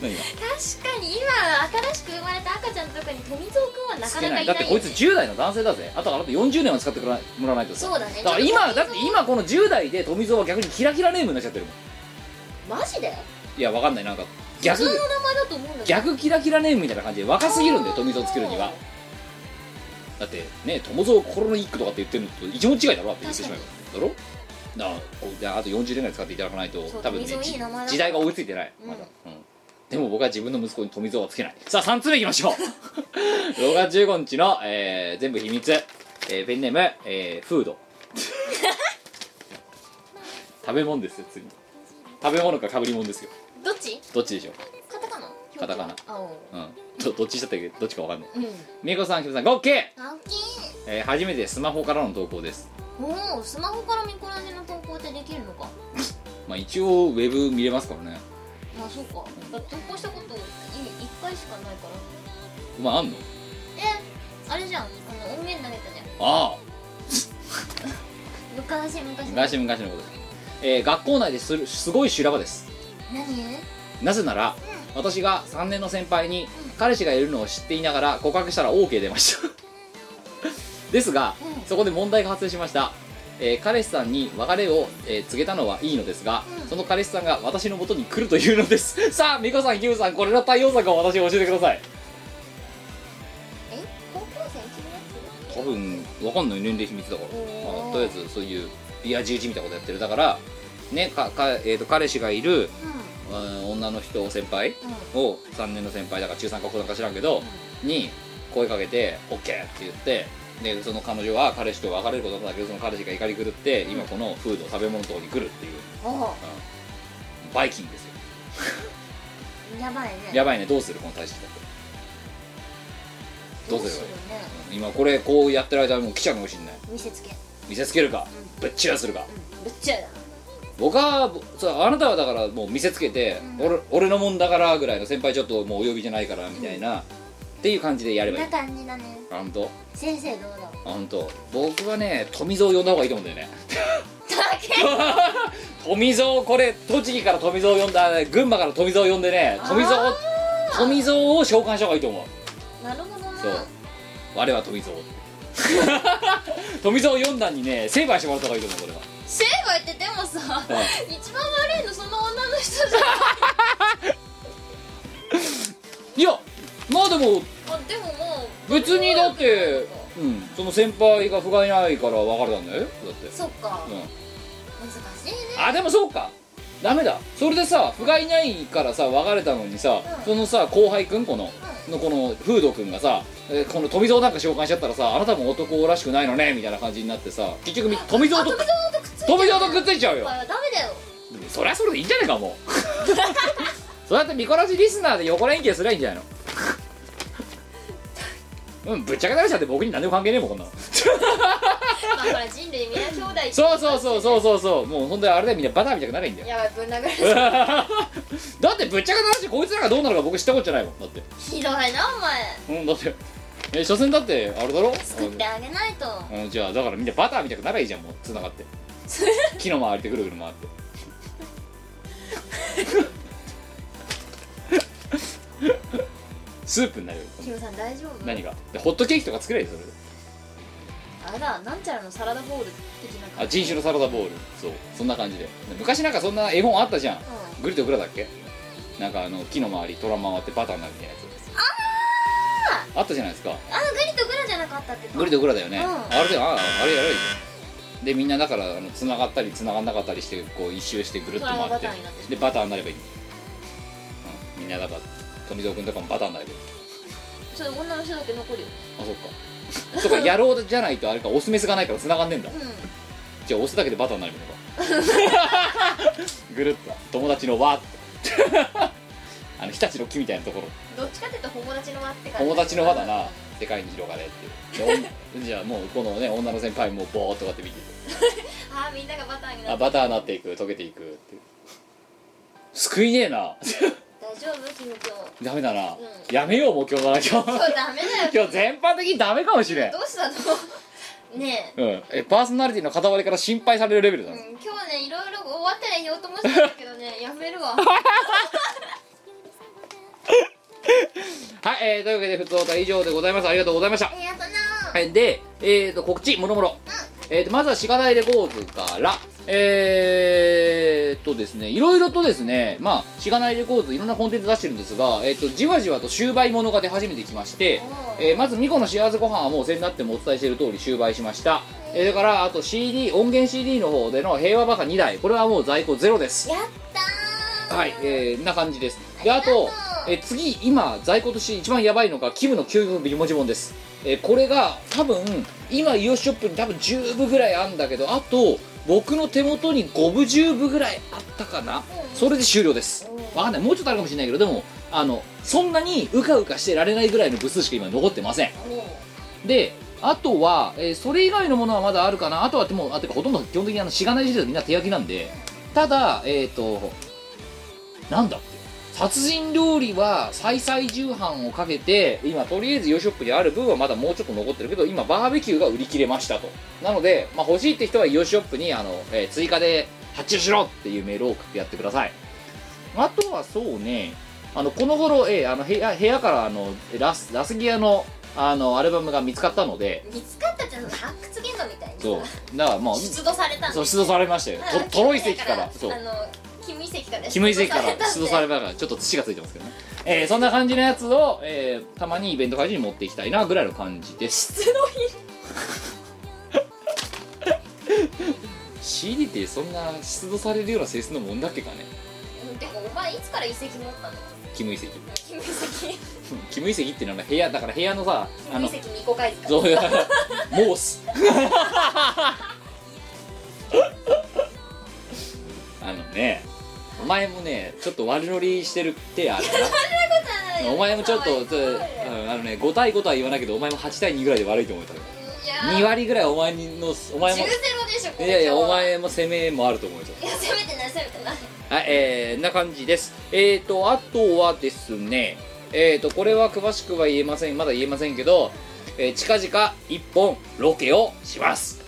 Speaker 1: 何が
Speaker 2: 確かに今新しく生まれた赤ちゃんとかに富蔵君はな
Speaker 1: つ
Speaker 2: か
Speaker 1: けな
Speaker 2: なか
Speaker 1: い
Speaker 2: い
Speaker 1: だ
Speaker 2: な
Speaker 1: っ
Speaker 2: い
Speaker 1: て
Speaker 2: よ
Speaker 1: こいつ10代の男性だぜあとあなた40年は使ってもらわないとさ
Speaker 2: そうだね
Speaker 1: だから今だって今この10代で富蔵は逆にキラキラネームになっちゃってるもん
Speaker 2: マジで
Speaker 1: いやわかんないなんか
Speaker 2: 普
Speaker 1: 逆
Speaker 2: 通の名前だと思うんだけど
Speaker 1: 逆キラキラネームみたいな感じで若すぎるんだよ富蔵作るにはだってね友蔵心の一句とかって言ってるのと一文違いだろって言ってしまえばだろだからこういやあと40年ぐらい使っていただかないと
Speaker 2: そう
Speaker 1: 多分ね
Speaker 2: 富蔵いい
Speaker 1: じ
Speaker 2: 名前だから
Speaker 1: 時代が追いついてない、まだうんでも僕は自分の息子に富蔵はつけないさあ3つ目いきましょう
Speaker 2: [laughs]
Speaker 1: 6月15日の、えー全部秘密、えーペンネーム、えーフード食べ物ですよ次食べ物かかぶり物ですよ
Speaker 2: どっち
Speaker 1: どっちでしょう
Speaker 2: カタカナ
Speaker 1: カタカナ
Speaker 2: あおう
Speaker 1: うんどどっちしたってどっちかわかんない
Speaker 2: うん
Speaker 1: みこさんきむさんごっけ
Speaker 3: 大きい
Speaker 1: えー初めてスマホからの投稿です
Speaker 2: おおスマホからミコラジの投稿ってできるのか
Speaker 1: まあ一応ウェブ見れますからね
Speaker 2: まあそうかだって投稿したことい一回しかないから
Speaker 1: お前あんの
Speaker 2: えあれじゃんあの音源投げたじゃん
Speaker 1: ああ
Speaker 3: 昔昔
Speaker 1: 昔々のことです、えー学校内でするすごい修羅場です
Speaker 3: 何
Speaker 1: なぜなら私が3年の先輩に彼氏がいるのを知っていながら告白したら OK 出ました [laughs] ですがそこで問題が発生しました、えー彼氏さんに別れを、えー告げたのはいいのですが、その彼氏さんが私の元に来るというのですさあ美子さんキムさんこれの対応策を私に教えてください
Speaker 3: え高校生君のやつ
Speaker 1: 高多分わかんない年齢秘密だから、
Speaker 3: おー
Speaker 1: まあとりあえずそういうリア充みたいなことやってるだからねかか、えー、と彼氏がいる、うん女の人先輩を3年の先輩だから中3か高3か知らんけど、に声かけて「OK」って言ってでその彼女は彼氏と別れることになったけどその彼氏が怒り狂って今このフード食べ物のとこに来るっていう
Speaker 3: お
Speaker 1: バイキングですよ
Speaker 3: やばいね
Speaker 1: やばいねどうするこの体質だとどうすればいい
Speaker 3: どうね
Speaker 1: うん今これこうやってる間にもう来ちゃうかもしんない
Speaker 3: 見せつけう
Speaker 1: 見せつけるかぶっちらするか
Speaker 3: んぶっちゃうだ
Speaker 1: 僕はぼそうあなたはだからもう見せつけて、俺俺のもんだからぐらいの先輩ちょっともうお呼びじゃないからみたいな、っていう感じでやればいい
Speaker 3: な感じだね
Speaker 1: あ本当
Speaker 3: 先生どうだろう
Speaker 1: あ本当僕はね富蔵を呼んだ方がいいと思うんだよね [laughs] 富蔵これ栃木から富蔵を呼んだ群馬から富蔵を呼んでね富蔵を富蔵を召喚した方がいいと思う
Speaker 2: なるほどな
Speaker 1: そう我は富蔵 [laughs] 富蔵四段にね成敗してもらった方がいいと思うこれは
Speaker 2: 成敗ってでもさ
Speaker 1: うん
Speaker 2: 一番悪いのその女の人じ
Speaker 1: いやまあでも
Speaker 2: ゃんあでもも
Speaker 1: 別にだって、うん、その先輩が不甲斐ないから別れたんだよだって
Speaker 2: うそっか
Speaker 1: うん
Speaker 3: 難しいね
Speaker 1: あでもそうかダメだそれでさ不甲斐ないからさ別れたのにさ、そのさ後輩くんこの,、のこのフードくんがさえーこの富蔵なんか召喚しちゃったらさあなたも男らしくないのねみたいな感じになってさ結局み富蔵と富蔵とくっついちゃうよ
Speaker 2: あダメだよ
Speaker 1: そりゃそれでいいんじゃないかもう [laughs] そうやってミコラジリスナーで横連携すりゃいいんじゃない [laughs] のうんぶっちゃけな話だって僕に何でも関係ねえもんこんなの
Speaker 2: まあほら人類皆兄弟って
Speaker 1: そうそうそうそうそうそうもうほんとあれだよみんなバターみたくならいいんだよ
Speaker 2: やばいぶん殴られ
Speaker 1: だってぶっちゃけな話こいつらがどうなるか僕知ったことじゃないもんだって
Speaker 2: ひどいなお前
Speaker 1: うんだってえ所詮だってあれだろ
Speaker 3: 作ってあげないと
Speaker 1: あのうんじゃあだからみんなバターみたくならいいじゃんもうつながって木の周りでぐるぐる回ってスープになるよ
Speaker 2: キムさん大丈夫
Speaker 1: 何がでホットケーキとか作れるよそれで
Speaker 2: あれだなんちゃらのサラダボウル的な
Speaker 1: あ
Speaker 2: 感じ
Speaker 1: 人種のサラダボールそうそんな感じで昔なんかそんな絵本あったじゃん、グリとグラだっけなんかあの木の周り虎回ってバターになるみたいなやつあったじゃないですか
Speaker 3: あのグリとグラじゃなかったって
Speaker 1: グリとグラだよね、
Speaker 3: うん
Speaker 1: あれであああれやられるでみんなだからあの繋がったり繋がんなかったりしてこう一周してぐるっと回
Speaker 2: 虎が
Speaker 1: っ
Speaker 2: バ
Speaker 1: て
Speaker 2: ターになってしまう
Speaker 1: でバターになればいい、うんみんなだから富蔵君とかもバターになればいい
Speaker 2: それ女の人だけ残るよ
Speaker 1: あそっかそっか野郎じゃないとあれかオスメスがないから繋がんねえんだ、
Speaker 2: う
Speaker 1: じゃあ押すだけでバターになるのかぐるっと友達の輪ってあの日立の木みたいなところ
Speaker 2: んどっちかっていうと友達の輪って感じ
Speaker 1: 友達の輪だな世界に広がれっていうで女じゃあもうこのね女の先輩もボーっとこうやって見てて
Speaker 2: あーみんながバターにな
Speaker 1: あ
Speaker 2: って
Speaker 1: バターなっていく溶けていくっていう救いねえな [laughs]
Speaker 2: 大丈夫キム今日
Speaker 1: ダメだな、やめようもう今日なら今日
Speaker 2: 今日ダメだよ
Speaker 1: 今日全般的にダメかもしれん
Speaker 2: どうしたの
Speaker 1: [laughs]
Speaker 2: ね
Speaker 1: うん、えパーソナリティの片割れから心配されるレベルだ
Speaker 2: え、う、
Speaker 1: なん
Speaker 2: 今日ねいろいろ終わったら言おうと思ってたんだけどね [laughs] やめるわ
Speaker 1: はい、えー、というわけで、ふつおた以上でございます。ありがとうございました。
Speaker 3: ありがとうな
Speaker 1: はい、で、えー、と告知もろもろ、えー、とまずはしがないレコーズからえー、とですねいろいろとですねまあしがないレコーズいろんなコンテンツ出してるんですが、えー、とじわじわと終売ものが出始めてきまして、えーまずミコの幸せご飯はもう先になってもお伝えしている通り終売しました、えー、だからあと CD 音源 CD の方での平和バカ2台これはもう在庫ゼロです
Speaker 3: やったー
Speaker 1: はい、えー、んな感じです。で、あと、えー次、今、在庫として一番やばいのが、キムの究極美文字本です。えーこれが、多分、今、イオシショップに多分10部ぐらいあるんだけど、あと、僕の手元に5部10部ぐらいあったかな、それで終了です。わかんない。もうちょっとあるかもしれないけど、でも、あの、そんなにうかうかしてられないぐらいの部数しか今残ってません。で、あとは、えーそれ以外のものはまだあるかな。あとは、でも、あてかほとんど基本的にあの、しがないシリーズみんな手焼きなんで、ただ、えっ、と、なんだって殺人料理は再々重版をかけて今とりあえず洋ショップにある分はまだもうちょっと残ってるけど今バーベキューが売り切れましたとなので、まあ、欲しいって人は洋ショップにあの、えー追加で発注しろっていうメールを送ってやってくださいあとはそうねあのこの頃、えーあの部屋部屋からあのラスラスギアのあのアルバムが見つかったので
Speaker 2: 見つかったってのは発掘現場みたいに
Speaker 1: そうだからまあ
Speaker 2: 出土されたん
Speaker 1: そう出土されましたよとトロ遺跡からそう
Speaker 2: あのキム遺跡から
Speaker 1: キム遺跡から出
Speaker 2: 出
Speaker 1: 土さ
Speaker 2: 土さ
Speaker 1: れ
Speaker 2: れ
Speaker 1: た
Speaker 2: たんで
Speaker 1: からちょっと土がついてますけどね、えー [laughs] そんな感じのやつを、えーたまにイベント会場に持っていきたいなぐらいの感じです
Speaker 2: 出土
Speaker 1: CD ってそんな出土されるような性質のもんだっけかね
Speaker 8: うんてかお前いつから遺跡持ったの
Speaker 1: キム遺跡
Speaker 8: 金遺跡
Speaker 1: キム遺跡っていうのは部屋だから部屋のさあの
Speaker 8: 金遺跡未公開図か
Speaker 1: そういう [laughs] モースあのねお前もねちょっと悪乗りしてる手あるなお前もちょっとちょっとうんあのね5対5とは言わないけどお前も8対2ぐらいで悪いと思うた
Speaker 8: いやー
Speaker 1: 2割ぐらいお前のお前も
Speaker 8: 10ゼロでしょこ
Speaker 1: い
Speaker 8: れ
Speaker 1: やいやお前も攻めもあると思うよ
Speaker 8: いや攻めてない攻めてない
Speaker 1: はいえー、な感じですえーとあとはですねえーとこれは詳しくは言えませんまだ言えませんけど、えー近々一本ロケをします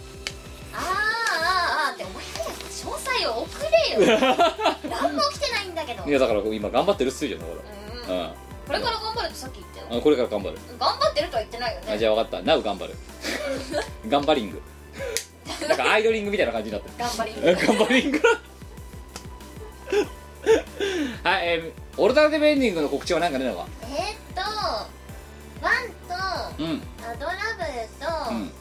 Speaker 8: あーあーあーってお前早く詳細を送れ
Speaker 1: [laughs]
Speaker 8: よ何も来てないんだけど、
Speaker 1: いやだから今頑張ってるっすよだか
Speaker 8: うん、
Speaker 1: ら
Speaker 8: これから頑張るとさっき言ったよ
Speaker 1: うんあこれから頑張る
Speaker 8: 頑張ってるとは言ってないよね
Speaker 1: あじゃあ分かったなう
Speaker 8: [laughs]
Speaker 1: 頑張る頑張リングなんかアイドリングみたいな感じになってる
Speaker 8: 頑
Speaker 1: [laughs]
Speaker 8: 張り
Speaker 1: 頑張りんかはいえー、オルタナティブエンディングの告知は何かねえのか
Speaker 2: えーっとワンとア
Speaker 1: うん
Speaker 2: ドラブ
Speaker 1: う
Speaker 2: と、
Speaker 1: ん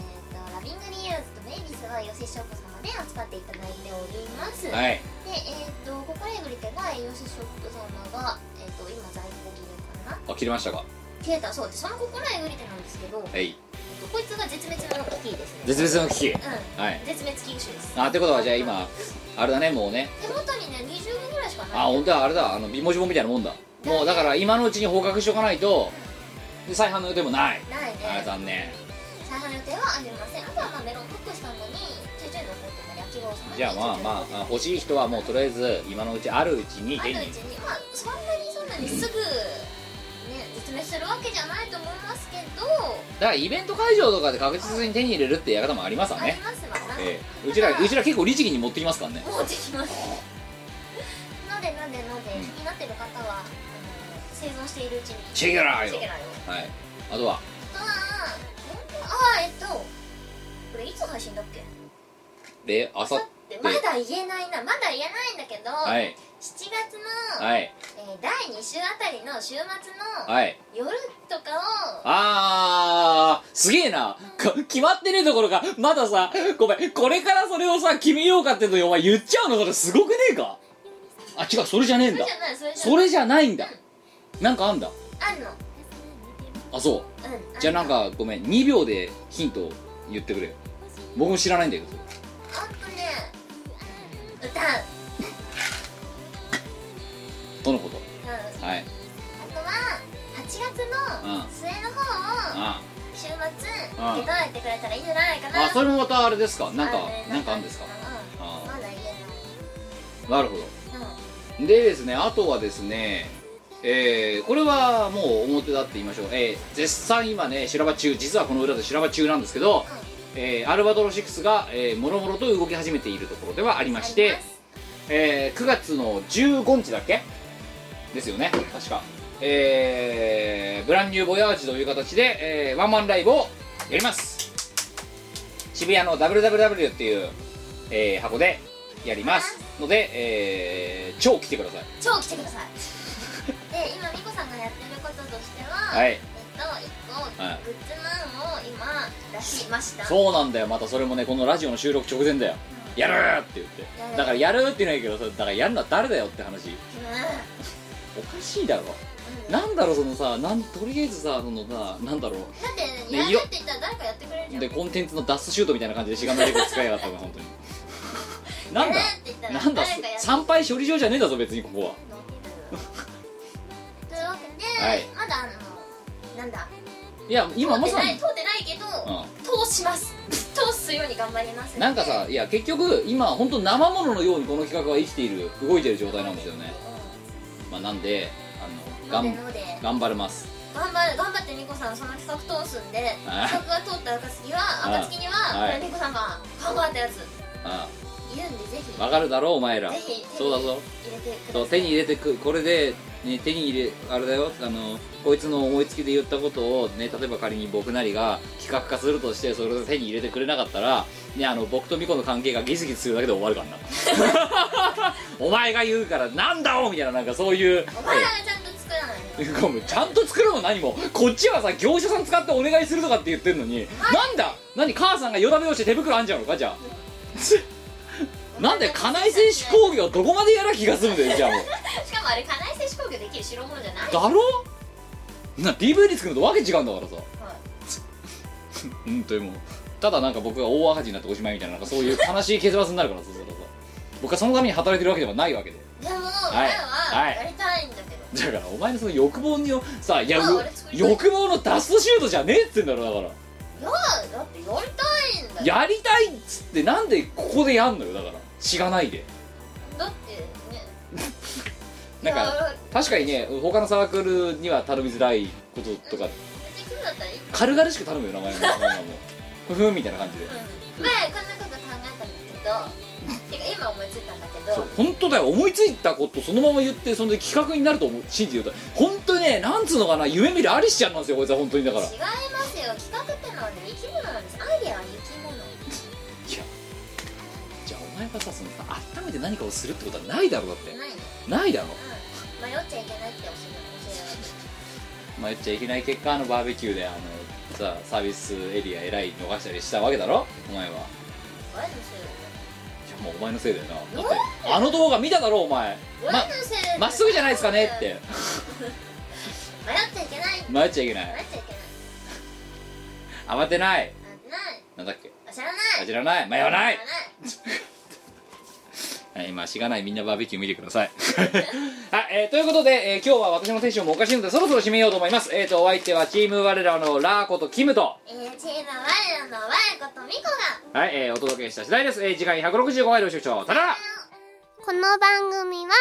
Speaker 2: えーっとラビングリユーズとメイビスは吉翔子様で扱っていただいております、
Speaker 1: はい
Speaker 2: でえーっとここへぐりてが吉翔子様が、えーっと今在庫切れかな
Speaker 1: あ切れましたか
Speaker 2: 消えたそうでその心へぐりてなんですけど、え
Speaker 1: はい
Speaker 2: ーっとこいつが絶滅の危機ですね
Speaker 1: 絶滅の危機
Speaker 2: う
Speaker 1: はい
Speaker 2: ん絶滅危惧種です
Speaker 1: あってことはじゃあ今あれだねもうね
Speaker 2: 手元にね20分ぐらいしかない
Speaker 1: あ本当はあれだあの美文字もみたいなもんだもうだから今のうちに捕獲しとかないとで再販の予定もない
Speaker 2: ないね
Speaker 1: あ残念
Speaker 2: 再販の予定はありませんあとはまあメロンパックしたのにちょいちょい残ってたり秋葉
Speaker 1: じゃあまあまああ欲しい人はもうとりあえず今のうちあるうちに
Speaker 2: ある
Speaker 1: 手
Speaker 2: う
Speaker 1: に
Speaker 2: ちにまあそんなにそんなにすぐね絶滅するわけじゃないと思いますけど、
Speaker 1: だからイベント会場とかで確実に手に入れるってやり方もありますわ
Speaker 2: あり
Speaker 1: ね、
Speaker 2: ますわな、
Speaker 1: ええうちらうちら結構律儀に持ってきますからね
Speaker 2: 持ってきます [laughs] なのでなのでなので、
Speaker 1: うん
Speaker 2: 気になってる方はあの生存しているうちに
Speaker 1: チェケラーよ
Speaker 2: チェケラーよ
Speaker 1: はいあとは
Speaker 2: あとはあーえっとこれいつ配信だっけ
Speaker 1: であさっ
Speaker 2: でまだ言えないなまだ言えないんだけど、
Speaker 1: はい
Speaker 2: 7月の、
Speaker 1: はい
Speaker 2: えー第2週あたりの週末の
Speaker 1: はい
Speaker 2: 夜とかを
Speaker 1: あー、すげえな。か決まってねえところが、まださ、ごめん、これからそれをさ、決めようかってのにお前言っちゃうのそれすごくねえかあ、違う、それじゃねえん
Speaker 2: それ
Speaker 1: だ
Speaker 2: じ。ゃないそれじゃ
Speaker 1: そ
Speaker 2: ない
Speaker 1: れじゃないんだ。なんかあんだ。
Speaker 2: あんの
Speaker 1: あ、そう。
Speaker 2: うん
Speaker 1: じゃあなんか、ごめん、2秒でヒントを言ってくれよ。僕も知らないんだけど。
Speaker 2: あんとね歌う、
Speaker 1: とのこと。
Speaker 2: うん、あ
Speaker 1: はい。
Speaker 2: とは8月の
Speaker 1: うん
Speaker 2: 末の方を
Speaker 1: あ
Speaker 2: 週末受け取ってくれたらいいんじゃないかな
Speaker 1: あ、それもまたあれですか。なんか
Speaker 2: のね、
Speaker 1: なんかあんですか。
Speaker 2: うん
Speaker 1: あ
Speaker 2: まだ言え
Speaker 1: ーなるほど。
Speaker 2: ない、うん
Speaker 1: でですねあとはですねえーこれはもう表だって言いましょう、えー絶賛今ね修羅場中実はこの裏で修羅場中なんですけど、えーアルバトロ6が、えー、もろもろと動き始めているところではありまして
Speaker 2: あります
Speaker 1: えー9月の15日だっけですよね確かえーブランニューボヤージュという形で、えーワンマンライブをやります渋谷の WWW っていう、えー箱でやりますので、えー超来てください
Speaker 2: 超来てください [laughs] で今美子さんがやってることとしては、
Speaker 1: は
Speaker 2: えっ
Speaker 1: い
Speaker 2: と1
Speaker 1: はい
Speaker 2: 個グッズマンを今出しました
Speaker 1: そうなんだよまたそれもねこのラジオの収録直前だよやるーって言って
Speaker 2: やる
Speaker 1: だからやるーって言うんやけどさだからやるのは誰だよって話
Speaker 2: う
Speaker 1: おかしいだろ
Speaker 2: んうん
Speaker 1: なんだろうそのさなんとりあえずさそのさなんだろう
Speaker 2: だって、
Speaker 1: ね
Speaker 2: やるって言ったら誰かやってくれるじゃん
Speaker 1: でコンテンツのダッシュートみたいな感じでしがみレコ使いやがったから本
Speaker 2: [laughs]
Speaker 1: 当になんだ
Speaker 2: やるって言ったら
Speaker 1: なんだ
Speaker 2: 誰かやって
Speaker 1: 参拝処理場じゃねえんだぞ別にここは
Speaker 2: というわけで、
Speaker 1: はい
Speaker 2: まだあのなんだ
Speaker 1: いや今ま
Speaker 2: 通って
Speaker 1: さ
Speaker 2: ない
Speaker 1: に
Speaker 2: 通ってないけど、通します通すように頑張ります
Speaker 1: なんかさいや結局今本当生もののようにこの企画は生きている動いてる状態なんですよねまあなんであのが
Speaker 2: なので
Speaker 1: ん
Speaker 2: なので
Speaker 1: 頑張れます
Speaker 2: 頑張る頑張ってみこさんその企画通すんで
Speaker 1: あ
Speaker 2: 企画が通った暁は
Speaker 1: あ
Speaker 2: 暁には
Speaker 1: はい
Speaker 2: みこさんが考えたやつ
Speaker 1: あ
Speaker 2: 言うんでぜひ
Speaker 1: あわかるだろうお前ら
Speaker 2: ぜひ
Speaker 1: そうだぞ
Speaker 2: 入れてくだ
Speaker 1: そう
Speaker 2: さ
Speaker 1: 手
Speaker 2: い
Speaker 1: に入れてくこれで、ね、手に入れあれだよあのこいつの思いつきで言ったことを、ね、例えば仮に僕なりが企画化するとしてそれを手に入れてくれなかったら、ね、あの僕とミコの関係がギスギスするだけで終わるからなお前が言うからなんだおみたいななんかそういう
Speaker 2: お前らがちゃんと作らないと
Speaker 1: ごめんちゃんと作るも何もこっちはさ業者さん使ってお願いするとかって言ってんのになんだ何母さんがよだめをして手袋あんじゃんのかじゃあなんで金井選手工業どこまでやら気がするんだよじゃあもう
Speaker 2: しかもあれ金井選手工業できる代物じゃない
Speaker 1: だろな DVD 作るのとわけ違うんだからさ、うんでもただなんか僕が大赤字になっておしまいみたいななんかそういう悲しい結末になるからさそれはさ僕はそのために働いてるわけではないわけで
Speaker 2: でも
Speaker 1: い
Speaker 2: 前は
Speaker 1: はい
Speaker 2: やりたいんだけど
Speaker 1: だからお前のその欲望によさいや
Speaker 2: まあ
Speaker 1: う
Speaker 2: 俺作りたい
Speaker 1: 欲望のダストシュートじゃねえっつってんだろだから
Speaker 2: いやだってやりたいんだよ
Speaker 1: やりたいっつってなんでここでやんのよだから知らないで
Speaker 2: だってね
Speaker 1: なん
Speaker 2: いや
Speaker 1: か確かにね他のサークルには頼みづらいこととか
Speaker 2: できるんだったらいい
Speaker 1: 軽々しく頼むよ名前もなんかも [laughs] うふふんみたいな感じで
Speaker 2: 前こんなこと考えたんだけどてか今思いついたんだけ
Speaker 1: そう
Speaker 2: ど
Speaker 1: 本当だよ思いついたことそのまま言ってそんで企画になると思う信じて言うと本当にねなんつうのかな夢見るアリシちゃんなんですよこいつは本当にだから
Speaker 2: 違いますよ企画ってのはね生き物なんですアイデアは生き物
Speaker 1: じゃあお前がさそのさ温めて何かをするってことはないだろうだって
Speaker 2: ないのうん
Speaker 1: ないだろ
Speaker 2: 迷っちゃいけないって教え
Speaker 1: 迷っちゃいけない結果あのバーベキューであのさサービスエリアえらい逃したりしたわけだろお前は
Speaker 2: て親のせい
Speaker 1: いやもうお前のせいだよなだってあの動画見ただろお前
Speaker 2: 親のせいだよ
Speaker 1: ままっすぐじゃないですかねって
Speaker 2: 迷っちゃいけない
Speaker 1: 迷っちゃいけな
Speaker 2: 迷
Speaker 1: い
Speaker 2: っちゃいけない
Speaker 1: 慌てない
Speaker 2: あない
Speaker 1: なんだっけ
Speaker 2: あ知らない
Speaker 1: あ知らない迷わ
Speaker 2: 知ら
Speaker 1: な
Speaker 2: ない
Speaker 1: いはい今しがないみんなバーベキュー見てください [laughs] はい、えーということで、えー今日は私のテンションもおかしいのでそろそろ締めようと思いますえっ、とお相手はチーム我らのラーコとキムと
Speaker 3: えー、チーム我らの我ことミコが
Speaker 1: はい、えーお届けした次第です、えー、次回165回の視聴さよなら
Speaker 3: この番組は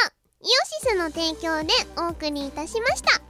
Speaker 3: イオシスの提供でお送りいたしました